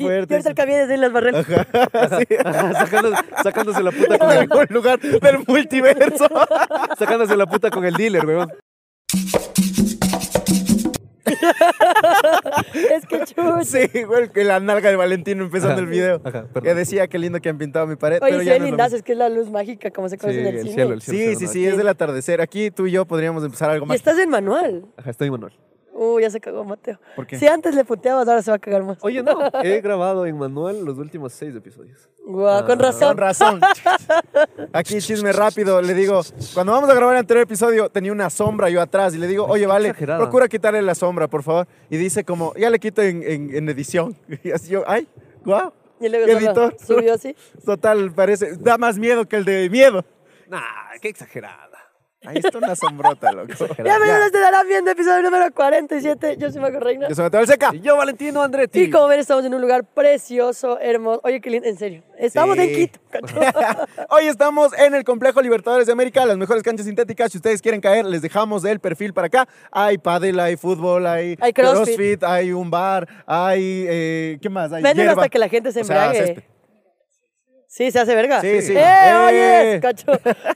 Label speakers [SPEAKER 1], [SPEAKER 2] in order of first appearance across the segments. [SPEAKER 1] fuerte.
[SPEAKER 2] Y ahorita acabé de hacer las barreras.
[SPEAKER 3] sacándose, sacándose la puta con
[SPEAKER 1] En
[SPEAKER 3] el,
[SPEAKER 1] algún lugar del multiverso.
[SPEAKER 3] sacándose la puta con el dealer, weón.
[SPEAKER 2] Es que chucha.
[SPEAKER 1] Sí, güey, que la nalga de Valentino empezando el video.
[SPEAKER 3] Ajá, perdón.
[SPEAKER 1] que decía qué lindo que han pintado mi pared.
[SPEAKER 2] Oye,
[SPEAKER 1] pero
[SPEAKER 2] sí,
[SPEAKER 1] ya
[SPEAKER 2] hay
[SPEAKER 1] no es lo
[SPEAKER 2] lindas, es que es la luz mágica, como se
[SPEAKER 3] Sí,
[SPEAKER 2] conoce en el,
[SPEAKER 3] el
[SPEAKER 2] cine.
[SPEAKER 3] cielo, el cielo.
[SPEAKER 1] mismo. sí, sí, sí, es del atardecer. Aquí tú y yo podríamos empezar algo
[SPEAKER 2] Y
[SPEAKER 1] más.
[SPEAKER 2] estás en manual.
[SPEAKER 3] Ajá, estoy manual.
[SPEAKER 2] Uh, ya se cagó Mateo.
[SPEAKER 1] ¿Por qué?
[SPEAKER 2] Si antes le puteabas, ahora se va a cagar más.
[SPEAKER 3] Oye, no, he grabado en manual los últimos seis episodios.
[SPEAKER 2] Guau, con razón.
[SPEAKER 1] ah, Con razón. Aquí chisme rápido, le digo, cuando vamos a grabar el anterior episodio tenía una sombra yo atrás y le digo, oye, vale,
[SPEAKER 3] exagerada.
[SPEAKER 1] procura quitarle la sombra, por favor. Y dice como, ya le quito en, en- en edición. Y así yo, ay, guau.
[SPEAKER 2] y luego solo
[SPEAKER 1] editor.
[SPEAKER 2] subió así.
[SPEAKER 1] Total, parece, da más miedo que el de miedo.
[SPEAKER 3] Nah, qué exagerada.
[SPEAKER 1] Ahí está una sombrota, loco.
[SPEAKER 2] Ya me
[SPEAKER 3] Ya.
[SPEAKER 2] hablaste de la bien de episodio número 47. Yo soy Mago Reina.
[SPEAKER 1] Que se me atoró el seca.
[SPEAKER 3] Y yo, Valentino Andretti.
[SPEAKER 2] Y como ven, estamos en un lugar precioso, hermoso. Oye, qué lindo, en serio. Estamos
[SPEAKER 1] Sí.
[SPEAKER 2] en Quito. cacho.
[SPEAKER 1] Hoy estamos en el Complejo Libertadores de América, las mejores canchas sintéticas. Si ustedes quieren caer, les dejamos el perfil para acá. Hay pádel, hay fútbol, hay,
[SPEAKER 2] Hay crossfit.
[SPEAKER 1] hay un bar, hay... eh, ¿Qué más? Hay
[SPEAKER 2] Venden
[SPEAKER 1] hierba.
[SPEAKER 2] hasta que la gente se
[SPEAKER 1] O sea,
[SPEAKER 2] embriague.
[SPEAKER 1] césped.
[SPEAKER 2] Sí, se hace verga.
[SPEAKER 1] Sí, sí.
[SPEAKER 2] ¡Eh,
[SPEAKER 1] ¡Eh!
[SPEAKER 2] oyes! Cacho.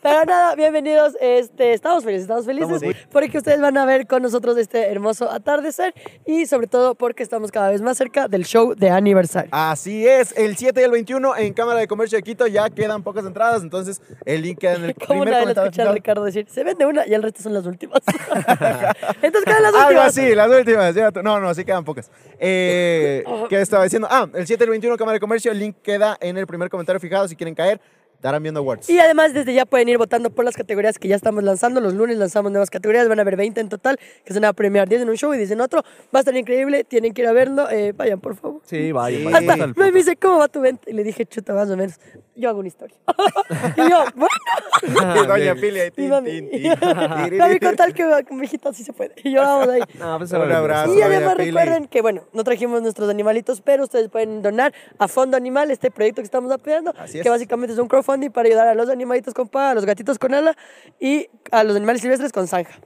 [SPEAKER 2] Pero nada, bienvenidos. Este, estamos felices, estamos felices
[SPEAKER 3] Estamos
[SPEAKER 2] porque ustedes van a ver con nosotros este hermoso atardecer y sobre todo porque estamos cada vez más cerca del show de
[SPEAKER 1] Ah,
[SPEAKER 2] aniversario.
[SPEAKER 1] Así es, el 7 y el 21 en Cámara de Comercio de Quito ya quedan pocas entradas, entonces el link queda en el
[SPEAKER 2] Como
[SPEAKER 1] primer
[SPEAKER 2] una vez la
[SPEAKER 1] comentario.
[SPEAKER 2] escuché a
[SPEAKER 1] final.
[SPEAKER 2] Ricardo decir, se vende una y el resto son las últimas. Entonces quedan las
[SPEAKER 1] Algo
[SPEAKER 2] últimas.
[SPEAKER 1] así, las últimas. ya tú- No, no, sí quedan pocas. Eh, ¿Qué estaba diciendo? Ah, el 7 y el 21 Cámara de Comercio, el link queda en el primer comentario fijado. Si quieren caer, estarán viendo awards.
[SPEAKER 2] Y además desde ya pueden ir votando por las categorías que ya estamos lanzando. Los lunes lanzamos nuevas categorías, van a haber 20 en total, que se van a premiar 10 en un show y 10 en otro. Va a estar increíble, tienen que ir a verlo. eh, vayan, por favor.
[SPEAKER 3] Sí, vaya,
[SPEAKER 1] Sí.
[SPEAKER 3] vaya.
[SPEAKER 1] Hasta-
[SPEAKER 3] hasta el
[SPEAKER 2] Me
[SPEAKER 3] puto.
[SPEAKER 2] dice, ¿cómo va tu venta? Y le dije, chuta, más o menos. Yo hago una historia. y yo, bueno.
[SPEAKER 3] Ah,
[SPEAKER 1] Doña
[SPEAKER 3] bien.
[SPEAKER 1] Pili, ahí,
[SPEAKER 2] Y
[SPEAKER 1] tin,
[SPEAKER 2] mami,
[SPEAKER 1] tin, tin.
[SPEAKER 2] mami, con tal que va, mi hijita sí se puede. Y yo, vamos ahí.
[SPEAKER 3] No, pues,
[SPEAKER 1] Un
[SPEAKER 3] ahora-
[SPEAKER 1] abrazo.
[SPEAKER 2] Y
[SPEAKER 1] doña
[SPEAKER 2] además
[SPEAKER 1] Pili.
[SPEAKER 2] recuerden que, bueno, no trajimos nuestros animalitos, pero ustedes pueden donar a Fondo Animal este proyecto que estamos apoyando,
[SPEAKER 1] Así
[SPEAKER 2] que
[SPEAKER 1] es.
[SPEAKER 2] básicamente es un crowdfunding para ayudar a los animalitos con paja, a los gatitos con ala y a los animales silvestres con zanja.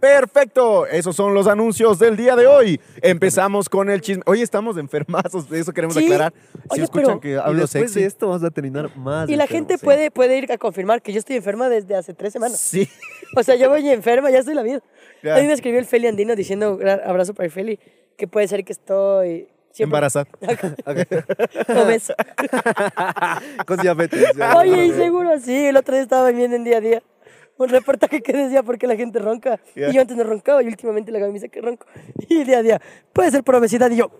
[SPEAKER 1] Perfecto, esos son los anuncios del día de hoy. Empezamos con el chisme. Hoy estamos enfermazos, de eso queremos
[SPEAKER 2] Sí.
[SPEAKER 1] aclarar. Si
[SPEAKER 2] Oye,
[SPEAKER 1] escuchan
[SPEAKER 2] pero-
[SPEAKER 1] que
[SPEAKER 3] Y
[SPEAKER 1] hablo
[SPEAKER 3] después de
[SPEAKER 1] sexy.
[SPEAKER 3] esto vamos a terminar más.
[SPEAKER 2] Y la
[SPEAKER 3] enfermos,
[SPEAKER 2] gente
[SPEAKER 3] sí.
[SPEAKER 2] puede, puede ir a confirmar que yo estoy enferma desde hace tres semanas.
[SPEAKER 1] Sí.
[SPEAKER 2] O sea, yo voy enferma, ya estoy la vida.
[SPEAKER 1] Ya.
[SPEAKER 2] A mí me escribió el Feli Andino diciendo, "Gra- abrazo para el Feli, que puede ser que estoy...
[SPEAKER 1] Embarazada.
[SPEAKER 2] Obesa.
[SPEAKER 3] Con diabetes. ya.
[SPEAKER 2] Oye, y seguro así, el otro día estaba viendo en día a día un reportaje que decía por qué la gente ronca.
[SPEAKER 1] Ya.
[SPEAKER 2] Y yo antes no roncaba y últimamente la Gaby me dice que ronco. Y día a día, puede ser por obesidad. Y yo,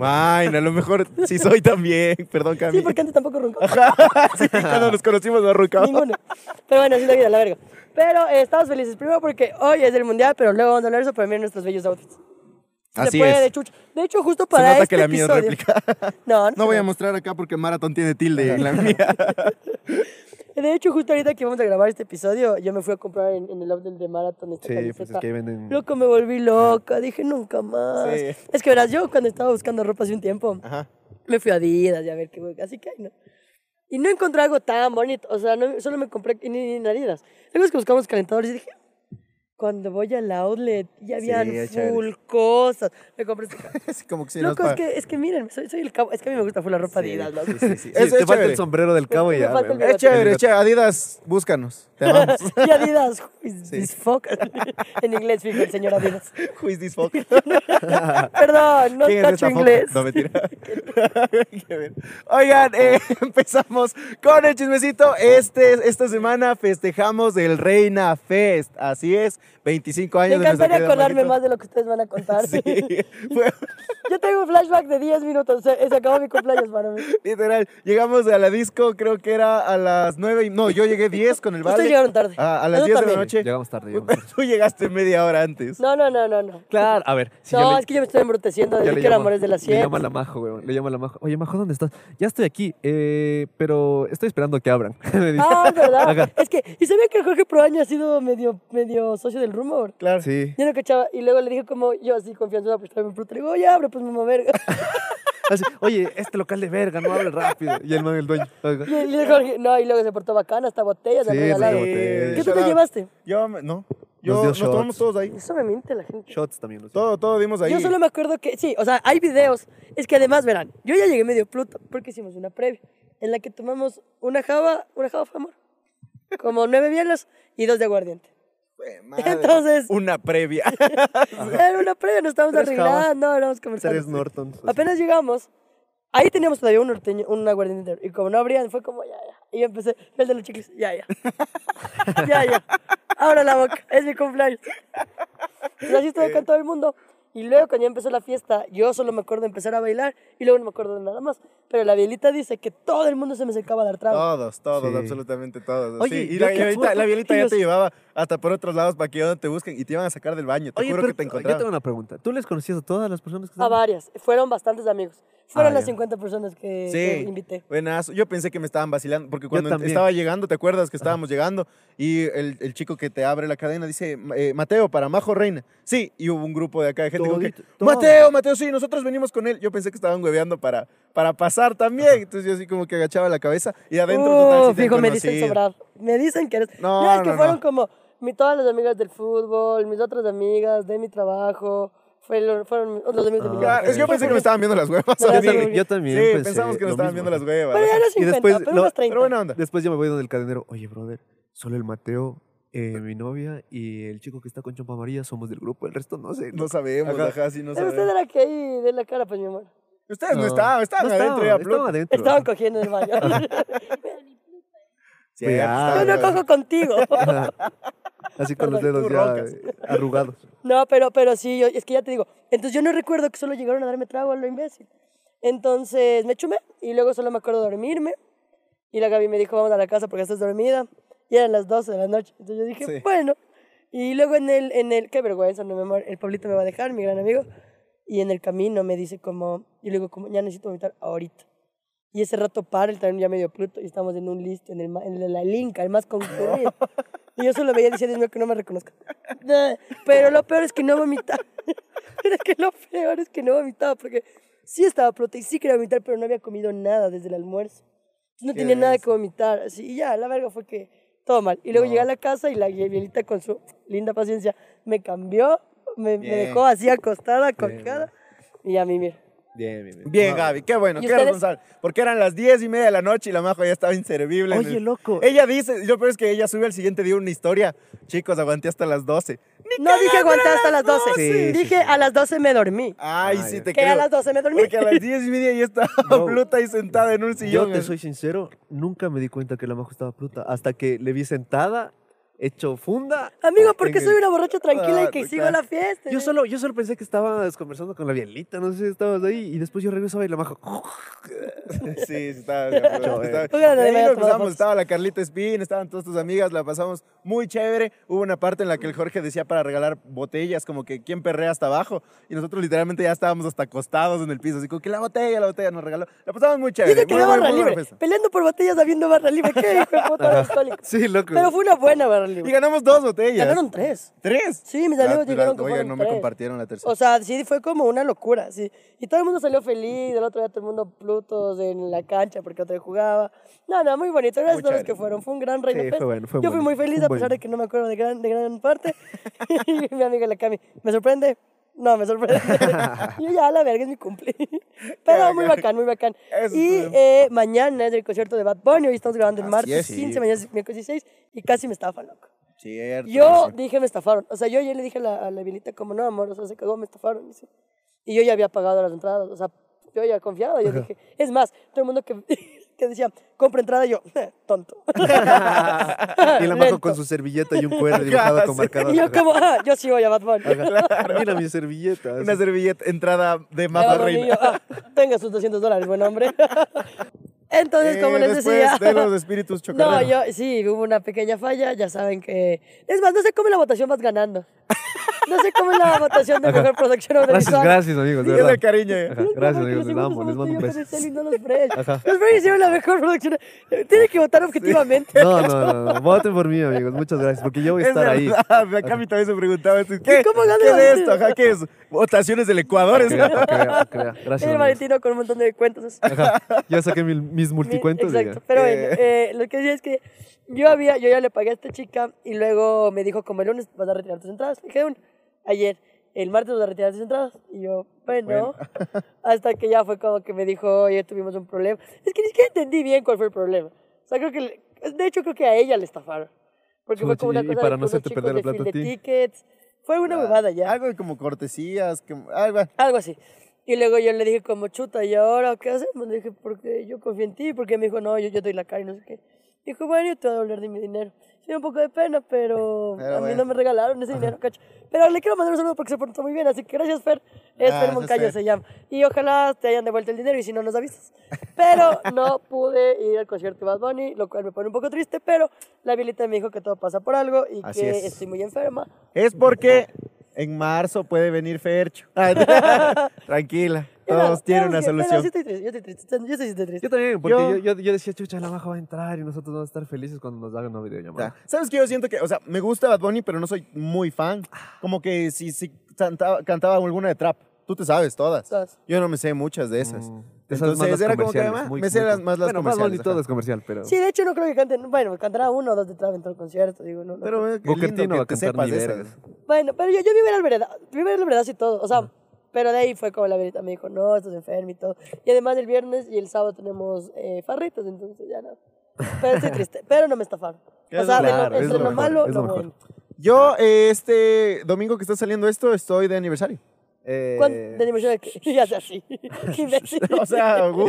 [SPEAKER 1] Ay, no, a lo mejor sí soy también. Perdón, Cami.
[SPEAKER 2] sí, porque antes tampoco roncaba.
[SPEAKER 1] Sí, cuando nos conocimos nos arrucamos.
[SPEAKER 2] Ninguno. Pero bueno, así es la vida, la verga. Pero eh, estamos felices primero porque hoy es el mundial, pero luego vamos a hablar eso para ver nuestros bellos outfits. Si se
[SPEAKER 1] Así
[SPEAKER 2] puede,
[SPEAKER 1] es.
[SPEAKER 2] chucha. De hecho, justo
[SPEAKER 1] Se
[SPEAKER 2] para
[SPEAKER 1] nota
[SPEAKER 2] este
[SPEAKER 1] que la mía es
[SPEAKER 2] episodio-
[SPEAKER 1] réplica.
[SPEAKER 2] No, no,
[SPEAKER 1] No voy
[SPEAKER 2] se
[SPEAKER 1] a mostrar acá porque Maratón tiene tilde en la mía.
[SPEAKER 2] De hecho, justo ahorita que vamos a grabar este episodio, yo me fui a comprar en, en el outlet de Marathon esta
[SPEAKER 3] Sí, pues, es
[SPEAKER 2] camiseta.
[SPEAKER 3] que ahí venden-
[SPEAKER 2] Loco, me volví loca, dije nunca más.
[SPEAKER 1] Sí.
[SPEAKER 2] Es que verás, yo cuando estaba buscando ropa hace un tiempo,
[SPEAKER 1] Ajá.
[SPEAKER 2] me fui a Adidas y a ver qué güey, así que ay, no. Y no encontré algo tan bonito, o sea, no- solo me compré ni, ni en Adidas. Luego es que buscamos calentadores y dije, cuando voy al outlet, ya habían
[SPEAKER 1] hay chéveres.
[SPEAKER 2] full cosas. Me compré este ca-
[SPEAKER 1] Es como que se nos Eh,
[SPEAKER 2] Loco, es
[SPEAKER 1] paga.
[SPEAKER 2] que, es que miren, soy, soy el cabo, es que a mí me gusta full la ropa Adidas, loco.
[SPEAKER 3] Sí, sí.
[SPEAKER 1] Eso es
[SPEAKER 3] te falta
[SPEAKER 1] chévere.
[SPEAKER 3] el sombrero del cabo y
[SPEAKER 2] Me
[SPEAKER 3] ya.
[SPEAKER 2] falta el
[SPEAKER 3] weón.
[SPEAKER 2] bigote.
[SPEAKER 1] Es chévere, es chévere. Adidas, búscanos. Te amamos.
[SPEAKER 2] Y Adidas, who is this fuck? en inglés, fijo, el señor Adidas.
[SPEAKER 1] Who is this fuck?
[SPEAKER 2] Perdón, no
[SPEAKER 1] ¿Quién es
[SPEAKER 2] cacho
[SPEAKER 1] esta foca?
[SPEAKER 2] inglés.
[SPEAKER 1] No, mentira. Qué bien. Oigan, eh, empezamos con el chismecito. Este, esta semana festejamos el Reina Fest. Así es, 25
[SPEAKER 2] Me
[SPEAKER 1] años de nuestra
[SPEAKER 2] encantaría
[SPEAKER 1] querida
[SPEAKER 2] acordarme más
[SPEAKER 1] Margarita.
[SPEAKER 2] de lo que ustedes van a contar.
[SPEAKER 1] Sí, fue-
[SPEAKER 2] Yo tengo un flashback de 10 minutos. Se, se acabó mi cumpleaños para mí.
[SPEAKER 1] literal. Llegamos a la disco, creo que era a las 9 y... No, yo llegué 10 con el
[SPEAKER 2] Ustedes
[SPEAKER 1] vale.
[SPEAKER 2] llegaron tarde.
[SPEAKER 1] A, a las
[SPEAKER 2] Yo
[SPEAKER 1] 10 de la
[SPEAKER 2] también.
[SPEAKER 1] noche.
[SPEAKER 3] Llegamos tarde. llegamos tarde.
[SPEAKER 1] Tú llegaste media hora antes.
[SPEAKER 2] No, no, no, no. No,
[SPEAKER 3] Claro,
[SPEAKER 1] Ah,
[SPEAKER 3] a ver. si yo
[SPEAKER 2] no
[SPEAKER 3] le-
[SPEAKER 2] es que yo me estoy embruteciendo.
[SPEAKER 3] yo
[SPEAKER 2] Desde
[SPEAKER 3] le
[SPEAKER 2] que era
[SPEAKER 3] llamo-
[SPEAKER 2] amores de la
[SPEAKER 3] Le
[SPEAKER 2] 100.
[SPEAKER 3] llamo a la Majo, weón. Le llamo a la Majo. Oye, Majo, ¿dónde estás? Ya estoy aquí, eh, pero estoy esperando que abran. Me dice.
[SPEAKER 2] Ah, es
[SPEAKER 3] Ajá.
[SPEAKER 2] verdad. Es que, ¿y sabía que el Jorge Proaño ha sido medio, medio socio del rumor?
[SPEAKER 1] Claro.
[SPEAKER 3] Sí.
[SPEAKER 2] Yo no cachaba. Y luego le dije como yo así, confianzuda, pues estaba en fruta. Le digo, oye, abre, pues mamá verga.
[SPEAKER 3] Así, Oye, este local de verga no abre rápido. Y el man, el dueño. oiga,
[SPEAKER 2] Y, el- y el Jorge, no, y luego se portó bacán, hasta botellas
[SPEAKER 3] Sí,
[SPEAKER 2] le regalaron.
[SPEAKER 3] regalaron.
[SPEAKER 2] ¿Qué
[SPEAKER 3] botella.
[SPEAKER 2] tú te llevaste?
[SPEAKER 1] Yo, me- no. Yo,
[SPEAKER 3] dio
[SPEAKER 1] nos
[SPEAKER 3] shots.
[SPEAKER 1] tomamos todos ahí.
[SPEAKER 2] Eso me miente la gente.
[SPEAKER 3] Shots también. Los
[SPEAKER 1] Todo, todo dimos ahí.
[SPEAKER 2] Yo solo me acuerdo que, sí, o sea, hay videos. Es que además, verán, yo ya llegué medio pluto porque hicimos una previa en la que tomamos una java, una java fue amor, como nueve bielas y dos de aguardiente.
[SPEAKER 1] Jue madre.
[SPEAKER 2] Entonces,
[SPEAKER 1] Una previa.
[SPEAKER 2] era una previa, nos estábamos
[SPEAKER 3] Tres javas.
[SPEAKER 2] arreglando, éramos
[SPEAKER 3] Tres
[SPEAKER 2] conversando.
[SPEAKER 3] Nortons. así.
[SPEAKER 2] Apenas llegamos, ahí teníamos todavía un norteño, un aguardiente entero, y como no abrían, fue como, ya, ya. Y yo empecé, el de los chicles, ya, ya. ya, ya. Ahora la boca, es mi cumpleaños. Entonces, así estuve con todo el mundo. Y luego cuando ya empezó la fiesta, yo solo me acuerdo de empezar a bailar y luego no me acuerdo de nada más. Pero la bielita dice que todo el mundo se me acercaba a dar trago.
[SPEAKER 3] Ah.
[SPEAKER 1] Todos, todos,
[SPEAKER 3] Sí.
[SPEAKER 1] absolutamente todos.
[SPEAKER 3] Oye,
[SPEAKER 1] Oye, y
[SPEAKER 3] yo
[SPEAKER 1] la,
[SPEAKER 3] que
[SPEAKER 1] y ahorita-
[SPEAKER 3] fui-
[SPEAKER 1] la violita ya
[SPEAKER 3] ellos-
[SPEAKER 1] te llevaba hasta por otros lados para que ya no te busquen y te iban a sacar del baño. Te
[SPEAKER 3] Oye,
[SPEAKER 1] juro
[SPEAKER 3] pero
[SPEAKER 1] que te
[SPEAKER 3] yo tengo
[SPEAKER 1] encontraron.
[SPEAKER 3] una pregunta. ¿Tú les conocías a todas las personas que
[SPEAKER 2] A
[SPEAKER 3] estaban?
[SPEAKER 2] varias. Fueron bastantes amigos. Fueron
[SPEAKER 3] Ah,
[SPEAKER 2] las
[SPEAKER 3] ya.
[SPEAKER 2] 50 personas que, que
[SPEAKER 1] Sí,
[SPEAKER 2] eh, invité.
[SPEAKER 1] buenazo. Yo pensé que me estaban vacilando porque cuando
[SPEAKER 3] también.
[SPEAKER 1] estaba llegando, ¿te acuerdas que estábamos llegando? Y el, el chico que te abre la cadena dice, "Ma- eh, Mateo, para Majo Reina. Sí, y hubo un grupo de acá de gente como que,
[SPEAKER 3] Todito, todos.
[SPEAKER 1] Mateo, Mateo, sí, nosotros venimos con él. Yo pensé que estaban hueveando para, para pasar también. Entonces yo así como que agachaba la cabeza y adentro total
[SPEAKER 2] Uh,
[SPEAKER 1] sí te
[SPEAKER 2] fijo,
[SPEAKER 1] han
[SPEAKER 2] me dicen
[SPEAKER 1] conocido.
[SPEAKER 2] sobrado. Me dicen que eres.
[SPEAKER 1] No,
[SPEAKER 2] No, es que
[SPEAKER 1] no,
[SPEAKER 2] fueron
[SPEAKER 1] no.
[SPEAKER 2] como mi, todas las amigas del fútbol, mis otras amigas de mi trabajo, fueron, fueron los amigos de mi
[SPEAKER 3] Ah,
[SPEAKER 1] Claro,
[SPEAKER 2] trabajo.
[SPEAKER 1] es que yo pensé que me estaban viendo las huevas.
[SPEAKER 2] No,
[SPEAKER 1] así.
[SPEAKER 2] ya sé,
[SPEAKER 3] Yo también
[SPEAKER 1] Sí,
[SPEAKER 3] pensé
[SPEAKER 1] pensamos que nos
[SPEAKER 3] lo
[SPEAKER 1] estaban
[SPEAKER 3] mismo.
[SPEAKER 1] viendo las huevas.
[SPEAKER 2] Pero ya no
[SPEAKER 3] Y
[SPEAKER 2] 50,
[SPEAKER 3] después,
[SPEAKER 2] pero
[SPEAKER 3] no,
[SPEAKER 2] unas 30.
[SPEAKER 1] Pero buena onda.
[SPEAKER 3] Después yo me voy donde el cadenero. Oye, brother, solo el Mateo, eh, mi novia y el chico que está con chompa amarilla somos del grupo. El resto no sé.
[SPEAKER 1] No sabemos,
[SPEAKER 3] Ajá.
[SPEAKER 1] ajá, sí, no
[SPEAKER 2] Pero usted
[SPEAKER 1] sabemos.
[SPEAKER 2] era que ahí de la cara, pues mi amor.
[SPEAKER 1] Ustedes no, estaban, estaban
[SPEAKER 3] no
[SPEAKER 1] adentro ya,
[SPEAKER 3] Estaban
[SPEAKER 1] plot.
[SPEAKER 3] adentro.
[SPEAKER 2] Estaban cogiendo en el baño.
[SPEAKER 1] Sí,
[SPEAKER 3] Cuidado.
[SPEAKER 2] Yo
[SPEAKER 1] estaban
[SPEAKER 2] no
[SPEAKER 1] adentro.
[SPEAKER 2] cojo contigo.
[SPEAKER 3] Ajá. Así con los
[SPEAKER 2] Perdón,
[SPEAKER 3] dedos
[SPEAKER 1] tú
[SPEAKER 3] ya
[SPEAKER 1] roncas.
[SPEAKER 3] eh, arrugados.
[SPEAKER 2] No, pero, pero sí, yo, es que ya te digo. Entonces yo no recuerdo que solo llegaron a darme trago a lo imbécil. Entonces me chumé y luego solo me acuerdo dormirme. Y la Gaby me dijo, vamos a la casa porque estás dormida. Y eran las 12 de la noche. Entonces yo dije,
[SPEAKER 1] Sí.
[SPEAKER 2] bueno. Y luego en el, en el, qué vergüenza, no, mi amor, el Pablito me va a dejar, mi gran amigo. Y en el camino me dice como, y le digo, como, ya necesito vomitar ahorita. Y ese rato para el tren ya medio pluto y estamos en un listo, en, el, ma- en la linca, el más concurrido. Y yo solo veía y decía, Dios mío, que no me reconozca. Nah, Pero lo peor es que no vomitaba. Pero es que lo peor es que no vomitaba porque sí estaba pluto y sí quería vomitar, pero no había comido nada desde el almuerzo. No
[SPEAKER 1] Qué
[SPEAKER 2] tenía nada
[SPEAKER 1] denso.
[SPEAKER 2] que vomitar. Así, y ya, la verga fue que todo mal. Y luego
[SPEAKER 1] No.
[SPEAKER 2] llegué a la casa y la Gabrielita con su linda paciencia me cambió, me, me
[SPEAKER 1] Bien.
[SPEAKER 2] dejó así acostada, colgada. Y a mí, mira.
[SPEAKER 3] Bien, bien, bien.
[SPEAKER 1] Bien, Gaby, qué bueno,
[SPEAKER 2] ¿Y
[SPEAKER 1] qué
[SPEAKER 2] ustedes?
[SPEAKER 1] responsable. Porque eran las diez y media de la noche y la majo ya estaba inservible. en
[SPEAKER 3] Oye,
[SPEAKER 1] el-
[SPEAKER 3] loco.
[SPEAKER 1] Ella dice, yo pero es que ella sube al siguiente día una historia. Chicos, aguanté hasta las 12.
[SPEAKER 2] No dije aguantar hasta las 12.
[SPEAKER 3] Sí, sí,
[SPEAKER 2] dije
[SPEAKER 3] sí.
[SPEAKER 2] a las 12 me dormí.
[SPEAKER 1] Ay,
[SPEAKER 3] Ay,
[SPEAKER 1] sí,
[SPEAKER 3] Ah, ya.
[SPEAKER 1] Ah, te
[SPEAKER 2] Que
[SPEAKER 1] creo.
[SPEAKER 2] a las 12 me dormí.
[SPEAKER 1] Porque a las diez y media ya estaba
[SPEAKER 3] Bro.
[SPEAKER 1] Pluta ahí sentada en un
[SPEAKER 3] Yo
[SPEAKER 1] sillón.
[SPEAKER 3] te soy sincero, nunca me di cuenta que la majo estaba pluta hasta que le vi sentada, hecho funda.
[SPEAKER 2] Amigo,
[SPEAKER 3] en
[SPEAKER 2] porque
[SPEAKER 3] el-
[SPEAKER 2] soy una borracha tranquila y
[SPEAKER 1] Ah,
[SPEAKER 2] que
[SPEAKER 1] claro.
[SPEAKER 2] sigo la fiesta. ¿eh?
[SPEAKER 3] Yo solo, yo solo pensé que estabas conversando con la bielita, no sé si estabas ahí, y después yo regresaba y la majo.
[SPEAKER 1] Sí, sí, estaba. estaba-
[SPEAKER 2] Póngale
[SPEAKER 1] de ahí
[SPEAKER 2] de
[SPEAKER 1] lo
[SPEAKER 2] a tomar
[SPEAKER 1] pasamos,
[SPEAKER 2] fotos.
[SPEAKER 1] estaba la Carlita Spin, estaban todas tus amigas, la pasamos muy chévere. Hubo una parte en la que el Jorge decía para regalar botellas, como que quién perrea hasta abajo. Y nosotros literalmente ya estábamos hasta acostados en el piso, así como que la botella, la botella nos regaló. La pasamos muy chévere.
[SPEAKER 2] Dice que
[SPEAKER 1] muy
[SPEAKER 2] era
[SPEAKER 1] buena-
[SPEAKER 2] barra
[SPEAKER 1] muy buena
[SPEAKER 2] libre.
[SPEAKER 1] fiesta.
[SPEAKER 2] Peleando por botellas habiendo barra libre. ¿Qué hijo de puta alcohólico?
[SPEAKER 3] Sí, loco.
[SPEAKER 2] Pero fue una buena barra
[SPEAKER 1] Y
[SPEAKER 2] libre.
[SPEAKER 1] ganamos dos botellas.
[SPEAKER 2] Ganaron tres.
[SPEAKER 1] ¿Tres?
[SPEAKER 2] Sí, mis
[SPEAKER 1] La-
[SPEAKER 2] amigos
[SPEAKER 1] la-
[SPEAKER 2] dijeron que
[SPEAKER 1] oiga,
[SPEAKER 2] fueron
[SPEAKER 1] no me
[SPEAKER 2] tres.
[SPEAKER 1] compartieron la tercera.
[SPEAKER 2] O sea, sí fue como una locura, sí. Y todo el mundo salió feliz, el otro día todo el mundo plutos en la cancha porque otro día jugaba. No, no, muy bonito, gracias
[SPEAKER 1] Muy
[SPEAKER 2] a todos los
[SPEAKER 1] chévere.
[SPEAKER 2] que fueron, fue un gran reino
[SPEAKER 3] Sí,
[SPEAKER 2] fest.
[SPEAKER 3] fue bueno, fue
[SPEAKER 2] Yo fui
[SPEAKER 3] bueno,
[SPEAKER 2] muy
[SPEAKER 3] fue
[SPEAKER 2] feliz
[SPEAKER 3] un
[SPEAKER 2] a
[SPEAKER 3] buen-
[SPEAKER 2] pesar de que no me acuerdo de gran, de gran parte. y mi amiga la Cami, ¿me sorprende? No, me sorprende. Y yo ya, la verga, es mi cumple. Pero muy bacán, muy bacán.
[SPEAKER 1] Eso
[SPEAKER 2] y
[SPEAKER 1] estuvo.
[SPEAKER 2] eh, mañana es el concierto de Bad Bunny, hoy estamos grabando el
[SPEAKER 1] Así
[SPEAKER 2] martes
[SPEAKER 1] es, sí.
[SPEAKER 2] 15, mañana es miércoles 16 y casi me estafa, loco.
[SPEAKER 1] Cierto.
[SPEAKER 2] Yo
[SPEAKER 1] sí.
[SPEAKER 2] dije, me estafaron. O sea, yo ayer le dije a la, a la Vilita, como no, amor, o sea, se cagó, me estafaron. Y, sí. Y yo ya había pagado las entradas, o sea, yo ya confiaba. Yo dije, es más, todo el mundo que, que decía, compra entrada, yo, "Eh, tonto.
[SPEAKER 3] y la majo
[SPEAKER 2] Lento.
[SPEAKER 3] con su servilleta y un cuero dibujado con
[SPEAKER 1] sí.
[SPEAKER 3] marcador.
[SPEAKER 2] Y yo, como, ah, yo sí voy a Bad Bunny.
[SPEAKER 3] Ajá. Mira mi servilleta.
[SPEAKER 1] Una
[SPEAKER 3] así.
[SPEAKER 1] servilleta, entrada de
[SPEAKER 2] Ya,
[SPEAKER 1] Majo
[SPEAKER 2] Bad Bunny,
[SPEAKER 1] Reina.
[SPEAKER 2] yo, ah, tenga sus 200 dólares, buen hombre. Entonces,
[SPEAKER 1] Eh,
[SPEAKER 2] como les
[SPEAKER 1] después
[SPEAKER 2] decía.
[SPEAKER 1] de los espíritus
[SPEAKER 2] No,
[SPEAKER 1] chocarreros.
[SPEAKER 2] yo sí, hubo una pequeña falla, ya saben que... Es más, no sé cómo la votación vas ganando. No sé cómo es la votación de mejor producción
[SPEAKER 3] Gracias,
[SPEAKER 2] audiovisual.
[SPEAKER 3] gracias, amigos, de
[SPEAKER 1] Y ese
[SPEAKER 3] verdad.
[SPEAKER 1] cariño.
[SPEAKER 3] Ajá,
[SPEAKER 2] Los
[SPEAKER 3] gracias,
[SPEAKER 2] cabrones
[SPEAKER 3] amigos,
[SPEAKER 2] que
[SPEAKER 3] les
[SPEAKER 2] los
[SPEAKER 3] amo, les mando un
[SPEAKER 2] hemos
[SPEAKER 3] beso.
[SPEAKER 2] votado y no los Fresh.
[SPEAKER 3] Ajá.
[SPEAKER 2] Los Fresh hicieron la mejor producción. Tienen que votar objetivamente.
[SPEAKER 3] No, no, no, no, voten por mí, amigos, muchas gracias, porque yo voy a
[SPEAKER 1] Es
[SPEAKER 3] estar ahí.
[SPEAKER 1] verdad, acá a mí también se preguntaba, esto, ¿qué,
[SPEAKER 2] cómo gana
[SPEAKER 1] ¿qué
[SPEAKER 2] la
[SPEAKER 1] es
[SPEAKER 2] gente?
[SPEAKER 1] esto? Ajá, ¿Qué es? Votaciones del Ecuador.
[SPEAKER 3] Para que
[SPEAKER 1] es-
[SPEAKER 3] vea, para que vea, para que vea. Gracias.
[SPEAKER 2] El
[SPEAKER 3] amigos.
[SPEAKER 2] Valentino con un montón de cuentos.
[SPEAKER 3] Ajá, Ya saqué mil- mis multicuentos. y ya.
[SPEAKER 2] Exacto. Pero bueno, eh, lo que decía es que yo había, yo ya le pagué a esta chica y luego me dijo como el lunes vas a retirar tus entradas. Dije un ayer, el martes vas a retirar tus entradas. Y yo, bueno, hasta que ya fue como que me dijo, oye, tuvimos un problema. Es que ni siquiera entendí bien cuál fue el problema. O sea, creo que, le- de hecho creo que a ella le estafaron. Porque fue
[SPEAKER 3] Chuta,
[SPEAKER 2] como una
[SPEAKER 3] y- y
[SPEAKER 2] cosa de
[SPEAKER 3] para
[SPEAKER 2] que
[SPEAKER 3] no
[SPEAKER 2] unos
[SPEAKER 3] hacerte
[SPEAKER 2] chicos
[SPEAKER 3] perder la
[SPEAKER 2] de
[SPEAKER 3] plata a
[SPEAKER 2] fin de
[SPEAKER 3] ti. Ah.
[SPEAKER 2] tickets. Fue una huevada ya.
[SPEAKER 1] Algo como cortesías. Que, ay, va.
[SPEAKER 2] Algo así. Y luego yo le dije como, chuta, ¿y ahora qué hacemos? Le dije, porque yo confío en ti, porque me dijo, no, yo, yo doy la cara y no sé qué. Dijo, bueno, yo te voy a devolver de mi dinero. Sí, me da un poco de pena, pero,
[SPEAKER 1] Pero
[SPEAKER 2] a mí
[SPEAKER 1] bueno.
[SPEAKER 2] no me regalaron ese dinero, cacho. Pero le quiero mandar un saludo porque se portó muy bien, así que gracias, Fer. Es
[SPEAKER 1] Ah,
[SPEAKER 2] Fer
[SPEAKER 1] eso
[SPEAKER 2] Moncayo,
[SPEAKER 1] es Fer.
[SPEAKER 2] se llama. Y ojalá te hayan devuelto el dinero y si no, nos avisas. Pero no pude ir al concierto de Bad Bunny, lo cual me pone un poco triste, pero la Violeta me dijo que todo pasa por algo y
[SPEAKER 1] Así
[SPEAKER 2] que
[SPEAKER 1] es.
[SPEAKER 2] estoy muy enferma.
[SPEAKER 1] Es porque en marzo puede venir Fercho. Ay, Tranquila,
[SPEAKER 2] Y nada,
[SPEAKER 1] todos tienen una
[SPEAKER 2] ¿sabes qué? Pero
[SPEAKER 1] solución.
[SPEAKER 2] sí estoy triste, yo estoy triste, yo sí estoy triste.
[SPEAKER 3] Yo también, porque
[SPEAKER 1] Yo-
[SPEAKER 3] yo, yo, yo decía, chucha, la maja va a entrar y nosotros vamos a estar felices cuando nos hagan una videollamada.
[SPEAKER 1] Ta. ¿Sabes qué? Yo siento que, o sea, me gusta Bad Bunny, pero no soy muy fan. Como que si, si cantaba, cantaba alguna de trap, tú te sabes todas.
[SPEAKER 2] Todas.
[SPEAKER 1] Yo no me sé muchas de esas.
[SPEAKER 3] Mm, esas más
[SPEAKER 1] Entonces
[SPEAKER 3] las
[SPEAKER 1] era como que
[SPEAKER 3] comerciales,
[SPEAKER 1] además
[SPEAKER 3] muy-
[SPEAKER 1] me sé
[SPEAKER 3] muy
[SPEAKER 1] las-
[SPEAKER 3] com-
[SPEAKER 1] más las
[SPEAKER 3] bueno, Bueno,
[SPEAKER 1] comerciales.
[SPEAKER 3] más todo
[SPEAKER 1] ajá.
[SPEAKER 3] es comercial, pero...
[SPEAKER 2] Sí, de hecho no creo que canten, bueno, cantará uno o dos de trap en todo el concierto, digo, no. no
[SPEAKER 1] Pero
[SPEAKER 2] creo.
[SPEAKER 1] eh, qué
[SPEAKER 3] Booker T
[SPEAKER 1] lindo
[SPEAKER 3] no va
[SPEAKER 1] que
[SPEAKER 3] a
[SPEAKER 1] te
[SPEAKER 3] cantar
[SPEAKER 1] sepas
[SPEAKER 3] ni
[SPEAKER 1] de esas.
[SPEAKER 3] vergas.
[SPEAKER 2] bueno, pero yo, yo viví la verdad, viví la verdad y todo, o sea, pero de ahí fue como la verita me dijo, no, estás enfermo y todo. Y además el viernes y el sábado tenemos eh, farritas, entonces ya no. Pero estoy triste, pero no me estafaron. O
[SPEAKER 1] Es
[SPEAKER 2] sea, de lo-
[SPEAKER 1] claro, es
[SPEAKER 2] entre
[SPEAKER 1] lo
[SPEAKER 2] lo,
[SPEAKER 1] mejor,
[SPEAKER 2] malo,
[SPEAKER 3] es
[SPEAKER 2] lo
[SPEAKER 3] lo mejor.
[SPEAKER 2] bueno.
[SPEAKER 1] Yo, eh, este domingo que está saliendo esto, estoy de aniversario.
[SPEAKER 3] Eh,
[SPEAKER 2] ¿Cuánto de dimensión de que ya sea así? Qué imbécil.
[SPEAKER 1] O sea, uh,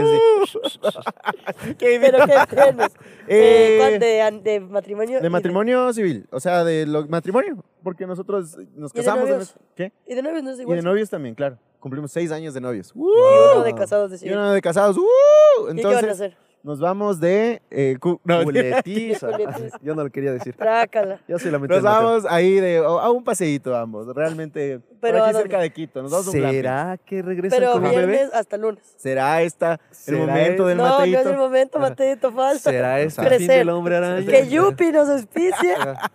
[SPEAKER 1] qué
[SPEAKER 2] pero qué enfermos. Eh,
[SPEAKER 1] Eh,
[SPEAKER 2] ¿cuán- de, an- de matrimonio? y
[SPEAKER 1] De matrimonio civil, o sea, de lo- matrimonio, porque nosotros nos
[SPEAKER 2] ¿Y de
[SPEAKER 1] casamos. en
[SPEAKER 2] novios?
[SPEAKER 1] es- ¿Qué?
[SPEAKER 2] Y de novios no es
[SPEAKER 1] Y
[SPEAKER 2] igual.
[SPEAKER 1] de novios también, claro. Cumplimos seis años de novios. ¡Uh!
[SPEAKER 2] Y uno de casados de
[SPEAKER 1] Y
[SPEAKER 2] civil.
[SPEAKER 1] uno de casados. ¡Uh!
[SPEAKER 2] ¿Y qué van a
[SPEAKER 1] Entonces,
[SPEAKER 2] hacer?
[SPEAKER 1] nos vamos de. eh, cu- no,
[SPEAKER 3] Culetiza.
[SPEAKER 2] Culetiza.
[SPEAKER 3] yo no lo quería decir.
[SPEAKER 2] Trácala.
[SPEAKER 3] Yo sí la metí
[SPEAKER 1] nos
[SPEAKER 3] al Mateo.
[SPEAKER 1] vamos ahí de, a un paseíto ambos, realmente.
[SPEAKER 2] Pero
[SPEAKER 1] por
[SPEAKER 2] ¿a
[SPEAKER 1] aquí
[SPEAKER 2] dónde?
[SPEAKER 1] cerca de Quito. Nos vamos a un glamping.
[SPEAKER 3] ¿Será que regresan
[SPEAKER 2] Pero
[SPEAKER 3] con un bebé?
[SPEAKER 2] viernes hasta lunes.
[SPEAKER 1] ¿Será esta el
[SPEAKER 3] ¿Será
[SPEAKER 1] momento
[SPEAKER 3] el-
[SPEAKER 1] del
[SPEAKER 2] no,
[SPEAKER 1] Mateito? Ah.
[SPEAKER 2] no es el momento, Mateito, falta.
[SPEAKER 3] ¿Será este el
[SPEAKER 2] Crecer.
[SPEAKER 3] fin del hombre araña?
[SPEAKER 2] Que Yupi nos auspicie.
[SPEAKER 1] Ah,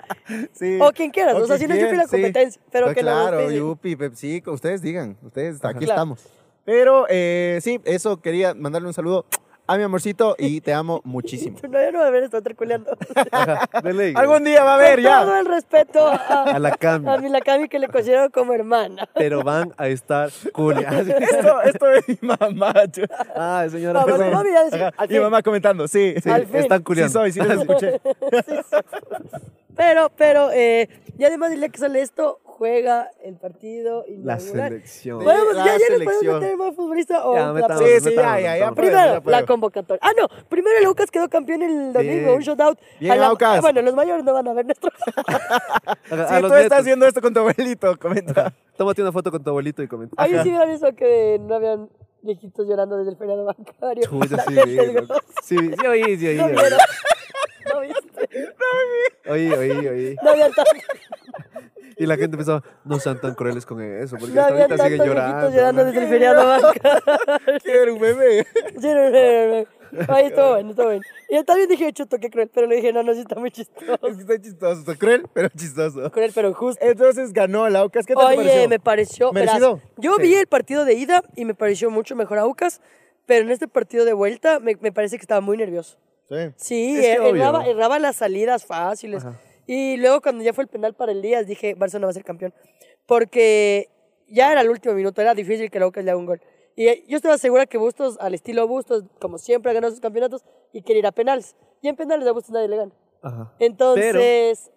[SPEAKER 1] Sí.
[SPEAKER 2] o quien quieras. O sea,
[SPEAKER 1] quien
[SPEAKER 2] si no es Yupi
[SPEAKER 1] quiera,
[SPEAKER 2] la competencia, pero
[SPEAKER 1] No,
[SPEAKER 2] que nos
[SPEAKER 1] Ah, Claro,
[SPEAKER 2] auspicie.
[SPEAKER 1] Yupi, PepsiCo, ustedes digan, ustedes, aquí
[SPEAKER 2] Claro.
[SPEAKER 1] estamos. Pero eh, sí, eso quería mandarle un saludo a mi amorcito y te amo muchísimo.
[SPEAKER 2] No, yo no voy a ver esto, estar culeando.
[SPEAKER 3] Ajá, de ley.
[SPEAKER 1] Algún día va a haber
[SPEAKER 2] Con Todo
[SPEAKER 1] ya.
[SPEAKER 2] el respeto a,
[SPEAKER 3] A la Cami.
[SPEAKER 2] a mi Lakami que le considero como hermana.
[SPEAKER 3] Pero van a estar culiadas.
[SPEAKER 1] Esto, esto es mi mamá. yo-
[SPEAKER 3] Ah, señora.
[SPEAKER 2] Vamos,
[SPEAKER 3] perdón.
[SPEAKER 2] mami, ya decía,
[SPEAKER 1] Ajá,
[SPEAKER 2] al
[SPEAKER 1] Mi
[SPEAKER 2] fin.
[SPEAKER 1] mamá comentando, sí. sí.
[SPEAKER 2] Al fin.
[SPEAKER 3] Están
[SPEAKER 1] Sí
[SPEAKER 3] culiando.
[SPEAKER 1] soy, sí les escuché.
[SPEAKER 2] Sí, sí. Pero, pero, eh, y además el día que sale esto, juega el partido y
[SPEAKER 3] La selección.
[SPEAKER 2] Podemos,
[SPEAKER 1] La
[SPEAKER 2] ya, ya nos podemos
[SPEAKER 1] selección.
[SPEAKER 2] meter más futbolista o
[SPEAKER 3] Ya,
[SPEAKER 2] la
[SPEAKER 3] metamos.
[SPEAKER 1] Sí,
[SPEAKER 2] próxima.
[SPEAKER 1] sí, ya, ya, ya.
[SPEAKER 3] Primero,
[SPEAKER 1] puedo, ya
[SPEAKER 2] Primero,
[SPEAKER 1] puedo.
[SPEAKER 2] la convocatoria. Ah, no, primero el Aucas quedó campeón el domingo,
[SPEAKER 3] Bien.
[SPEAKER 2] un shootout.
[SPEAKER 1] Bien,
[SPEAKER 2] A la-
[SPEAKER 1] Aucas.
[SPEAKER 2] ah, Bueno, los mayores no van a ver nuestro.
[SPEAKER 3] Ajá,
[SPEAKER 1] Si
[SPEAKER 3] a
[SPEAKER 1] tú
[SPEAKER 3] los
[SPEAKER 1] estás
[SPEAKER 3] nietos.
[SPEAKER 1] haciendo esto con tu abuelito, comenta.
[SPEAKER 3] Tómate una foto con tu abuelito y comenta.
[SPEAKER 2] Ahí sí vieron eso que no habían viejitos llorando desde el feriado bancario.
[SPEAKER 3] Chuta,
[SPEAKER 2] La
[SPEAKER 3] sí,
[SPEAKER 2] gente
[SPEAKER 3] vi,
[SPEAKER 2] digo,
[SPEAKER 3] loco. sí, vi, sí, oí, sí, oí,
[SPEAKER 2] No
[SPEAKER 3] oí.
[SPEAKER 2] vieron. No viste.
[SPEAKER 3] Oí, oí, oí.
[SPEAKER 2] No habían tantos,
[SPEAKER 3] Y la gente pensaba, no sean tan crueles con eso, porque
[SPEAKER 2] no
[SPEAKER 3] hasta
[SPEAKER 2] habían
[SPEAKER 3] ahorita
[SPEAKER 2] tantos
[SPEAKER 3] siguen
[SPEAKER 2] viejitos
[SPEAKER 3] llorando.
[SPEAKER 2] llorando
[SPEAKER 3] ¿no?
[SPEAKER 2] desde el feriado bancario.
[SPEAKER 1] Quiero un bebé.
[SPEAKER 2] Sí, no, no, no, no. Ahí estuvo bueno, estuvo bueno. Y yo también dije, chuto, qué cruel, pero le dije, no, no, sí está muy chistoso.
[SPEAKER 1] Es que está chistoso, está cruel, pero chistoso.
[SPEAKER 2] Cruel, pero justo.
[SPEAKER 1] Entonces ganó el Aucas. ¿Qué tal te
[SPEAKER 2] Oye,
[SPEAKER 1] pareció?
[SPEAKER 2] me pareció. verás,
[SPEAKER 1] ¿Merecido?
[SPEAKER 2] yo
[SPEAKER 1] Sí.
[SPEAKER 2] vi el partido de ida y me pareció mucho mejor Aucas, pero en este partido de vuelta me, me parece que estaba muy nervioso.
[SPEAKER 1] Sí.
[SPEAKER 2] Sí,
[SPEAKER 3] Es que
[SPEAKER 2] er-
[SPEAKER 3] obvio.
[SPEAKER 2] erraba, erraba las salidas fáciles.
[SPEAKER 3] Ajá.
[SPEAKER 2] Y luego cuando ya fue el penal para el Díaz, dije, Barcelona va a ser campeón. Porque ya era el último minuto, era difícil que el Aucas le haga un gol. Y eh, yo estaba segura que Bustos, al estilo Bustos, como siempre ha ganado sus campeonatos, y quería ir a penales. Y en penales a Bustos nadie le gana.
[SPEAKER 3] Ajá.
[SPEAKER 2] Eh, Entonces,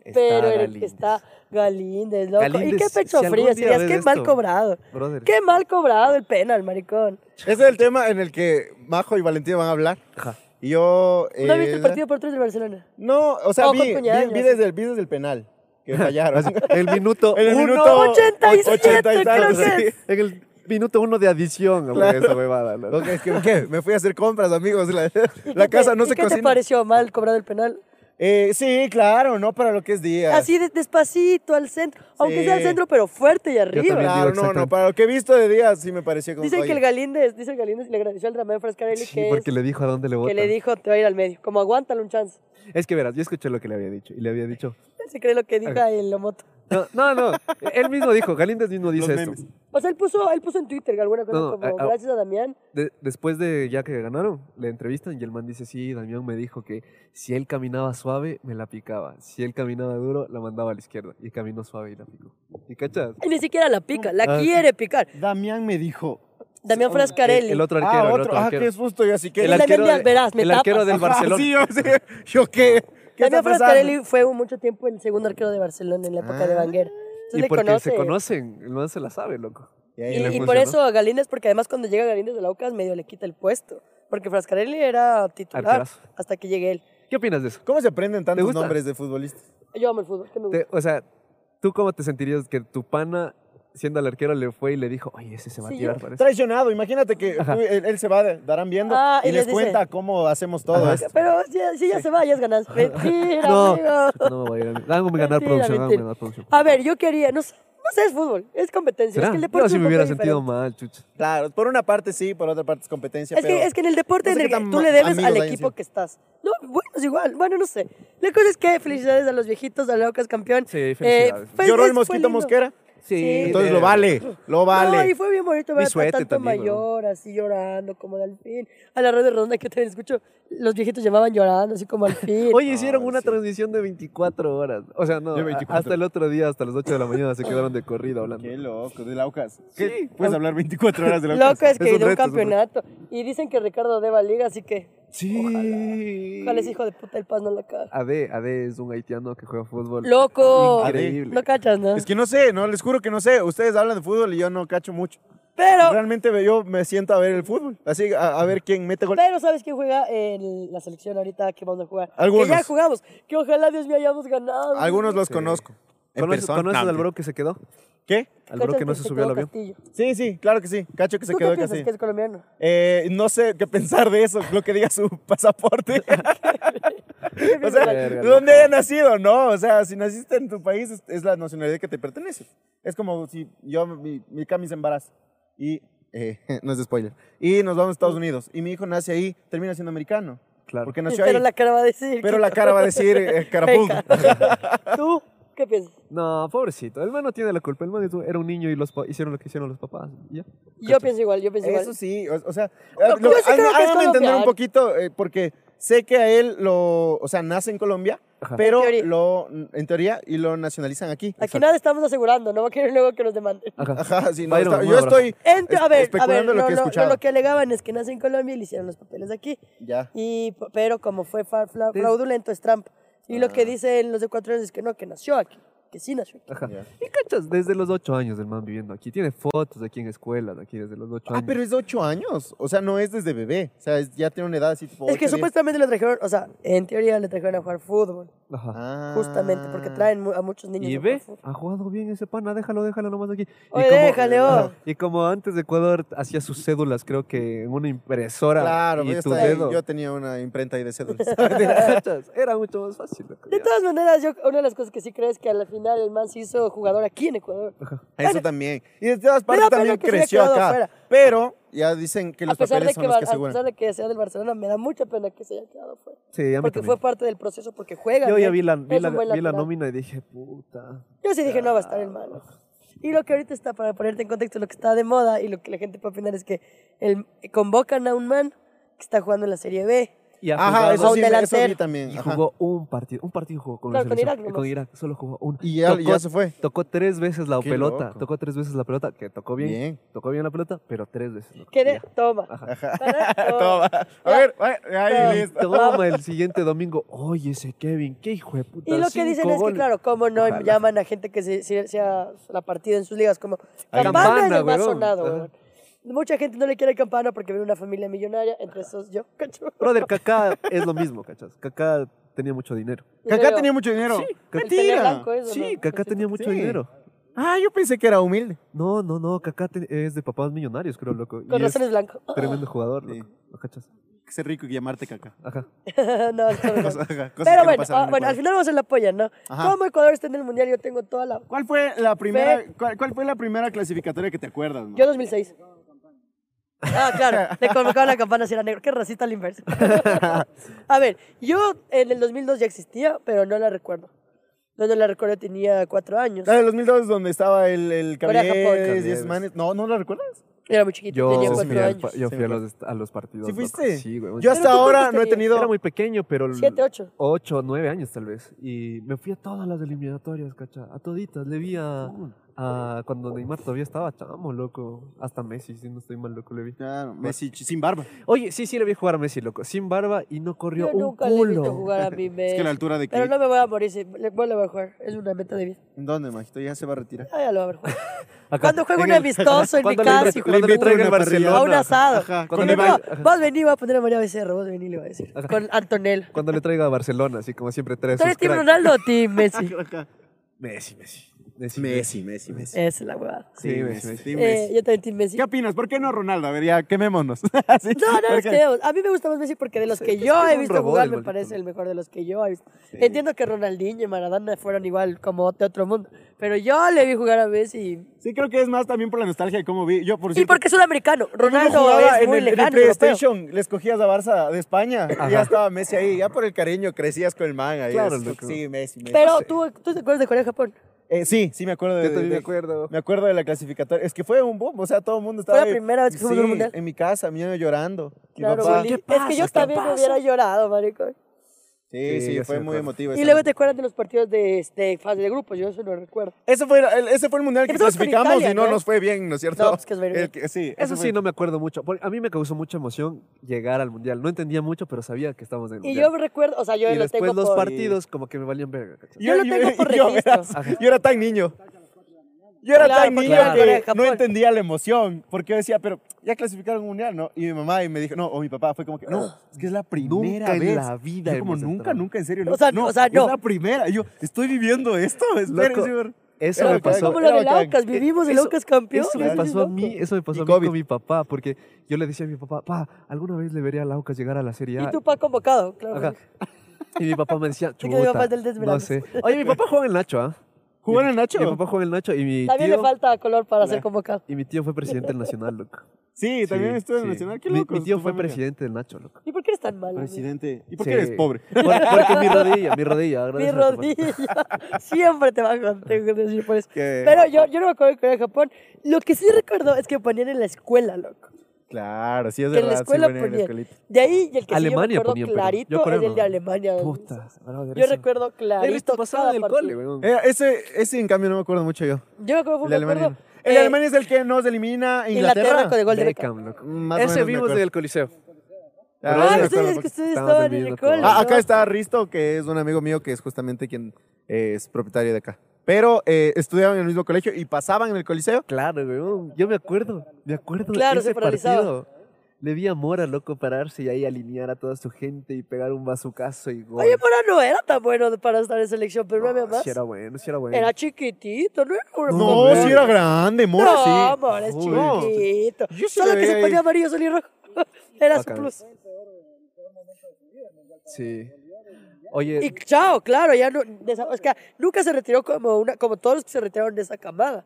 [SPEAKER 3] Pero
[SPEAKER 2] pero,
[SPEAKER 3] está
[SPEAKER 2] el que
[SPEAKER 3] Galíndez.
[SPEAKER 2] está Galíndez, loco. y
[SPEAKER 3] Galíndez,
[SPEAKER 2] qué pecho
[SPEAKER 3] si algún
[SPEAKER 2] frío,
[SPEAKER 3] día
[SPEAKER 2] serías,
[SPEAKER 3] ves
[SPEAKER 2] qué mal
[SPEAKER 3] esto,
[SPEAKER 2] cobrado.
[SPEAKER 3] brother.
[SPEAKER 2] Qué mal cobrado el penal, maricón.
[SPEAKER 1] Ese es el tema en el que Majo y Valentino van a hablar.
[SPEAKER 3] Ajá.
[SPEAKER 1] Y yo...
[SPEAKER 2] ¿No
[SPEAKER 1] eh,
[SPEAKER 2] viste el partido Oh, por tres del Barcelona?
[SPEAKER 1] No, o sea,
[SPEAKER 2] Ojo,
[SPEAKER 1] vi, vi-
[SPEAKER 2] cuñaños.
[SPEAKER 1] vi desde el, vi desde el penal. Que fallaron.
[SPEAKER 3] El minuto
[SPEAKER 1] En el
[SPEAKER 3] uno.
[SPEAKER 1] minuto
[SPEAKER 2] 87
[SPEAKER 1] y
[SPEAKER 2] creo
[SPEAKER 1] tantos,
[SPEAKER 2] que
[SPEAKER 1] sí.
[SPEAKER 2] es.
[SPEAKER 3] En el minuto uno de adición, hombre, esa huevada. ¿no?
[SPEAKER 1] Ok, es que ¿qué? me fui a hacer compras, amigos. La, la
[SPEAKER 2] ¿Y qué te-
[SPEAKER 1] casa no
[SPEAKER 2] y
[SPEAKER 1] se
[SPEAKER 2] ¿Qué te
[SPEAKER 1] cocina.
[SPEAKER 2] pareció mal cobrado el penal?
[SPEAKER 1] Eh, sí, claro, no para lo que es día.
[SPEAKER 2] Así de- despacito al centro, aunque sea al
[SPEAKER 1] Sí.
[SPEAKER 2] centro, pero fuerte y
[SPEAKER 3] también.
[SPEAKER 2] arriba.
[SPEAKER 1] Claro,
[SPEAKER 3] digo,
[SPEAKER 1] no, no,
[SPEAKER 3] exactamente.
[SPEAKER 1] para lo que he visto de día sí me pareció como
[SPEAKER 2] Dicen que
[SPEAKER 1] oye,
[SPEAKER 2] el Galíndez, dice el Galíndez, le agradeció al Drameo Frascarelli
[SPEAKER 3] Sí,
[SPEAKER 2] que, es-
[SPEAKER 3] porque le dijo a dónde le
[SPEAKER 2] que
[SPEAKER 3] votan.
[SPEAKER 2] le dijo te va a ir al medio, como aguántale un chance.
[SPEAKER 3] Es que verás, yo escuché lo que le había dicho y le había dicho.
[SPEAKER 2] Él se cree lo que diga el Lomoto.
[SPEAKER 3] No, no, no. Él mismo dijo, Galíndez mismo dice
[SPEAKER 1] Los
[SPEAKER 3] esto.
[SPEAKER 1] memes.
[SPEAKER 2] O sea, él puso, él puso en Twitter alguna cosa
[SPEAKER 3] No, no,
[SPEAKER 2] como
[SPEAKER 3] a- a-
[SPEAKER 2] gracias a Damián.
[SPEAKER 3] De- después de ya que ganaron, le entrevistan y el man dice, sí, Damián me dijo que si él caminaba suave, me la picaba. Si él caminaba duro, la mandaba a la izquierda. Y caminó suave y la picó. ¿Y cachas?
[SPEAKER 2] Y ni siquiera la pica, la
[SPEAKER 3] Ah.
[SPEAKER 2] quiere picar.
[SPEAKER 1] Damián me dijo.
[SPEAKER 2] Damián Frascarelli.
[SPEAKER 3] El, el otro arquero,
[SPEAKER 1] ah,
[SPEAKER 3] el otro
[SPEAKER 1] ah,
[SPEAKER 3] arquero.
[SPEAKER 1] que es justo yo así que.
[SPEAKER 2] El arquero- Damián Díaz, verás, me
[SPEAKER 3] el arquero
[SPEAKER 2] tapas.
[SPEAKER 3] del
[SPEAKER 1] Ajá,
[SPEAKER 3] Barcelona.
[SPEAKER 1] sí, yo, sí, yo qué. ¿Qué está
[SPEAKER 2] Damián
[SPEAKER 1] pasando?
[SPEAKER 2] Frascarelli fue un- mucho tiempo el segundo arquero de Barcelona en la época de
[SPEAKER 3] Ah.
[SPEAKER 2] Banguera. Entonces
[SPEAKER 3] y
[SPEAKER 2] le
[SPEAKER 3] porque
[SPEAKER 2] conoce.
[SPEAKER 3] se conocen, el man se la sabe, loco.
[SPEAKER 1] Y
[SPEAKER 2] Y,
[SPEAKER 1] ahí
[SPEAKER 2] y
[SPEAKER 1] le
[SPEAKER 3] le
[SPEAKER 2] por
[SPEAKER 3] funcionó.
[SPEAKER 2] eso a Galíndez, porque además cuando llega Galíndez de la UCAS medio le quita el puesto. Porque Frascarelli era titular
[SPEAKER 3] Arquerazo.
[SPEAKER 2] hasta que llegue él.
[SPEAKER 3] ¿Qué opinas de eso?
[SPEAKER 1] ¿Cómo se aprenden tantos
[SPEAKER 3] gusta?
[SPEAKER 1] nombres de futbolistas?
[SPEAKER 2] Yo amo el fútbol, que me gusta.
[SPEAKER 3] Te- o sea, ¿tú cómo te sentirías que tu pana, siendo el arquero, le fue y le dijo, oye, ese se va
[SPEAKER 2] Sí,
[SPEAKER 3] a tirar,
[SPEAKER 2] yo-
[SPEAKER 3] parece?
[SPEAKER 1] Traicionado, imagínate que tú- él, él se va, de- darán viendo
[SPEAKER 2] Ah,
[SPEAKER 1] y,
[SPEAKER 2] y les
[SPEAKER 1] les
[SPEAKER 2] dice-
[SPEAKER 1] cuenta cómo hacemos todo
[SPEAKER 3] Ajá.
[SPEAKER 1] esto.
[SPEAKER 2] Pero si, si ya se va, ya es ganancia. Mentira,
[SPEAKER 3] No,
[SPEAKER 2] amigo.
[SPEAKER 3] no me voy a ir. a- Hágame ganar
[SPEAKER 2] Mentira,
[SPEAKER 3] producción, hágame
[SPEAKER 2] mentira.
[SPEAKER 3] ganar producción.
[SPEAKER 2] A ver, yo quería, no sé, no sé, es fútbol, es competencia.
[SPEAKER 3] ¿Será?
[SPEAKER 2] Es que el deporte
[SPEAKER 3] Yo sí
[SPEAKER 2] es un
[SPEAKER 3] me hubiera
[SPEAKER 2] poco
[SPEAKER 3] sentido
[SPEAKER 2] diferente.
[SPEAKER 3] mal, chucha.
[SPEAKER 1] Claro, por una parte sí, por otra parte es competencia.
[SPEAKER 2] Es
[SPEAKER 1] pero-
[SPEAKER 2] que, es que en el deporte
[SPEAKER 1] no sé
[SPEAKER 2] en el
[SPEAKER 1] qué
[SPEAKER 2] que
[SPEAKER 1] tan
[SPEAKER 2] tú le debes
[SPEAKER 1] amigos
[SPEAKER 2] al
[SPEAKER 1] hayan
[SPEAKER 2] equipo
[SPEAKER 1] sido.
[SPEAKER 2] que estás. No, bueno, es igual, bueno, no sé. La cosa es que felicidades a los viejitos, a Laucas campeón.
[SPEAKER 3] Sí, felicidades.
[SPEAKER 2] fue-
[SPEAKER 1] Lloró el
[SPEAKER 2] pues, fue
[SPEAKER 1] mosquito
[SPEAKER 2] lindo.
[SPEAKER 1] mosquera.
[SPEAKER 2] Sí.
[SPEAKER 1] Entonces lo
[SPEAKER 3] de-
[SPEAKER 1] vale, lo
[SPEAKER 2] No, y
[SPEAKER 1] vale.
[SPEAKER 2] fue bien bonito
[SPEAKER 3] Mi
[SPEAKER 2] ver a
[SPEAKER 3] suerte
[SPEAKER 2] tanto
[SPEAKER 3] también, weón.
[SPEAKER 2] mayor así llorando como de al fin. A la radio redonda que yo también escucho, los viejitos llamaban llorando así como al fin.
[SPEAKER 3] Oye, hicieron
[SPEAKER 1] Ay,
[SPEAKER 3] una
[SPEAKER 1] sí.
[SPEAKER 3] transmisión de 24 horas. O sea, no,
[SPEAKER 1] De
[SPEAKER 3] a-
[SPEAKER 1] 24.
[SPEAKER 3] hasta el otro día, hasta las 8 de la mañana, se quedaron de corrido hablando.
[SPEAKER 1] Qué loco, de Laucas.
[SPEAKER 3] Sí.
[SPEAKER 1] ¿Qué? Puedes hablar 24 horas de Laucas.
[SPEAKER 2] Loco es
[SPEAKER 3] Es
[SPEAKER 2] que
[SPEAKER 3] un
[SPEAKER 2] de un
[SPEAKER 3] reto, es un
[SPEAKER 2] campeonato. Y dicen que Ricardo deba liga, así que.
[SPEAKER 3] Sí.
[SPEAKER 2] ¿Cuál es hijo de puta el paz no la caga?
[SPEAKER 3] Ade, Ade es un haitiano que juega fútbol.
[SPEAKER 2] Loco.
[SPEAKER 3] Increíble.
[SPEAKER 2] No cachas, ¿no?
[SPEAKER 1] Es que no sé, no, les juro que no sé. Ustedes hablan de fútbol y yo no cacho mucho.
[SPEAKER 2] Pero,
[SPEAKER 1] Realmente ve- yo me siento a ver el fútbol, así a, a ver quién mete gol.
[SPEAKER 2] pero ¿sabes quién juega en la selección ahorita que vamos a jugar?
[SPEAKER 1] Algunos.
[SPEAKER 2] Que ya jugamos. Que ojalá Dios mío hayamos ganado.
[SPEAKER 1] Algunos los
[SPEAKER 3] Sí.
[SPEAKER 1] conozco. en
[SPEAKER 3] ¿Conoces,
[SPEAKER 1] persona.
[SPEAKER 3] conoces
[SPEAKER 1] No,
[SPEAKER 3] al bro que se quedó?
[SPEAKER 1] ¿Qué?
[SPEAKER 3] Al bro que no se subió al avión.
[SPEAKER 1] Sí, sí, claro que sí. Cacho que se
[SPEAKER 2] ¿Tú qué
[SPEAKER 1] quedó
[SPEAKER 2] piensas
[SPEAKER 1] casi.
[SPEAKER 2] que es colombiano?
[SPEAKER 1] Eh, no sé qué pensar de eso, lo que diga su pasaporte. o sea,
[SPEAKER 3] Verga, no.
[SPEAKER 1] ¿dónde haya nacido? No, o sea, si naciste en tu país es, es la nacionalidad que te pertenece. Es como si yo, mi, mi Cami se embaraza y, eh, no es spoiler, y nos vamos a Estados Unidos y mi hijo nace ahí, termina siendo americano.
[SPEAKER 3] Claro.
[SPEAKER 1] Porque nació
[SPEAKER 2] Pero
[SPEAKER 1] ahí.
[SPEAKER 2] la cara va a decir.
[SPEAKER 1] pero
[SPEAKER 2] que-
[SPEAKER 1] la cara va a decir eh, carapuz.
[SPEAKER 2] ¿Tú qué piensas?
[SPEAKER 3] No, pobrecito. El man no tiene la culpa. El man es un- era un niño y los pa- hicieron lo que hicieron los papás. y ya.
[SPEAKER 2] Yo pienso igual, yo pienso igual.
[SPEAKER 1] Eso sí, o, o sea, eh,
[SPEAKER 2] No,
[SPEAKER 1] lo-
[SPEAKER 2] yo sí creo que es
[SPEAKER 1] hágame entender
[SPEAKER 2] colombiano.
[SPEAKER 1] un poquito, eh, porque sé que a él lo, o sea, nace en Colombia,
[SPEAKER 3] Ajá.
[SPEAKER 1] pero
[SPEAKER 2] En teoría.
[SPEAKER 1] lo, en teoría, y lo nacionalizan aquí.
[SPEAKER 2] Aquí nada estamos asegurando, no va a querer luego que nos demanden.
[SPEAKER 3] Ajá.
[SPEAKER 1] Ajá, sí, no,
[SPEAKER 3] Byron,
[SPEAKER 1] está-
[SPEAKER 3] un
[SPEAKER 1] yo
[SPEAKER 3] abrazo.
[SPEAKER 1] estoy
[SPEAKER 2] Ent-
[SPEAKER 1] es-
[SPEAKER 2] a ver, a ver,
[SPEAKER 1] especulando
[SPEAKER 2] no,
[SPEAKER 1] lo que he
[SPEAKER 2] no,
[SPEAKER 1] escuchado.
[SPEAKER 2] no, lo que alegaban es que nace en Colombia y le hicieron los papeles aquí.
[SPEAKER 1] Ya.
[SPEAKER 2] Y, p- pero como fue fa- fla-
[SPEAKER 3] Sí.
[SPEAKER 2] fraudulento, es trampa. Y lo
[SPEAKER 1] Ah.
[SPEAKER 2] que dicen los ecuatorianos es que no, que nació aquí, que sí nació aquí.
[SPEAKER 3] Ajá.
[SPEAKER 1] Ya.
[SPEAKER 3] Y cachas, desde los 8 años el man viviendo aquí. Tiene fotos aquí en escuelas, aquí desde los 8
[SPEAKER 1] Ah,
[SPEAKER 3] años.
[SPEAKER 1] pero es de 8 años, o sea, no es desde bebé, o sea, es- ya tiene una edad así
[SPEAKER 2] Es
[SPEAKER 1] tipo
[SPEAKER 2] que
[SPEAKER 1] ocho, diez.
[SPEAKER 2] supuestamente le trajeron, o sea, en teoría le trajeron a jugar fútbol,
[SPEAKER 3] Ajá.
[SPEAKER 1] Ah.
[SPEAKER 2] justamente, porque traen mu- a muchos niños.
[SPEAKER 3] Y
[SPEAKER 2] a jugar
[SPEAKER 3] ve,
[SPEAKER 2] fútbol.
[SPEAKER 3] ha jugado bien ese pana, déjalo, déjalo nomás aquí.
[SPEAKER 2] Oye,
[SPEAKER 3] y como,
[SPEAKER 2] déjale, oh.
[SPEAKER 3] Ajá, Y como antes de Ecuador hacía sus cédulas, creo que en una impresora
[SPEAKER 1] Claro,
[SPEAKER 3] y
[SPEAKER 1] yo,
[SPEAKER 3] tu
[SPEAKER 1] estaba ahí,
[SPEAKER 3] dedo.
[SPEAKER 1] yo tenía una imprenta ahí de cédulas.
[SPEAKER 3] Cachas, Era mucho más fácil. loco,
[SPEAKER 2] De
[SPEAKER 3] ya.
[SPEAKER 2] todas maneras, yo, una de las cosas que sí creo es que al final el man se hizo jugador aquí en Ecuador.
[SPEAKER 1] Eso también. Y de todas partes
[SPEAKER 2] pena
[SPEAKER 1] también
[SPEAKER 2] que se haya
[SPEAKER 1] creció
[SPEAKER 2] quedado
[SPEAKER 1] acá.
[SPEAKER 2] afuera.
[SPEAKER 1] Pero ya dicen que
[SPEAKER 2] A
[SPEAKER 1] los
[SPEAKER 2] pesar, de
[SPEAKER 1] papeles
[SPEAKER 2] que,
[SPEAKER 1] son los
[SPEAKER 2] va-
[SPEAKER 1] que
[SPEAKER 2] a pesar
[SPEAKER 1] aseguran.
[SPEAKER 2] de que sea del Barcelona, me da mucha pena que se haya quedado fuera.
[SPEAKER 3] Sí, ya me
[SPEAKER 2] Porque fue
[SPEAKER 3] también.
[SPEAKER 2] parte del proceso, porque juega.
[SPEAKER 3] Yo ya
[SPEAKER 2] bien,
[SPEAKER 3] vi la, vi
[SPEAKER 2] es
[SPEAKER 3] la,
[SPEAKER 2] un buen
[SPEAKER 3] vi la Ah.
[SPEAKER 2] lateral.
[SPEAKER 3] nómina y dije, puta.
[SPEAKER 2] Yo sí dije, no va a estar el malo. Y lo que ahorita está, para ponerte en contexto, lo que está de moda y lo que la gente puede opinar es que el, convocan a un man que está jugando en la Serie B.
[SPEAKER 3] Y ha
[SPEAKER 1] Ajá,
[SPEAKER 3] jugado-
[SPEAKER 1] eso sí,
[SPEAKER 2] A un
[SPEAKER 1] eso vi
[SPEAKER 2] delantero.
[SPEAKER 1] también.
[SPEAKER 3] Y
[SPEAKER 1] ajá.
[SPEAKER 3] jugó un partido, un partido jugó con, la
[SPEAKER 2] Claro, con
[SPEAKER 3] selección,
[SPEAKER 2] Irak nomás.
[SPEAKER 3] con Irak, solo jugó uno.
[SPEAKER 1] Y ya, ya se fue.
[SPEAKER 3] Tocó tres veces la
[SPEAKER 1] Qué
[SPEAKER 3] pelota,
[SPEAKER 1] loco.
[SPEAKER 3] tocó tres veces la pelota, que tocó bien,
[SPEAKER 1] Bien.
[SPEAKER 3] tocó bien la pelota, pero tres veces. loco,
[SPEAKER 2] Que
[SPEAKER 3] y
[SPEAKER 2] de,
[SPEAKER 3] ya.
[SPEAKER 2] toma.
[SPEAKER 3] Ajá.
[SPEAKER 2] Correcto.
[SPEAKER 1] Toma. A
[SPEAKER 2] Ya.
[SPEAKER 1] ver, va-
[SPEAKER 2] Toma.
[SPEAKER 1] ahí listo.
[SPEAKER 3] Toma el siguiente domingo. Oye, ese Kevin, qué hijo de puta.
[SPEAKER 2] Y lo que dicen
[SPEAKER 3] cinco
[SPEAKER 2] es que,
[SPEAKER 3] goles.
[SPEAKER 2] claro, cómo no
[SPEAKER 3] Ojalá.
[SPEAKER 2] llaman a gente que se- se- sea la partida en sus ligas, como Campana,
[SPEAKER 1] Ay,
[SPEAKER 2] es
[SPEAKER 3] Campana,
[SPEAKER 2] el más
[SPEAKER 3] weón.
[SPEAKER 2] sonado,
[SPEAKER 3] Ajá.
[SPEAKER 2] weón. Mucha gente no le quiere a Campana porque viene una familia millonaria, entre esos yo, cacho.
[SPEAKER 3] Brother, Kaká es lo mismo, ¿cachas? Kaká tenía mucho dinero.
[SPEAKER 1] Kaká tenía mucho dinero.
[SPEAKER 3] Kaká-
[SPEAKER 2] El pelo
[SPEAKER 1] Mentira.
[SPEAKER 2] pues, blanco, eso,
[SPEAKER 3] Sí,
[SPEAKER 2] ¿no?
[SPEAKER 3] Kaká tenía mucho
[SPEAKER 1] Sí.
[SPEAKER 3] dinero.
[SPEAKER 1] Ah, yo pensé que era humilde.
[SPEAKER 3] No, no, no, Kaká te- es de papás millonarios, creo, loco.
[SPEAKER 2] Con
[SPEAKER 3] y
[SPEAKER 2] Ah.
[SPEAKER 3] es
[SPEAKER 2] razón es blanco.
[SPEAKER 3] tremendo jugador, loco. ¿no cachas?
[SPEAKER 1] ser rico y llamarte caca.
[SPEAKER 3] Ajá.
[SPEAKER 2] no, no, no.
[SPEAKER 1] Cosa- ajá, cosas que
[SPEAKER 2] Pero
[SPEAKER 1] no
[SPEAKER 2] bueno,
[SPEAKER 1] pasaron
[SPEAKER 2] ah,
[SPEAKER 1] en
[SPEAKER 2] bueno, al
[SPEAKER 1] Ecuador.
[SPEAKER 2] final vamos a la polla, ¿no?
[SPEAKER 1] Ajá.
[SPEAKER 2] Como Ecuador está en el mundial, yo tengo toda la.
[SPEAKER 1] ¿Cuál fue la primera, cuál, cuál fue la primera clasificatoria que te acuerdas? man?
[SPEAKER 2] Yo 2006. Ah, claro, le colocaban la campana si era negro. Qué racista al inverso. a ver, yo en el 2002 ya existía, pero no la recuerdo. No, no la recuerdo, tenía cuatro años.
[SPEAKER 1] La
[SPEAKER 3] Eh,
[SPEAKER 1] del 2002 donde estaba el, el
[SPEAKER 2] Corea,
[SPEAKER 1] Caviedes,
[SPEAKER 2] Japón.
[SPEAKER 1] y esos manes. No, ¿no la recuerdas?
[SPEAKER 2] Era muy chiquito,
[SPEAKER 3] Yo
[SPEAKER 2] tenía
[SPEAKER 3] fui,
[SPEAKER 2] cuatro
[SPEAKER 3] al,
[SPEAKER 2] años.
[SPEAKER 3] pa- yo fui
[SPEAKER 1] Sí,
[SPEAKER 3] a,
[SPEAKER 1] me acuerdo.
[SPEAKER 3] los, a los partidos.
[SPEAKER 1] ¿Sí
[SPEAKER 3] loco.
[SPEAKER 1] fuiste?
[SPEAKER 3] Sí, güey.
[SPEAKER 1] Yo hasta
[SPEAKER 2] ¿Pero tú
[SPEAKER 1] ahora
[SPEAKER 2] cuántos
[SPEAKER 1] no he
[SPEAKER 2] tenías?
[SPEAKER 1] tenido...
[SPEAKER 3] Era muy pequeño, pero...
[SPEAKER 2] Siete, ocho.
[SPEAKER 3] 8, 9 años tal vez. Y me fui a todas las eliminatorias, cacha. A toditas. Le vi a, a cuando Neymar todavía estaba chamo, loco. Hasta Messi, si no estoy mal, loco, le vi.
[SPEAKER 1] Claro, Messi ch- sin barba.
[SPEAKER 3] Oye, sí, sí le vi jugar a Messi, loco. Sin barba y no corrió
[SPEAKER 2] Yo
[SPEAKER 3] un
[SPEAKER 2] nunca le he
[SPEAKER 3] culo.
[SPEAKER 2] visto jugar a mi
[SPEAKER 1] Es
[SPEAKER 2] Messi.
[SPEAKER 1] que la altura de
[SPEAKER 2] Pero
[SPEAKER 1] Kate.
[SPEAKER 2] no me voy a morir, si le, no le voy a jugar. Es una meta de vida.
[SPEAKER 1] ¿En ¿Dónde, Majito? Ya se va a retirar.
[SPEAKER 2] Ah, ya lo voy a jugar.
[SPEAKER 3] Acá.
[SPEAKER 2] Cuando juego un amistoso en mi
[SPEAKER 3] Cuando le
[SPEAKER 2] casa,
[SPEAKER 3] invite-
[SPEAKER 2] hijo
[SPEAKER 3] cuando
[SPEAKER 2] de
[SPEAKER 3] le
[SPEAKER 2] puta.
[SPEAKER 3] traiga el
[SPEAKER 1] Una parrilla.
[SPEAKER 3] Barcelona.
[SPEAKER 2] a un asado.
[SPEAKER 1] Ajá,
[SPEAKER 3] con
[SPEAKER 2] Y me
[SPEAKER 3] Ibai.
[SPEAKER 2] digo, vos vení, voy a poner a María Becerra, vos vení, le voy a decir. Con Antonel.
[SPEAKER 3] Cuando le traiga a Barcelona, así como siempre trae a
[SPEAKER 2] ¿Tú
[SPEAKER 3] sus
[SPEAKER 2] eres Team
[SPEAKER 3] cracks.
[SPEAKER 2] Ronaldo o Team Messi?
[SPEAKER 3] Messi, Messi. Messi,
[SPEAKER 1] Messi, Messi, Messi.
[SPEAKER 2] Esa es la huevada.
[SPEAKER 3] Sí,
[SPEAKER 1] Sí,
[SPEAKER 3] Messi,
[SPEAKER 1] Messi.
[SPEAKER 3] Messi.
[SPEAKER 1] sí,
[SPEAKER 2] Eh,
[SPEAKER 1] Messi.
[SPEAKER 2] yo también Team Messi.
[SPEAKER 1] ¿Qué opinas? ¿Por qué no Ronaldo? A ver, ya quemémonos.
[SPEAKER 2] No,
[SPEAKER 1] Sí,
[SPEAKER 2] no,
[SPEAKER 1] porque-
[SPEAKER 2] es que a mí me gusta más Messi porque de los que yo
[SPEAKER 3] es
[SPEAKER 2] he
[SPEAKER 3] un
[SPEAKER 2] visto
[SPEAKER 3] robot
[SPEAKER 2] jugar
[SPEAKER 3] el
[SPEAKER 2] me
[SPEAKER 3] maldito.
[SPEAKER 2] parece el mejor de los que yo he visto. Entiendo que Ronaldinho y Maradona fueron igual como de otro mundo, pero yo le vi jugar a Messi y-
[SPEAKER 1] Sí, creo que es más también por la nostalgia de cómo vi. Yo, por
[SPEAKER 2] y
[SPEAKER 1] cierto,
[SPEAKER 2] porque es sudamericano.
[SPEAKER 1] cuando uno
[SPEAKER 2] Ronaldo
[SPEAKER 1] jugaba
[SPEAKER 2] es muy
[SPEAKER 1] en el, en el
[SPEAKER 2] lejano. europeo.
[SPEAKER 1] PlayStation, les cogías a Barça de España y ya estaba Messi ahí. Ya por el cariño crecías con el man ahí.
[SPEAKER 3] Claro,
[SPEAKER 1] es-
[SPEAKER 3] loco.
[SPEAKER 1] Sí, Messi, Messi.
[SPEAKER 2] Pero tú, tú te acuerdas de Corea-Japón.
[SPEAKER 1] Eh, sí, sí me acuerdo. de-
[SPEAKER 3] Yo también
[SPEAKER 1] de-
[SPEAKER 3] me acuerdo.
[SPEAKER 1] Me acuerdo de la clasificatoria. Es que fue un boom, o sea, todo el mundo
[SPEAKER 2] Fue
[SPEAKER 1] estaba...
[SPEAKER 2] la
[SPEAKER 1] ahí.
[SPEAKER 2] primera vez que fuimos a un
[SPEAKER 1] Sí,
[SPEAKER 2] mundial.
[SPEAKER 1] en mi casa, mi niño llorando. Mi
[SPEAKER 2] Claro,
[SPEAKER 1] papá.
[SPEAKER 2] Bolivia. Es que yo también me hubiera llorado, marico.
[SPEAKER 1] Sí,
[SPEAKER 3] Sí,
[SPEAKER 1] sí,
[SPEAKER 3] yo sí
[SPEAKER 1] fue
[SPEAKER 3] me
[SPEAKER 1] muy
[SPEAKER 3] acuerdo.
[SPEAKER 1] emotivo.
[SPEAKER 2] Y
[SPEAKER 1] esa
[SPEAKER 2] luego te acuerdas de los partidos de, de fase de grupos, yo eso no recuerdo.
[SPEAKER 1] Ese fue, el, ese fue el mundial que
[SPEAKER 2] Empezamos con
[SPEAKER 1] clasificamos
[SPEAKER 2] Italia,
[SPEAKER 1] y no,
[SPEAKER 2] ¿no?
[SPEAKER 1] nos fue bien, ¿no es cierto?
[SPEAKER 2] No, pues que es verdad.
[SPEAKER 1] El que- sí,
[SPEAKER 3] Eso
[SPEAKER 1] fue-
[SPEAKER 3] sí, no me acuerdo mucho. Porque A mí me causó mucha emoción llegar al mundial. No entendía mucho, pero sabía que estábamos en el
[SPEAKER 2] Y
[SPEAKER 3] mundial.
[SPEAKER 2] yo recuerdo, o sea, yo
[SPEAKER 3] y
[SPEAKER 2] lo
[SPEAKER 3] después
[SPEAKER 2] tengo
[SPEAKER 3] los
[SPEAKER 2] por...
[SPEAKER 3] partidos como que me valían verga. ¿cachai?
[SPEAKER 2] Yo lo tengo por
[SPEAKER 1] yo,
[SPEAKER 2] registro.
[SPEAKER 1] verás, yo era tan niño. Yo era
[SPEAKER 2] Claro,
[SPEAKER 1] tan
[SPEAKER 2] porque
[SPEAKER 1] niño
[SPEAKER 3] era
[SPEAKER 1] que
[SPEAKER 2] Corea,
[SPEAKER 1] no
[SPEAKER 2] Japón.
[SPEAKER 1] entendía la emoción. Porque yo decía, pero ya clasificaron un mundial, ¿no? Y mi mamá y me dijo, no, o mi papá fue como que, no, es que es la primera
[SPEAKER 3] Nunca en
[SPEAKER 1] vez.
[SPEAKER 3] la vida
[SPEAKER 1] Y yo como
[SPEAKER 3] hemos
[SPEAKER 1] nunca,
[SPEAKER 3] entrado".
[SPEAKER 1] nunca, en serio.
[SPEAKER 2] O sea, o sea, no.
[SPEAKER 1] Es la primera. Y yo, estoy viviendo esto.
[SPEAKER 3] Loco,
[SPEAKER 1] Espérense, ver.
[SPEAKER 3] eso
[SPEAKER 1] Era
[SPEAKER 3] me
[SPEAKER 1] bacán.
[SPEAKER 3] pasó. E-,
[SPEAKER 2] Como lo
[SPEAKER 1] Era
[SPEAKER 2] del
[SPEAKER 1] bacán.
[SPEAKER 2] Aucas, vivimos el
[SPEAKER 3] Eh, Eso-
[SPEAKER 2] Aucas campeón.
[SPEAKER 3] Eso
[SPEAKER 2] ¿no?
[SPEAKER 3] me
[SPEAKER 2] Es
[SPEAKER 3] pasó a
[SPEAKER 2] loco.
[SPEAKER 3] mí, eso me pasó
[SPEAKER 1] Y
[SPEAKER 3] a mí
[SPEAKER 1] COVID.
[SPEAKER 3] con mi papá, porque yo le decía a mi papá, pa, alguna vez le vería a Laucas llegar a la Serie A.
[SPEAKER 2] Y tú, pa, convocado, claro.
[SPEAKER 3] Ajá. Y mi papá me decía,
[SPEAKER 2] que mi papá
[SPEAKER 3] chuta,
[SPEAKER 2] es del
[SPEAKER 3] no
[SPEAKER 2] Desvelados".
[SPEAKER 3] sé. Oye, mi papá juega en el Nacho, ¿ah?
[SPEAKER 1] ¿Jugó en el
[SPEAKER 3] Mi-
[SPEAKER 1] Nacho?
[SPEAKER 3] Mi papá juega en el Nacho y mi
[SPEAKER 2] También le
[SPEAKER 3] tío...
[SPEAKER 2] falta color para
[SPEAKER 1] Claro.
[SPEAKER 2] ser convocado.
[SPEAKER 3] Y mi tío fue presidente del Nacional, loco.
[SPEAKER 1] Sí, también
[SPEAKER 3] Sí,
[SPEAKER 1] estuve en
[SPEAKER 3] sí.
[SPEAKER 1] el Nacional. Qué
[SPEAKER 3] Mi-
[SPEAKER 1] loco.
[SPEAKER 3] Mi, tío fue presidente del Nacho, loco.
[SPEAKER 2] ¿Y por qué eres tan malo? amigo?
[SPEAKER 1] Presidente. ¿Y por qué
[SPEAKER 3] Sí.
[SPEAKER 1] eres pobre?
[SPEAKER 3] Por- porque mi rodilla, mi rodilla.
[SPEAKER 2] Mi
[SPEAKER 3] gracias a tu papá.
[SPEAKER 2] rodilla. Siempre te va a contar decir por eso.
[SPEAKER 1] Que-
[SPEAKER 2] Pero yo, yo no me acuerdo de Corea Japón. Lo que sí recuerdo es que ponían en la escuela, loco.
[SPEAKER 1] Claro, sí, es
[SPEAKER 2] Que en
[SPEAKER 1] verdad.
[SPEAKER 2] la
[SPEAKER 1] sí,
[SPEAKER 2] escuela
[SPEAKER 1] ponían en la
[SPEAKER 2] ponían.
[SPEAKER 1] escuelita.
[SPEAKER 2] De ahí, y el que sí
[SPEAKER 3] Alemania
[SPEAKER 2] yo me acuerdo
[SPEAKER 3] ponían, pero
[SPEAKER 2] clarito
[SPEAKER 3] yo Corea
[SPEAKER 2] es el de
[SPEAKER 3] no.
[SPEAKER 2] Alemania. güey.
[SPEAKER 3] Puta. brother,
[SPEAKER 2] Yo
[SPEAKER 3] eso.
[SPEAKER 2] recuerdo clarito.
[SPEAKER 3] Eres tu pasada
[SPEAKER 2] cada
[SPEAKER 3] del
[SPEAKER 2] partido.
[SPEAKER 3] cole, weón.
[SPEAKER 1] Eh, ese, ese, en cambio, no me acuerdo mucho yo.
[SPEAKER 2] Yo me acuerdo,
[SPEAKER 1] El de
[SPEAKER 2] me acuerdo,
[SPEAKER 1] Alemania. El de
[SPEAKER 2] eh,
[SPEAKER 1] Alemania es el que nos elimina a Inglaterra.
[SPEAKER 2] Inglaterra con el gol de Beckham.
[SPEAKER 3] Beckham, loco.
[SPEAKER 1] Más o
[SPEAKER 3] Ese
[SPEAKER 1] menos me
[SPEAKER 3] vimos
[SPEAKER 1] acuerdo.
[SPEAKER 3] del Coliseo.
[SPEAKER 1] Ah,
[SPEAKER 3] Pero
[SPEAKER 1] sí,
[SPEAKER 2] Ah,
[SPEAKER 1] me
[SPEAKER 2] ustedes
[SPEAKER 1] acuerdo,
[SPEAKER 2] es que ustedes
[SPEAKER 1] porque-
[SPEAKER 3] estábamos
[SPEAKER 2] estaban en
[SPEAKER 3] viendo
[SPEAKER 2] el cole.
[SPEAKER 3] todo.
[SPEAKER 1] Ah,
[SPEAKER 2] ¿no?
[SPEAKER 1] acá está Risto, que es un amigo mío que es justamente quien eh, es propietario de acá. Pero eh, estudiaban en el mismo colegio y pasaban en el coliseo.
[SPEAKER 3] Claro, weón. Yo me acuerdo. Me acuerdo
[SPEAKER 2] Claro,
[SPEAKER 3] de ese
[SPEAKER 2] se paralizaba.
[SPEAKER 3] partido. Le vi a Mora, loco, pararse y ahí alinear a toda su gente y pegar un bazucazo y gol.
[SPEAKER 2] Oye, Mora no era tan bueno de- para estar en selección, pero no había
[SPEAKER 3] Ah,
[SPEAKER 2] más.
[SPEAKER 3] sí era bueno, sí era bueno.
[SPEAKER 2] Era chiquitito, ¿no? Era un-
[SPEAKER 1] No,
[SPEAKER 3] hombre.
[SPEAKER 1] sí era grande, mora,
[SPEAKER 2] no,
[SPEAKER 1] sí.
[SPEAKER 2] amor, es
[SPEAKER 3] Uy, no.
[SPEAKER 2] chiquitito.
[SPEAKER 1] Yo sí
[SPEAKER 2] Solo
[SPEAKER 1] le
[SPEAKER 2] que se
[SPEAKER 1] veía
[SPEAKER 2] ponía
[SPEAKER 1] ahí.
[SPEAKER 2] amarillo, azul y rojo. Era su
[SPEAKER 3] Bacán.
[SPEAKER 2] plus.
[SPEAKER 3] Sí. Oye,
[SPEAKER 2] Y chao, claro, ya no. de esa- es que nunca se retiró como, una, como todos los que se retiraron de esa camada.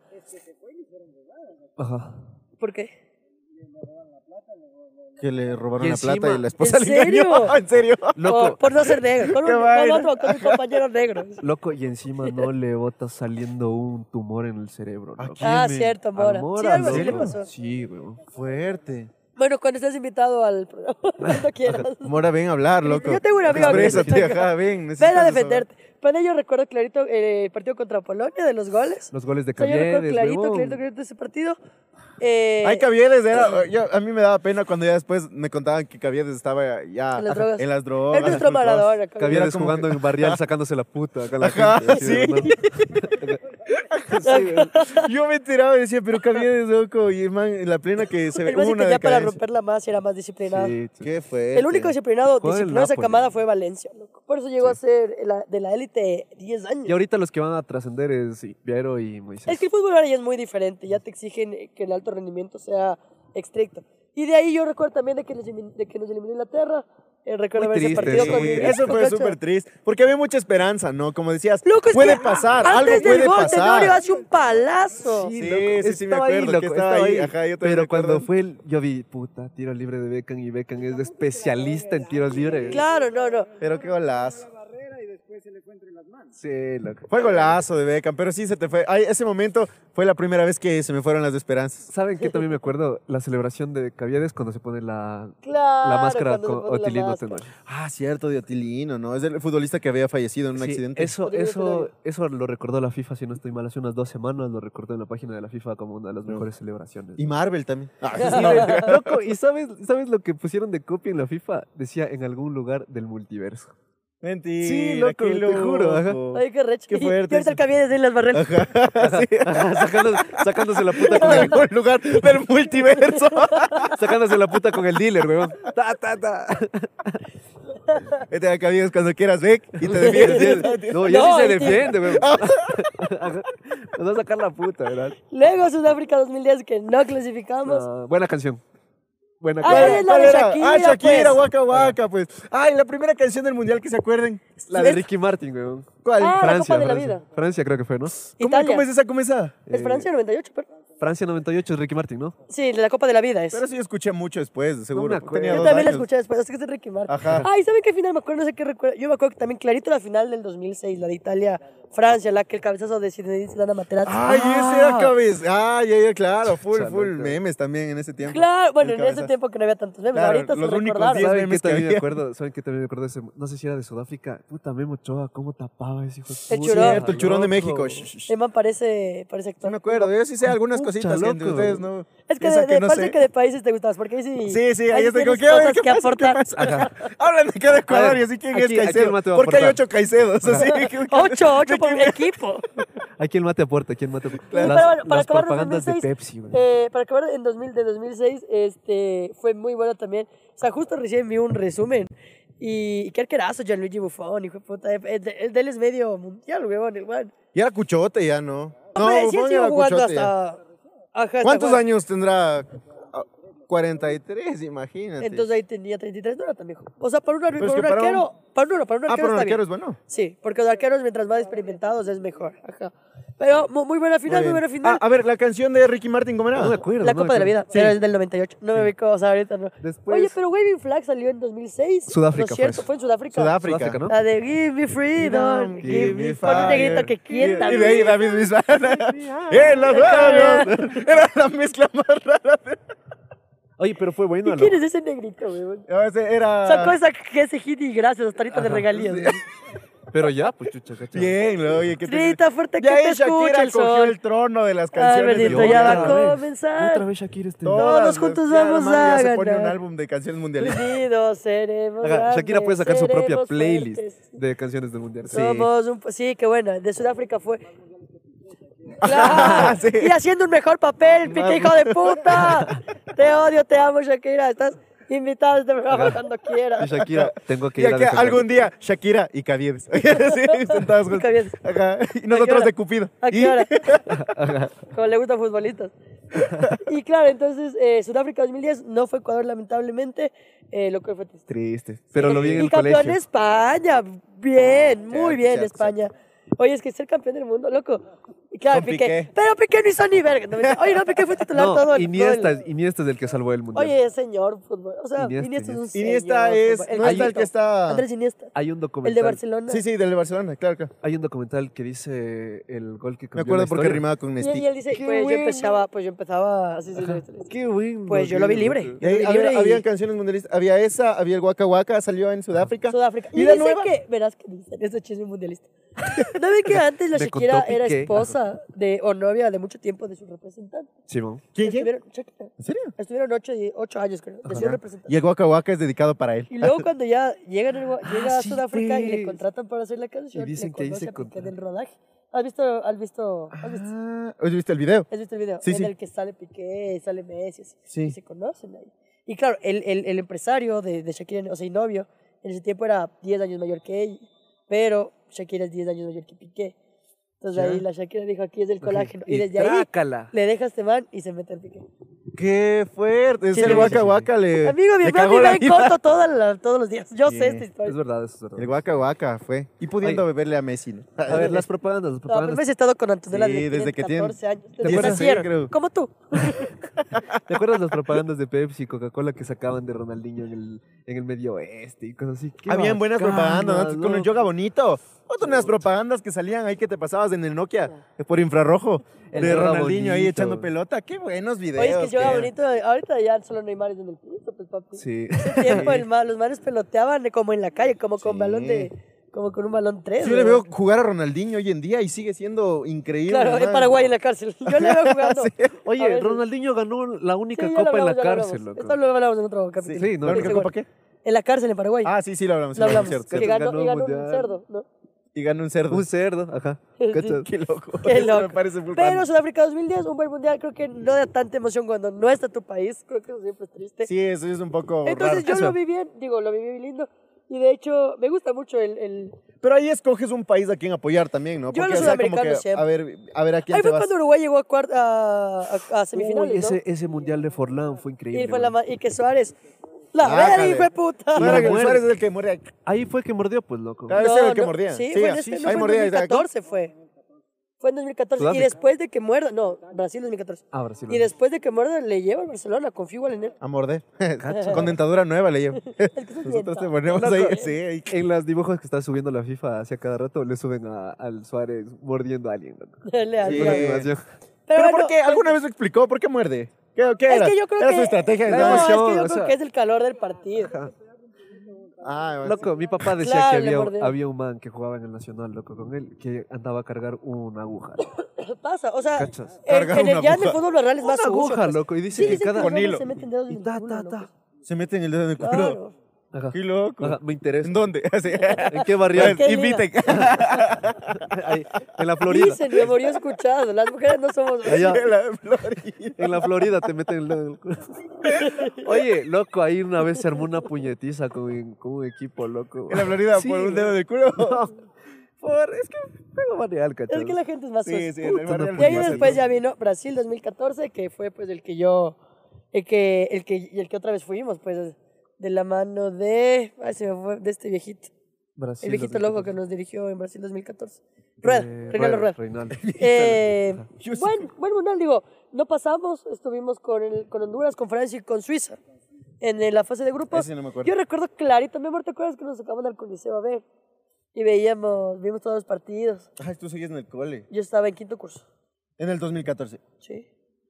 [SPEAKER 3] ajá.
[SPEAKER 2] ¿Por qué?
[SPEAKER 1] Que le robaron
[SPEAKER 3] Y
[SPEAKER 1] la plata
[SPEAKER 3] encima-
[SPEAKER 1] y la esposa
[SPEAKER 2] ¿En
[SPEAKER 1] le engañó.
[SPEAKER 2] serio? Oh.
[SPEAKER 1] ¿En serio?
[SPEAKER 2] Por,
[SPEAKER 3] Loco,
[SPEAKER 2] por no ser negro. Con, un,
[SPEAKER 1] Qué
[SPEAKER 2] con
[SPEAKER 1] vaina.
[SPEAKER 2] otro, con un compañero negro.
[SPEAKER 3] loco, y encima no le bota saliendo un tumor en el cerebro,
[SPEAKER 1] ¿A
[SPEAKER 3] loco.
[SPEAKER 1] quién?
[SPEAKER 2] Ah,
[SPEAKER 1] Jimmy,
[SPEAKER 2] cierto, Mora.
[SPEAKER 3] Al
[SPEAKER 2] Sí,
[SPEAKER 3] Mora,
[SPEAKER 2] algo así le
[SPEAKER 3] loco.
[SPEAKER 2] pasó.
[SPEAKER 3] Sí, oh, weón.
[SPEAKER 1] Fuerte.
[SPEAKER 2] Bueno, cuando estés invitado al programa, cuando quieras.
[SPEAKER 1] Mora, ven a hablar, loco.
[SPEAKER 2] Yo tengo una amiga que-
[SPEAKER 1] Exprésate, ajá, ven.
[SPEAKER 2] Ven a
[SPEAKER 1] necesitas
[SPEAKER 2] defenderte. Pero yo recuerdo clarito eh, el partido contra Polonia de los goles.
[SPEAKER 3] Los goles de
[SPEAKER 2] O sea, yo recuerdo
[SPEAKER 3] Caviedes, oh.
[SPEAKER 2] clarito,
[SPEAKER 3] weón.
[SPEAKER 2] clarito, clarito ese partido. Eh,
[SPEAKER 1] Ay, Caviedes era. yo- a mí me daba pena cuando ya después me contaban que Caviedes estaba ya
[SPEAKER 2] En las drogas.
[SPEAKER 1] En las drogas,
[SPEAKER 2] es nuestro
[SPEAKER 1] en las drogas.
[SPEAKER 2] Maradona. cabrón.
[SPEAKER 3] Caviedes
[SPEAKER 1] Era como
[SPEAKER 3] jugando
[SPEAKER 1] que-
[SPEAKER 3] en barrial sacándose la puta acá la
[SPEAKER 1] Ajá,
[SPEAKER 3] gente, así de
[SPEAKER 1] sí.
[SPEAKER 3] verdad.
[SPEAKER 1] Yo me enteraba y decía, pero Caviedes, loco. Y el man, en la plena que se ve
[SPEAKER 2] El más
[SPEAKER 1] hubo
[SPEAKER 2] que
[SPEAKER 1] una
[SPEAKER 2] tenía para
[SPEAKER 1] decadencia.
[SPEAKER 2] romperla más y era más disciplinado.
[SPEAKER 3] Sí, sí.
[SPEAKER 1] ¿Qué fue?
[SPEAKER 2] El único disciplinado,
[SPEAKER 3] Jugaba en el
[SPEAKER 2] disciplinado de esa
[SPEAKER 3] Napoli.
[SPEAKER 2] camada fue Valencia. loco. Por eso llegó a ser la- de la élite 10 años.
[SPEAKER 3] Y ahorita los que van a trascender es Viero y Moisés.
[SPEAKER 2] Es que el fútbol ahora ya es muy diferente, ya te exigen eh, que el alto rendimiento sea estricto. Y de ahí yo recuerdo también de que, les elimin- de que nos eliminó Inglaterra. Eh, recuerdo
[SPEAKER 3] Muy
[SPEAKER 2] haber ese
[SPEAKER 3] triste
[SPEAKER 2] partido
[SPEAKER 3] eso,
[SPEAKER 2] con
[SPEAKER 3] muy-
[SPEAKER 2] mi-
[SPEAKER 1] Eso
[SPEAKER 2] con
[SPEAKER 1] fue
[SPEAKER 2] Cacha.
[SPEAKER 1] súper triste, porque había mucha esperanza, ¿no? Como decías,
[SPEAKER 2] Loco, es
[SPEAKER 1] puede
[SPEAKER 2] que
[SPEAKER 1] pasar,
[SPEAKER 2] antes
[SPEAKER 1] algo
[SPEAKER 2] del
[SPEAKER 1] puede
[SPEAKER 2] gol, Tenorio
[SPEAKER 1] pasar.
[SPEAKER 2] hace un palazo.
[SPEAKER 1] Sí, sí, sí, me
[SPEAKER 3] estaba
[SPEAKER 1] acuerdo que estaba ahí, ajá, yo también
[SPEAKER 3] Pero
[SPEAKER 1] me
[SPEAKER 3] cuando
[SPEAKER 1] acuerdo.
[SPEAKER 3] fue el, yo vi, puta, tiro libre de Beckham y Beckham es de especialista en tiros libres.
[SPEAKER 2] Claro, no, no.
[SPEAKER 1] Pero qué golazo.
[SPEAKER 3] Sí, loco.
[SPEAKER 1] Fue golazo de Beckham, pero sí se te fue. Ay, ese momento fue la primera vez que se me fueron las de esperanzas.
[SPEAKER 3] ¿Saben qué también me acuerdo? La celebración de Caviedes cuando se pone la,
[SPEAKER 2] Claro.
[SPEAKER 3] la máscara
[SPEAKER 2] cuando se
[SPEAKER 3] con
[SPEAKER 2] pone la
[SPEAKER 3] Otilino
[SPEAKER 2] máscara.
[SPEAKER 3] Tenorio.
[SPEAKER 1] Ah, cierto, de Otilino, ¿no? Es el futbolista que había fallecido en un
[SPEAKER 3] Sí,
[SPEAKER 1] accidente.
[SPEAKER 3] Eso,
[SPEAKER 2] Otilino
[SPEAKER 3] eso,
[SPEAKER 2] Tenorio.
[SPEAKER 3] eso lo recordó la FIFA, si no estoy mal, hace unas dos semanas lo recordó en la página de la FIFA como una de las mejores celebraciones.
[SPEAKER 1] Y Marvel también. Ah,
[SPEAKER 3] Loco, ¿y sabes, sabes lo que pusieron de copia en la FIFA? Decía en algún lugar del multiverso.
[SPEAKER 1] Mentira.
[SPEAKER 3] Sí, loco,
[SPEAKER 1] qué
[SPEAKER 3] te juro, ajá.
[SPEAKER 1] loco.
[SPEAKER 2] Ay, qué recho.
[SPEAKER 1] Qué fuerte
[SPEAKER 2] Y ahorita el Caviedes ahí en las barreras.
[SPEAKER 1] Ajá, sí.
[SPEAKER 3] Sacándose, sacándose la puta con
[SPEAKER 1] En
[SPEAKER 3] el,
[SPEAKER 1] algún lugar del multiverso.
[SPEAKER 3] sacándose la puta con el dealer, weón. Ta, ta, ta.
[SPEAKER 1] Vete acá, amigos, cuando quieras, Beck, y te Ah, defiendes.
[SPEAKER 3] No, ya
[SPEAKER 2] No,
[SPEAKER 3] sí se
[SPEAKER 2] el tío.
[SPEAKER 3] defiende, weón. Ajá. Nos va a sacar la puta, ¿verdad?
[SPEAKER 2] Luego Sudáfrica 2010 que no clasificamos.
[SPEAKER 3] Ah, buena canción. Buena
[SPEAKER 2] Ay,
[SPEAKER 3] canción.
[SPEAKER 2] es la de Shakira,
[SPEAKER 1] ah, Shakira,
[SPEAKER 2] pues.
[SPEAKER 1] Waka Waka, pues. Ah, y la primera canción del mundial que se acuerden.
[SPEAKER 3] La de Ricky Martin, weón.
[SPEAKER 1] ¿Cuál?
[SPEAKER 2] Ah, la
[SPEAKER 3] Francia,
[SPEAKER 2] Copa de la
[SPEAKER 3] Francia.
[SPEAKER 2] Vida.
[SPEAKER 3] Francia creo que fue, ¿no?
[SPEAKER 1] ¿Cómo,
[SPEAKER 2] Italia. Pues,
[SPEAKER 1] cómo es esa? ¿Cómo es esa?
[SPEAKER 2] Es
[SPEAKER 3] Eh,
[SPEAKER 2] Francia 98, pero.
[SPEAKER 3] Francia 98 es Ricky Martin, ¿no?
[SPEAKER 2] Sí, de la Copa de la Vida es.
[SPEAKER 1] Pero eso yo escuché mucho después, seguro.
[SPEAKER 3] acuerdo.
[SPEAKER 1] Tenía
[SPEAKER 3] Yo
[SPEAKER 2] Yo
[SPEAKER 1] dos
[SPEAKER 2] también la
[SPEAKER 1] años.
[SPEAKER 2] escuché después, así que es de Ricky Martin.
[SPEAKER 1] Ajá.
[SPEAKER 2] Ay, ¿saben qué final? Me acuerdo, no sé qué recuerdo. Yo me acuerdo que también clarito la final del 2006, la de Italia-Francia, la que el cabezazo de Zinedine Zidane a Materazzi.
[SPEAKER 1] Ay, ese era cabeza. Ay, ay, ay, Ah. claro. Full,
[SPEAKER 3] Chucha,
[SPEAKER 1] full
[SPEAKER 3] loco.
[SPEAKER 1] memes también en ese tiempo.
[SPEAKER 2] Claro, bueno,
[SPEAKER 1] El
[SPEAKER 2] en ese
[SPEAKER 1] cabezazo.
[SPEAKER 2] tiempo que no había tantos memes,
[SPEAKER 1] Claro,
[SPEAKER 2] ahorita se
[SPEAKER 1] los únicos
[SPEAKER 2] recordaron.
[SPEAKER 1] diez
[SPEAKER 3] ¿Saben qué
[SPEAKER 1] memes que
[SPEAKER 3] también me
[SPEAKER 1] había.
[SPEAKER 3] acuerdo? ¿Saben qué también me acuerdo? de ese- No sé si era de Sudáfrica. Puta, Memo Ochoa, ¿cómo tapaba ese hijo de
[SPEAKER 2] El
[SPEAKER 3] puta,
[SPEAKER 2] churón.
[SPEAKER 1] Cierto, el churón de
[SPEAKER 3] loco.
[SPEAKER 1] México. Shh, shh, shh.
[SPEAKER 2] El man parece, parece
[SPEAKER 1] No
[SPEAKER 2] actor.
[SPEAKER 1] me acuerdo. Yo sí sé algunas
[SPEAKER 3] Pucha,
[SPEAKER 1] cositas que entre
[SPEAKER 3] loco.
[SPEAKER 1] ustedes no.
[SPEAKER 2] Es que,
[SPEAKER 1] esa
[SPEAKER 2] de, de-
[SPEAKER 1] no
[SPEAKER 2] parece
[SPEAKER 1] sé.
[SPEAKER 2] que de países te gustas, porque ahí sí.
[SPEAKER 1] Sí, sí, ahí estoy
[SPEAKER 2] tienes
[SPEAKER 1] con qué, a ver,
[SPEAKER 2] cosas
[SPEAKER 1] ¿qué
[SPEAKER 2] que
[SPEAKER 1] pasa? ¿Qué
[SPEAKER 2] aportar.
[SPEAKER 1] pasa? Hablan de cada Ecuador y así quién
[SPEAKER 3] aquí-
[SPEAKER 1] es
[SPEAKER 3] aquí el
[SPEAKER 1] Caicedo.
[SPEAKER 3] Mateo va a
[SPEAKER 1] Porque hay
[SPEAKER 3] aportar.
[SPEAKER 1] ocho Caicedos. Así,
[SPEAKER 2] Ocho, ocho por equipo.
[SPEAKER 3] ¿A quién mate aporta? ¿A quién mate aporta?
[SPEAKER 2] Y
[SPEAKER 3] Las,
[SPEAKER 2] para, para
[SPEAKER 3] las
[SPEAKER 2] acabar en
[SPEAKER 3] propagandas de
[SPEAKER 2] 2006,
[SPEAKER 3] Pepsi, güey.
[SPEAKER 2] eh, para acabar en 2000, de 2006, este, fue muy bueno también. O sea, justo recién vi un resumen. Y qué arquerazo Gianluigi Buffon, hijo de puta. El, el- el de él es medio mundial, huevón, el weón.
[SPEAKER 1] Y era Cuchote ya, ¿no? No,
[SPEAKER 2] Hombre, sí, él
[SPEAKER 1] Buffon
[SPEAKER 2] sigue
[SPEAKER 1] era
[SPEAKER 2] jugando
[SPEAKER 1] Cuchote ya.
[SPEAKER 2] hasta... Ajá, hasta
[SPEAKER 1] ¿Cuántos
[SPEAKER 2] Juan-
[SPEAKER 1] años tendrá? Ah, 43, imagínate.
[SPEAKER 2] Entonces ahí tenía 33, no era tan viejo. O sea, para un, ar-
[SPEAKER 1] Pero es
[SPEAKER 2] para
[SPEAKER 1] que
[SPEAKER 2] un
[SPEAKER 1] para un-
[SPEAKER 2] arquero, para un, para un
[SPEAKER 1] ah,
[SPEAKER 2] arquero
[SPEAKER 1] pero un
[SPEAKER 2] está bien.
[SPEAKER 1] arquero es bueno.
[SPEAKER 2] Sí, porque los arqueros mientras más experimentados es mejor. Ajá. Pero mu- muy, buena final, muy,
[SPEAKER 1] Muy
[SPEAKER 2] buena
[SPEAKER 1] bien.
[SPEAKER 2] final.
[SPEAKER 1] Ah, a ver, la canción de Ricky Martin, ¿cómo era?
[SPEAKER 3] No me acuerdo.
[SPEAKER 2] la
[SPEAKER 3] no me
[SPEAKER 2] Copa de la Vida,
[SPEAKER 3] acuerdo.
[SPEAKER 2] pero es del 98. No me ubico, o sea, ahorita no.
[SPEAKER 3] Después-
[SPEAKER 2] Oye, pero Waving Flag salió en 2006.
[SPEAKER 3] Sudáfrica
[SPEAKER 2] ¿No
[SPEAKER 3] fue
[SPEAKER 2] es cierto?
[SPEAKER 3] eso.
[SPEAKER 2] Fue en Sudáfrica.
[SPEAKER 1] Sudáfrica.
[SPEAKER 3] Sudáfrica, ¿no?
[SPEAKER 2] La de Give me freedom, give me fire. Con un negrito que
[SPEAKER 1] Y-
[SPEAKER 2] quieta.
[SPEAKER 1] Y de ahí David Bisbal. ¡En los labios! Era la mezcla más rara.
[SPEAKER 3] Oye, pero fue bueno.
[SPEAKER 2] ¿Y quién es ese negrito, weón?
[SPEAKER 1] A veces Era...
[SPEAKER 2] Sacó esa, ese hit y gracias, hasta ahorita
[SPEAKER 3] Ah.
[SPEAKER 2] de
[SPEAKER 3] Ajá,
[SPEAKER 2] regalías.
[SPEAKER 3] sí.
[SPEAKER 2] weón.
[SPEAKER 3] Pero ya, pues chucha, cacha.
[SPEAKER 1] Bien, lo- oye, que
[SPEAKER 2] Grita fuerte que
[SPEAKER 1] Ya
[SPEAKER 2] te
[SPEAKER 1] ahí Shakira
[SPEAKER 2] escucha el
[SPEAKER 1] cogió
[SPEAKER 2] sol.
[SPEAKER 1] el trono de las
[SPEAKER 2] Ay,
[SPEAKER 1] canciones.
[SPEAKER 2] bendito,
[SPEAKER 1] del
[SPEAKER 3] Y
[SPEAKER 2] ya
[SPEAKER 1] mundo.
[SPEAKER 2] va a
[SPEAKER 3] otra vez,
[SPEAKER 2] comenzar.
[SPEAKER 3] Otra vez Shakira este.
[SPEAKER 2] Todos juntos
[SPEAKER 1] ya,
[SPEAKER 2] vamos
[SPEAKER 1] hermano, ya
[SPEAKER 2] a
[SPEAKER 1] se pone un
[SPEAKER 2] ganar.
[SPEAKER 1] álbum de canciones mundialistas.
[SPEAKER 2] Unidos seremos.
[SPEAKER 3] Ajá, Shakira
[SPEAKER 2] grandes,
[SPEAKER 3] puede sacar su propia
[SPEAKER 2] seremos
[SPEAKER 3] playlist
[SPEAKER 2] fuertes.
[SPEAKER 3] de canciones del mundial.
[SPEAKER 2] Somos un. Sí, qué buena. De Sudáfrica fue. Claro,
[SPEAKER 1] Sí.
[SPEAKER 2] Y haciendo un mejor papel, pique hijo de puta. Te odio, te amo, Shakira. Estás invitado a este programa cuando
[SPEAKER 3] Y
[SPEAKER 2] quieras.
[SPEAKER 3] Shakira, tengo que
[SPEAKER 1] Y
[SPEAKER 3] ir a
[SPEAKER 1] aquí
[SPEAKER 3] defender.
[SPEAKER 1] algún día, Shakira y Caviedes. sí, sentados juntos.
[SPEAKER 2] Y Caviedes.
[SPEAKER 1] Ajá. Y
[SPEAKER 2] ¿A qué
[SPEAKER 1] nosotros
[SPEAKER 2] hora?
[SPEAKER 1] de Cupido.
[SPEAKER 2] ¿A qué
[SPEAKER 1] Y-
[SPEAKER 2] hora? Como le gustan futbolistas. Y claro, entonces eh, Sudáfrica 2010 no fue Ecuador, lamentablemente, eh, lo que fue triste.
[SPEAKER 3] Triste. Pero lo vi en
[SPEAKER 2] y
[SPEAKER 3] el
[SPEAKER 2] campeón
[SPEAKER 3] colegio.
[SPEAKER 2] España. Bien, muy
[SPEAKER 1] Ah,
[SPEAKER 2] bien
[SPEAKER 1] Cierto, cierto,
[SPEAKER 2] España. Oye, es que ser campeón del mundo, loco. Y claro,
[SPEAKER 1] Con
[SPEAKER 2] Piqué.
[SPEAKER 1] Piqué.
[SPEAKER 2] Pero Piqué no hizo ni verga. no me- Oye, no, Piqué fue titular todo
[SPEAKER 3] No,
[SPEAKER 2] el todo
[SPEAKER 3] Iniesta,
[SPEAKER 2] el-
[SPEAKER 3] Iniesta es el que salvó el mundial.
[SPEAKER 2] Oye, señor fútbol. O sea,
[SPEAKER 3] Iniesta,
[SPEAKER 2] Iniesta, es un señor.
[SPEAKER 1] Iniesta es.
[SPEAKER 2] fútbol.
[SPEAKER 1] No está el
[SPEAKER 2] gallito.
[SPEAKER 1] que está.
[SPEAKER 2] Andrés Iniesta.
[SPEAKER 3] Hay un
[SPEAKER 2] El de
[SPEAKER 3] documental.
[SPEAKER 2] Barcelona.
[SPEAKER 1] Sí, sí, del Barcelona, claro, claro.
[SPEAKER 3] Hay un documental que dice el gol que
[SPEAKER 1] Me
[SPEAKER 3] cambió
[SPEAKER 1] acuerdo
[SPEAKER 3] la
[SPEAKER 1] porque
[SPEAKER 3] historia.
[SPEAKER 1] rimaba con
[SPEAKER 2] Y, y
[SPEAKER 1] Nestí.
[SPEAKER 2] él dice,
[SPEAKER 3] Qué
[SPEAKER 2] pues yo,
[SPEAKER 3] bueno.
[SPEAKER 2] empezaba, pues yo empezaba así, sí,
[SPEAKER 3] Ajá.
[SPEAKER 2] sí, sí.
[SPEAKER 3] Qué bueno.
[SPEAKER 2] Pues yo lo vi
[SPEAKER 3] Dios.
[SPEAKER 2] libre.
[SPEAKER 1] Y ahí
[SPEAKER 2] Libre
[SPEAKER 1] Eh, había,
[SPEAKER 2] y-
[SPEAKER 1] habían canciones mundialistas. Había esa, había el Waka Waka, salió en Sudáfrica.
[SPEAKER 2] Sudáfrica. Y,
[SPEAKER 1] ¿Y la
[SPEAKER 2] dice
[SPEAKER 1] nueva?
[SPEAKER 2] que, verás que dicen, esto es chisme mundialista. ¿No ven que antes la
[SPEAKER 3] Me
[SPEAKER 2] Shakira
[SPEAKER 3] contó
[SPEAKER 2] era
[SPEAKER 3] Piqué.
[SPEAKER 2] esposa de, o novia de mucho tiempo de su representante?
[SPEAKER 3] Simón.
[SPEAKER 1] ¿Quién, quién?
[SPEAKER 2] Estuvieron, checa,
[SPEAKER 1] ¿En serio?
[SPEAKER 2] estuvieron ocho, di- ocho años, creo, de su representante.
[SPEAKER 1] Y el Waka Waka es dedicado para él.
[SPEAKER 2] Y luego cuando ya llegan al gua- llega a
[SPEAKER 3] sí,
[SPEAKER 2] Sudáfrica y le
[SPEAKER 3] pues.
[SPEAKER 2] contratan para hacer la canción,
[SPEAKER 3] Y dicen
[SPEAKER 2] le
[SPEAKER 3] que ahí se
[SPEAKER 2] conoce a Piqué
[SPEAKER 3] contrata.
[SPEAKER 2] del rodaje. ¿Has visto, has visto, has visto,
[SPEAKER 1] Ah, ¿Has visto el video?
[SPEAKER 2] has visto el video?
[SPEAKER 1] Sí,
[SPEAKER 2] en
[SPEAKER 1] sí.
[SPEAKER 2] el que sale Piqué, sale Messi, así,
[SPEAKER 1] Sí.
[SPEAKER 2] y se conocen ahí. Y claro, el, el, el empresario de, de Shakira, o sea, y novio, en ese tiempo era 10 años mayor que ella, pero Shakira es 10 años mayor que Piqué. Entonces
[SPEAKER 1] Ya.
[SPEAKER 2] ahí la Shakira dijo, aquí es del colágeno. Y,
[SPEAKER 3] Y
[SPEAKER 2] desde ahí
[SPEAKER 3] trácala.
[SPEAKER 2] le deja a este man y se mete al Piqué.
[SPEAKER 1] Qué fuerte. Es
[SPEAKER 2] Sí,
[SPEAKER 1] el
[SPEAKER 2] sí,
[SPEAKER 1] Waka
[SPEAKER 3] sí.
[SPEAKER 1] Waka le.
[SPEAKER 2] Amigo, mi
[SPEAKER 1] le
[SPEAKER 2] hermano
[SPEAKER 1] cagó la
[SPEAKER 2] vive en
[SPEAKER 1] vida.
[SPEAKER 2] Coto toda la- todos los días. Yo
[SPEAKER 1] Sí.
[SPEAKER 2] sé esta
[SPEAKER 3] Es
[SPEAKER 2] historia.
[SPEAKER 3] verdad, eso es
[SPEAKER 1] El
[SPEAKER 3] verdad.
[SPEAKER 1] Waka Waka fue. Y pudiendo
[SPEAKER 3] Ay.
[SPEAKER 1] beberle a Messi, ¿no?
[SPEAKER 3] A ver, las propagandas, las
[SPEAKER 2] No, pues pero
[SPEAKER 3] propagandas.
[SPEAKER 2] he estado con Antonella
[SPEAKER 1] Sí,
[SPEAKER 2] desde,
[SPEAKER 1] desde que
[SPEAKER 2] que
[SPEAKER 1] tiene-
[SPEAKER 2] tiene 14 años. Desde que
[SPEAKER 3] acuerdas?
[SPEAKER 1] Sí,
[SPEAKER 2] nacieron.
[SPEAKER 1] creo.
[SPEAKER 2] Como tú.
[SPEAKER 3] ¿Te acuerdas las propagandas de Pepsi y Coca-Cola que sacaban de Ronaldinho en el, en el medio oeste y cosas así? ¡Qué
[SPEAKER 1] Habían buenas
[SPEAKER 3] bacana,
[SPEAKER 1] propagandas, ¿no? Con el
[SPEAKER 3] loco!
[SPEAKER 1] yoga bonito. Otras unas propagandas que salían ahí que te pasabas en el Nokia por infrarrojo.
[SPEAKER 3] El
[SPEAKER 1] de
[SPEAKER 3] yoga
[SPEAKER 1] Ronaldinho ahí
[SPEAKER 3] bonito.
[SPEAKER 1] echando pelota. Qué buenos videos.
[SPEAKER 2] Oye, es que yo era
[SPEAKER 1] eran.
[SPEAKER 2] bonito. Ahorita ya solo Neymar es en el piso, pues papi.
[SPEAKER 3] Sí.
[SPEAKER 2] Hace tiempo el ma- los manes peloteaban de- como en la calle, como con
[SPEAKER 1] Sí.
[SPEAKER 2] balón de. Como con un balón 3.
[SPEAKER 1] Sí, Yo le veo jugar a Ronaldinho hoy en día y sigue siendo increíble.
[SPEAKER 2] Claro, en
[SPEAKER 1] hermano.
[SPEAKER 2] Paraguay en la cárcel. Yo le veo jugando.
[SPEAKER 1] Sí.
[SPEAKER 2] A
[SPEAKER 3] Oye,
[SPEAKER 2] ver,
[SPEAKER 3] Ronaldinho ganó la única
[SPEAKER 2] sí, ya lo
[SPEAKER 3] copa en la
[SPEAKER 2] hablamos, ya lo
[SPEAKER 3] cárcel,
[SPEAKER 2] hablamos.
[SPEAKER 3] loco.
[SPEAKER 2] Esto lo hablamos en otro
[SPEAKER 1] Sí,
[SPEAKER 2] capítulo.
[SPEAKER 1] ¿no?
[SPEAKER 3] no,
[SPEAKER 1] ¿La
[SPEAKER 3] no,
[SPEAKER 1] única
[SPEAKER 2] seguro.
[SPEAKER 1] copa qué?
[SPEAKER 2] En la cárcel en Paraguay.
[SPEAKER 1] Ah, sí, sí, lo hablamos.
[SPEAKER 2] lo
[SPEAKER 1] sí, lo
[SPEAKER 2] hablamos.
[SPEAKER 1] hablamos,
[SPEAKER 2] que
[SPEAKER 1] cierto, cierto.
[SPEAKER 2] ganó,
[SPEAKER 3] ganó
[SPEAKER 2] y ganó un
[SPEAKER 3] mundial.
[SPEAKER 2] cerdo, ¿no?
[SPEAKER 1] Y ganó un cerdo.
[SPEAKER 3] Un cerdo, ajá.
[SPEAKER 2] Sí.
[SPEAKER 3] ¿Cachas?
[SPEAKER 1] Qué loco.
[SPEAKER 2] Qué
[SPEAKER 1] Eso me
[SPEAKER 2] loco.
[SPEAKER 1] parece muy
[SPEAKER 2] Pero
[SPEAKER 1] raro.
[SPEAKER 2] Sudáfrica 2010, un buen mundial, creo que no da tanta emoción cuando no está tu país. Creo que eso siempre es triste.
[SPEAKER 1] Sí, eso es un poco
[SPEAKER 2] Entonces
[SPEAKER 1] raro.
[SPEAKER 2] yo
[SPEAKER 1] Eso.
[SPEAKER 2] lo vi bien, digo, lo viví lindo. Y de hecho, me gusta mucho el. el...
[SPEAKER 1] Pero ahí escoges un país a quien apoyar también, ¿no?
[SPEAKER 2] Yo a los
[SPEAKER 1] o sea, como
[SPEAKER 2] sudamericanos
[SPEAKER 1] que, A ver, a ver a quién
[SPEAKER 2] Ahí
[SPEAKER 1] te
[SPEAKER 2] fue
[SPEAKER 1] vas.
[SPEAKER 2] cuando Uruguay llegó a, cuart- a, a- a semifinales.
[SPEAKER 3] Uy,
[SPEAKER 2] ¿no?
[SPEAKER 3] ese, ese mundial de Forlán fue increíble.
[SPEAKER 2] Y, fue la
[SPEAKER 3] man.
[SPEAKER 2] ma- y que Suárez. La
[SPEAKER 1] Ah,
[SPEAKER 2] verga,
[SPEAKER 1] jale.
[SPEAKER 2] hijo de puta.
[SPEAKER 1] No era que
[SPEAKER 3] muere.
[SPEAKER 1] Suárez es el que muere.
[SPEAKER 3] Ahí fue que mordió, pues, loco.
[SPEAKER 1] Claro. ese era el que mordía.
[SPEAKER 2] Sí,
[SPEAKER 1] Sí,
[SPEAKER 2] fue en,
[SPEAKER 1] así,
[SPEAKER 2] este-
[SPEAKER 1] ahí
[SPEAKER 2] no, fue en
[SPEAKER 1] mordía, ¿verdad?
[SPEAKER 2] 2014 fue. Fue en 2014.
[SPEAKER 3] Sudáfrica.
[SPEAKER 2] Y después de que muerda, no, Brasil 2014.
[SPEAKER 3] Ah, Brasil.
[SPEAKER 2] Y después de que muerda, le lleva al Barcelona, confío igual en él.
[SPEAKER 1] A morder. Con dentadura nueva le llevo. Nosotros te ponemos ahí.
[SPEAKER 2] ¿eh?
[SPEAKER 1] Sí, ahí.
[SPEAKER 3] En los dibujos que está subiendo la FIFA hacia cada rato, le suben a- al Suárez mordiendo a alguien, loco.
[SPEAKER 2] Dale, dale.
[SPEAKER 1] Sí.
[SPEAKER 3] Una
[SPEAKER 1] Eh,
[SPEAKER 3] animación.
[SPEAKER 1] Pero,
[SPEAKER 2] bueno,
[SPEAKER 1] ¿por qué? ¿Alguna vez lo explicó? ¿Por qué muerde? ¿Qué, qué
[SPEAKER 2] es
[SPEAKER 1] era?
[SPEAKER 2] que yo creo
[SPEAKER 1] era
[SPEAKER 2] que,
[SPEAKER 1] su estrategia. de
[SPEAKER 2] No,
[SPEAKER 1] damos
[SPEAKER 2] es que
[SPEAKER 1] show,
[SPEAKER 2] yo
[SPEAKER 1] o
[SPEAKER 2] creo
[SPEAKER 1] sea.
[SPEAKER 2] que es el calor del partido.
[SPEAKER 1] Ah, bueno,
[SPEAKER 3] Loco, mi papá decía
[SPEAKER 2] Claro,
[SPEAKER 3] que
[SPEAKER 2] le mordió.
[SPEAKER 3] había, había un man que jugaba en el Nacional, loco, con él, que andaba a cargar una aguja.
[SPEAKER 2] Pasa, o sea,
[SPEAKER 3] Cachas.
[SPEAKER 2] en-
[SPEAKER 1] Cargar
[SPEAKER 2] en el,
[SPEAKER 1] una
[SPEAKER 2] ya en el
[SPEAKER 1] aguja.
[SPEAKER 2] fútbol barral es
[SPEAKER 3] Una
[SPEAKER 2] más sucio.
[SPEAKER 3] aguja,
[SPEAKER 2] pues.
[SPEAKER 3] loco, y dice
[SPEAKER 2] Sí,
[SPEAKER 3] que
[SPEAKER 2] dicen
[SPEAKER 3] cada...
[SPEAKER 2] los
[SPEAKER 1] Con
[SPEAKER 2] hombres
[SPEAKER 1] hilo.
[SPEAKER 2] se meten dedos en
[SPEAKER 3] Y
[SPEAKER 2] el
[SPEAKER 3] ta,
[SPEAKER 2] culo,
[SPEAKER 3] ta,
[SPEAKER 2] loco.
[SPEAKER 3] ta.
[SPEAKER 1] Se meten el dedo en el culo.
[SPEAKER 2] Claro.
[SPEAKER 3] Ajá.
[SPEAKER 1] Qué loco.
[SPEAKER 3] Ajá, me interesa.
[SPEAKER 1] ¿En dónde? Así.
[SPEAKER 3] ¿En qué barrio?
[SPEAKER 1] Bueno,
[SPEAKER 2] ¿En qué
[SPEAKER 1] inviten.
[SPEAKER 3] Ahí, en la Florida.
[SPEAKER 2] Dicen, mi amor, yo he escuchado. Las mujeres no somos.
[SPEAKER 3] Allá.
[SPEAKER 1] La Florida.
[SPEAKER 3] En la Florida te meten el dedo en el culo. Oye, loco, ahí una vez se armó una puñetiza con, con un equipo, loco.
[SPEAKER 1] En la Florida,
[SPEAKER 3] Sí,
[SPEAKER 1] por un
[SPEAKER 3] loco.
[SPEAKER 1] dedo del culo.
[SPEAKER 3] No, por, es que juego barrial, cachas.
[SPEAKER 2] Es que la gente es más
[SPEAKER 1] Sí,
[SPEAKER 2] sucia.
[SPEAKER 1] sí, en el
[SPEAKER 3] puta,
[SPEAKER 1] barrio
[SPEAKER 3] no
[SPEAKER 2] Y ahí
[SPEAKER 3] Puede ser,
[SPEAKER 2] después
[SPEAKER 3] ¿no?
[SPEAKER 2] ya vino Brasil 2014, que fue pues el que yo, el que, el que, el que otra vez fuimos, pues de la mano de, ay, se me fue, de este viejito,
[SPEAKER 3] Brasil,
[SPEAKER 2] el viejito
[SPEAKER 3] loco.
[SPEAKER 2] loco que nos dirigió en Brasil 2014. Rueda,
[SPEAKER 3] Eh,
[SPEAKER 2] Reinaldo Rueda.
[SPEAKER 3] Reinaldo.
[SPEAKER 2] Eh,
[SPEAKER 1] Yo sí
[SPEAKER 2] buen, buen mundial, digo, no pasamos, estuvimos con, el- con Honduras, con Francia y con Suiza en eh, la fase de grupos.
[SPEAKER 1] Ese no me acuerdo.
[SPEAKER 2] Yo recuerdo clarito, mi amor, ¿te acuerdas que nos sacamos del coliseo a ver? Y veíamos, vimos todos los partidos.
[SPEAKER 1] Ay, tú seguías en el cole.
[SPEAKER 2] Yo estaba en quinto curso.
[SPEAKER 1] En el 2014.
[SPEAKER 2] Sí.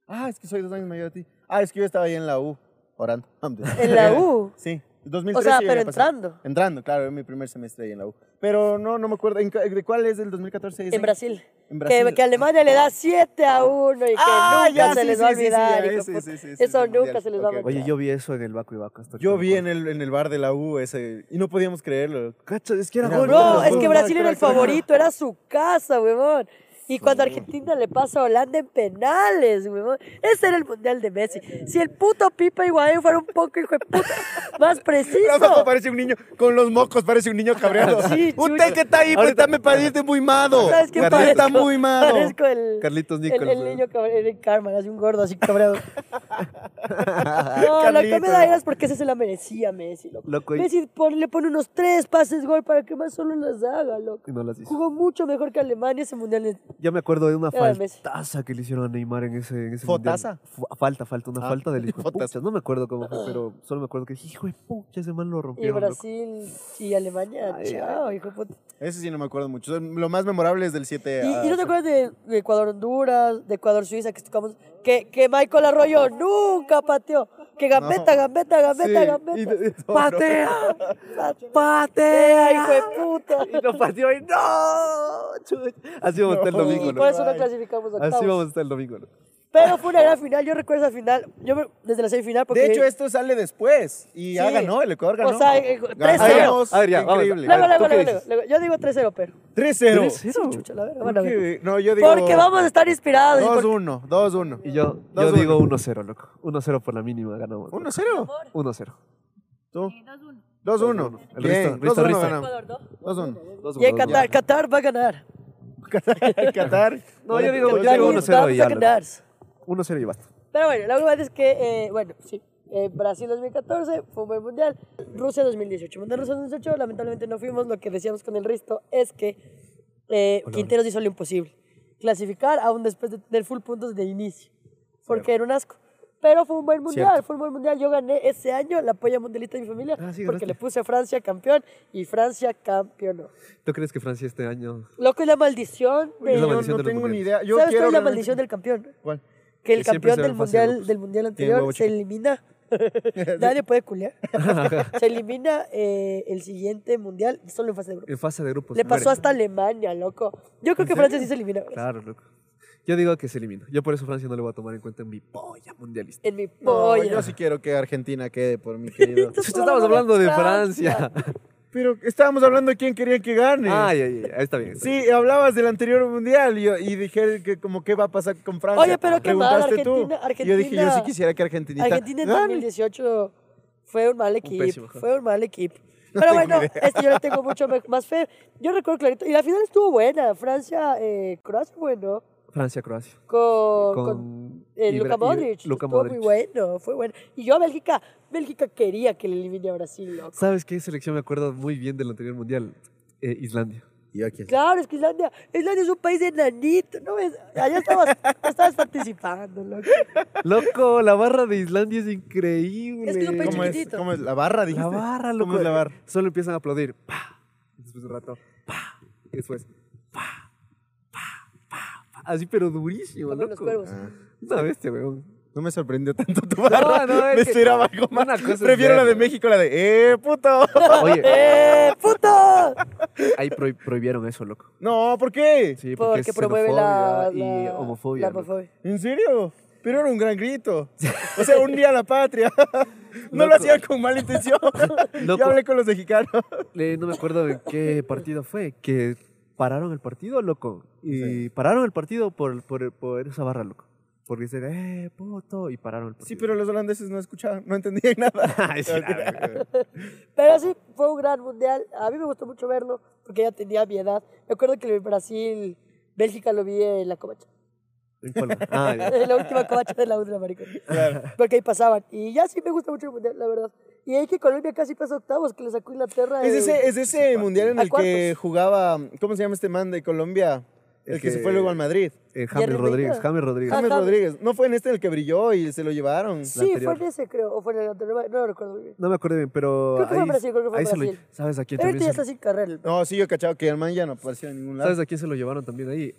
[SPEAKER 1] Ah, es que soy dos años mayor a ti. Ah, es que yo estaba ahí en la U, orando.
[SPEAKER 2] ¿En la U?
[SPEAKER 1] Sí. 2013
[SPEAKER 2] O sea,
[SPEAKER 1] yo
[SPEAKER 2] pero
[SPEAKER 1] ya pasé.
[SPEAKER 2] entrando.
[SPEAKER 1] Entrando, claro, en mi primer semestre ahí en la U. Pero no, no me acuerdo. ¿En cu- ¿De cuál es el 2014? ¿Es
[SPEAKER 2] En Brasil.
[SPEAKER 1] En
[SPEAKER 2] Que,
[SPEAKER 1] Brasil.
[SPEAKER 2] que Alemania le da 7 a 1 y que
[SPEAKER 1] Ah,
[SPEAKER 2] nunca
[SPEAKER 1] ya,
[SPEAKER 2] se
[SPEAKER 1] sí,
[SPEAKER 2] les
[SPEAKER 1] sí,
[SPEAKER 2] va a
[SPEAKER 1] sí, sí,
[SPEAKER 2] olvidar.
[SPEAKER 1] ya,
[SPEAKER 2] hijo
[SPEAKER 1] ese,
[SPEAKER 2] de
[SPEAKER 1] ese,
[SPEAKER 2] puta.
[SPEAKER 1] ese, ese
[SPEAKER 2] Eso
[SPEAKER 1] del
[SPEAKER 2] nunca
[SPEAKER 1] Mundial.
[SPEAKER 2] se les va a
[SPEAKER 1] Ok,
[SPEAKER 2] olvidar.
[SPEAKER 3] Oye, yo vi eso en el Baco y Baco. Hasta
[SPEAKER 1] Yo vi en el, en el bar de la U ese. Y no podíamos creerlo.
[SPEAKER 3] Cachas, es que era
[SPEAKER 1] Era
[SPEAKER 3] gol.
[SPEAKER 1] gol.
[SPEAKER 3] loco.
[SPEAKER 2] Bro, es que
[SPEAKER 1] Crack,
[SPEAKER 2] Brasil era el
[SPEAKER 1] crack, crack.
[SPEAKER 2] favorito, era su casa, huevón. Y cuando Argentina le pasa a Holanda en penales, huevón. Ese era el mundial de Messi. Si el puto Pipa Higuaín fuera un poco, hijo de puta, más
[SPEAKER 1] La
[SPEAKER 2] preciso.
[SPEAKER 1] parece un niño, con los mocos parece un niño cabreado.
[SPEAKER 2] Sí, chucha.
[SPEAKER 1] Usted que está ahí, pues está me parece muy mado.
[SPEAKER 2] ¿Sabes qué
[SPEAKER 1] Usted está
[SPEAKER 2] parezco?
[SPEAKER 1] muy mado.
[SPEAKER 2] Parezco el,
[SPEAKER 3] Carlitos
[SPEAKER 2] el-
[SPEAKER 3] Nichols,
[SPEAKER 2] el
[SPEAKER 3] ¿no?
[SPEAKER 2] niño cabreado, el Carmen, así un gordo, así cabreado. No, lo que me
[SPEAKER 1] Carlitos.
[SPEAKER 2] da ira es porque ese se la merecía Messi, loco.
[SPEAKER 3] Loco, y-
[SPEAKER 2] Messi pon- le pone unos tres pases gol para que más solo las haga, loco.
[SPEAKER 3] Y no las hizo.
[SPEAKER 2] Jugó mucho mejor que Alemania ese mundial. de-
[SPEAKER 3] Yo me acuerdo de una
[SPEAKER 2] Era Messi.
[SPEAKER 3] faltaza que le hicieron a Neymar en ese, en ese mundial.
[SPEAKER 1] ¿Fotaza?
[SPEAKER 3] Fu- Falta, falta, una
[SPEAKER 1] Ah,
[SPEAKER 3] falta del hijo de
[SPEAKER 1] fotaza.
[SPEAKER 3] puchas. No me acuerdo cómo fue, pero solo me acuerdo que, hijo de pucha, ese man lo
[SPEAKER 2] Ah. Y
[SPEAKER 3] rompieron. loco.
[SPEAKER 2] Brasil y Alemania,
[SPEAKER 3] Ay,
[SPEAKER 2] chao, hijo de puta.
[SPEAKER 1] Ese sí no me acuerdo mucho. Lo más memorable es del 7
[SPEAKER 2] Y,
[SPEAKER 1] a-
[SPEAKER 2] y no te acuerdas de, de Ecuador-Honduras, de Ecuador-Suiza, que tocamos- que, que Michael Arroyo nunca pateó. Que gambeta,
[SPEAKER 1] No.
[SPEAKER 2] gambeta, gambeta,
[SPEAKER 1] Sí, y
[SPEAKER 2] gambeta.
[SPEAKER 1] de- no, no.
[SPEAKER 3] ¡Patea!
[SPEAKER 2] ¡Patea, hijo de puta!
[SPEAKER 3] Y nos partió ahí. ¡No! Chuch. Así vamos a estar el
[SPEAKER 1] No.
[SPEAKER 3] domingo,
[SPEAKER 2] Y
[SPEAKER 1] bueno,
[SPEAKER 2] por
[SPEAKER 3] loco.
[SPEAKER 2] eso no
[SPEAKER 1] bye.
[SPEAKER 2] clasificamos a
[SPEAKER 3] Así vamos a estar el domingo, loco.
[SPEAKER 2] Pero fue una gran final, yo recuerdo esa final, yo me- desde la semifinal porque...
[SPEAKER 1] De hecho, esto sale después. Y ya
[SPEAKER 2] Sí.
[SPEAKER 1] ganó, el Ecuador ganó.
[SPEAKER 2] O sea, eh, 3-0.
[SPEAKER 1] Ganamos.
[SPEAKER 3] A ver, ya, vamos.
[SPEAKER 1] Increíble.
[SPEAKER 2] Luego,
[SPEAKER 3] A ver,
[SPEAKER 2] luego,
[SPEAKER 3] ¿tú qué
[SPEAKER 2] luego,
[SPEAKER 3] dices?
[SPEAKER 2] luego. Yo digo 3-0, pero...
[SPEAKER 1] 3-0.
[SPEAKER 3] ¿Tres, cero?
[SPEAKER 2] Chucha, la verga, van a
[SPEAKER 1] ¿Por
[SPEAKER 2] ver.
[SPEAKER 1] qué? No, yo digo...
[SPEAKER 2] Porque vamos a estar inspirados. y porque-
[SPEAKER 1] 2-1, 2-1.
[SPEAKER 3] Y yo, yo
[SPEAKER 1] Dos,
[SPEAKER 3] digo 1-0, loco. 1-0 por la mínima ganamos.
[SPEAKER 1] 1-0.
[SPEAKER 3] 1-0.
[SPEAKER 1] ¿Tú? 2-1.
[SPEAKER 3] El Risto-
[SPEAKER 1] Bien,
[SPEAKER 3] Risto
[SPEAKER 1] 2-1
[SPEAKER 3] Risto.
[SPEAKER 1] ganamos. 2-1.
[SPEAKER 2] Y en Qatar, Qatar va a ganar.
[SPEAKER 1] Qatar.
[SPEAKER 3] No, yo digo-
[SPEAKER 1] Dos
[SPEAKER 3] yo digo
[SPEAKER 1] uno.
[SPEAKER 2] Vamos
[SPEAKER 3] 1-0 y
[SPEAKER 2] a
[SPEAKER 3] ya, loco.
[SPEAKER 2] ganar.
[SPEAKER 3] 1-0 y basta.
[SPEAKER 2] Pero bueno, la verdad es que, eh, bueno, sí. eh, Brasil 2014 fue un buen mundial. Rusia 2018. Mundial Rusia 2018, lamentablemente no fuimos. Lo que decíamos con el resto es que eh, Quinteros hizo lo imposible. Clasificar aún después de tener full puntos de inicio. Porque era un asco. Pero fue un buen mundial,
[SPEAKER 3] Cierto.
[SPEAKER 2] fue un buen mundial. Yo gané ese año la polla mundialista de mi familia
[SPEAKER 3] Ah, sí, ganaste.
[SPEAKER 2] porque le puse a Francia campeón y Francia campeonó.
[SPEAKER 3] ¿Tú crees que Francia este año
[SPEAKER 2] Loco es la maldición de...
[SPEAKER 3] Es la
[SPEAKER 1] Yo
[SPEAKER 3] maldición de
[SPEAKER 1] no
[SPEAKER 3] los
[SPEAKER 1] tengo ni
[SPEAKER 3] mundiales.
[SPEAKER 1] idea. Yo
[SPEAKER 2] Eh, ¿Sabes
[SPEAKER 1] quiero
[SPEAKER 2] cuál es la
[SPEAKER 1] realmente-
[SPEAKER 2] maldición del campeón?
[SPEAKER 1] ¿Cuál?
[SPEAKER 2] Que el
[SPEAKER 3] Que siempre
[SPEAKER 2] campeón
[SPEAKER 3] se
[SPEAKER 2] del
[SPEAKER 3] van fase de
[SPEAKER 2] mundial,
[SPEAKER 3] grupos.
[SPEAKER 2] del mundial
[SPEAKER 1] huevo
[SPEAKER 2] anterior se
[SPEAKER 1] chico.
[SPEAKER 2] elimina. Nadie puede culear. se elimina eh, el siguiente mundial solo en fase de grupos.
[SPEAKER 3] en fase de grupos?
[SPEAKER 2] Le pasó
[SPEAKER 3] Pues muere?
[SPEAKER 2] hasta Alemania, loco. Yo creo que Francia sí se elimina.
[SPEAKER 3] Claro, loco. Yo digo que se elimina. Yo por eso Francia no le voy a tomar en cuenta en mi polla mundialista.
[SPEAKER 2] En mi
[SPEAKER 1] No,
[SPEAKER 2] polla.
[SPEAKER 1] yo sí quiero que Argentina quede por mi querido.
[SPEAKER 2] Estás
[SPEAKER 3] Estamos hablando de Francia.
[SPEAKER 1] Pero estábamos hablando de quién quería que gane.
[SPEAKER 3] Ay, ay, ay. Está bien. está bien.
[SPEAKER 1] Sí, hablabas del anterior mundial y, y dije que como qué va a pasar con Francia.
[SPEAKER 2] Oye, pero qué mal,
[SPEAKER 1] Preguntaste tú.
[SPEAKER 2] Argentina-
[SPEAKER 1] Yo dije, yo sí
[SPEAKER 2] Argentina-
[SPEAKER 1] quisiera que Argentinita
[SPEAKER 2] Argentina en
[SPEAKER 1] gane.
[SPEAKER 2] 2018 fue un mal equipo.
[SPEAKER 3] pésimo juego.
[SPEAKER 2] fue un mal equipo. Pero bueno, este yo le tengo mucho me- más fe. Yo recuerdo clarito. Y la final estuvo buena. Francia, eh, Croacia, bueno.
[SPEAKER 3] Francia, Croacia.
[SPEAKER 2] Con,
[SPEAKER 3] Con
[SPEAKER 2] con, eh,
[SPEAKER 3] Ibra-
[SPEAKER 2] Luka
[SPEAKER 3] Ibra-
[SPEAKER 2] Modric.
[SPEAKER 3] Luka
[SPEAKER 2] estuvo
[SPEAKER 3] Modric.
[SPEAKER 2] muy bueno, fue bueno. Y yo a Bélgica, Bélgica quería que le elimine a Brasil, loco.
[SPEAKER 3] ¿Sabes qué selección me acuerdo muy bien del anterior mundial? Eh, Islandia.
[SPEAKER 1] Yo quiero-
[SPEAKER 2] Claro, es que Islandia, Islandia es un país enanito, ¿no ves? Allá estabas, estabas participando, loco.
[SPEAKER 3] Loco, la barra de Islandia es increíble.
[SPEAKER 2] Es que es un país
[SPEAKER 1] ¿Cómo es?
[SPEAKER 2] chiquitito.
[SPEAKER 1] ¿Cómo es? ¿La barra, dijiste?
[SPEAKER 3] La barra, loco.
[SPEAKER 1] ¿Cómo es la barra?
[SPEAKER 3] Solo empiezan a aplaudir. Pa. Después de un rato. Pa. Y después. Pa. Pa. Pa. pa. Así, pero durísimo,
[SPEAKER 2] Como los
[SPEAKER 3] loco. Ah.
[SPEAKER 2] cuervos.
[SPEAKER 3] Una bestia, weón.
[SPEAKER 1] No me sorprendió tanto tu barra.
[SPEAKER 3] no, es
[SPEAKER 1] me
[SPEAKER 3] que-
[SPEAKER 1] esperaba algo más.
[SPEAKER 3] Una cosa es
[SPEAKER 1] Prefiero la de
[SPEAKER 3] verlo.
[SPEAKER 1] México, la de, eh, puto.
[SPEAKER 3] Oye,
[SPEAKER 2] ¡Eh, puto!
[SPEAKER 3] ahí prohi- prohibieron eso, loco.
[SPEAKER 1] no, ¿por qué?
[SPEAKER 3] Sí, porque,
[SPEAKER 2] Porque
[SPEAKER 3] es
[SPEAKER 2] promueve la,
[SPEAKER 3] xenofobia y
[SPEAKER 2] la-
[SPEAKER 3] homofobia.
[SPEAKER 2] La
[SPEAKER 3] loco.
[SPEAKER 2] homofobia.
[SPEAKER 1] ¿En serio? Pero era un gran grito. O sea, unía a la patria. No lo
[SPEAKER 3] Loco.
[SPEAKER 1] hacían con mala intención.
[SPEAKER 3] Loco.
[SPEAKER 1] Ya hablé con los mexicanos.
[SPEAKER 3] Le- no me acuerdo de qué partido fue, que pararon el partido, loco. Y pararon el partido por, por, por esa barra, loco. Porque dicen, eh, puto, y pararon el partido. Ah,
[SPEAKER 1] Sí, pero los holandeses no escuchaban, no entendían nada.
[SPEAKER 3] Ay, sí, la-
[SPEAKER 2] Pero sí, fue un gran mundial. A mí me gustó mucho verlo porque ya tenía mi edad. Me acuerdo que el Brasil, Bélgica lo vi en la covacha.
[SPEAKER 3] ¿En cuál? Ah, ya.
[SPEAKER 2] En la última covacha de la última maricón.
[SPEAKER 1] Claro.
[SPEAKER 2] Porque ahí pasaban. Y ya sí me gusta mucho el mundial, la verdad. Y ahí que Colombia casi pasó octavos, que le sacó Inglaterra.
[SPEAKER 1] Es
[SPEAKER 2] eh,
[SPEAKER 1] ese, es ese mundial en
[SPEAKER 2] ¿A
[SPEAKER 1] el que
[SPEAKER 2] cuántos?
[SPEAKER 1] jugaba, ¿cómo se llama este man de Colombia? El,
[SPEAKER 3] El
[SPEAKER 1] que, se
[SPEAKER 3] que-
[SPEAKER 1] fue luego al Madrid.
[SPEAKER 3] Eh, James
[SPEAKER 2] Jerry
[SPEAKER 3] Rodríguez,
[SPEAKER 2] Reina.
[SPEAKER 3] James Rodríguez.
[SPEAKER 1] James
[SPEAKER 2] James.
[SPEAKER 1] Rodríguez. ¿No fue en este en el que brilló y se lo llevaron?
[SPEAKER 2] Sí, fue
[SPEAKER 3] anterior.
[SPEAKER 2] en ese, creo. O fue en el anterior. No recuerdo muy bien.
[SPEAKER 3] No me acuerdo bien, pero.
[SPEAKER 2] Creo que fue
[SPEAKER 3] ahí,
[SPEAKER 2] Brasil, creo que fue
[SPEAKER 3] ahí se lo-
[SPEAKER 2] Brasil.
[SPEAKER 3] ¿Sabes a quién
[SPEAKER 2] Pero ahorita
[SPEAKER 3] también?
[SPEAKER 2] ya está
[SPEAKER 3] Se,
[SPEAKER 2] sin carrera. ¿no?
[SPEAKER 1] No, sí, yo cachado que el man ya no apareció en ningún lado.
[SPEAKER 3] ¿Sabes a quién se lo llevaron también ahí?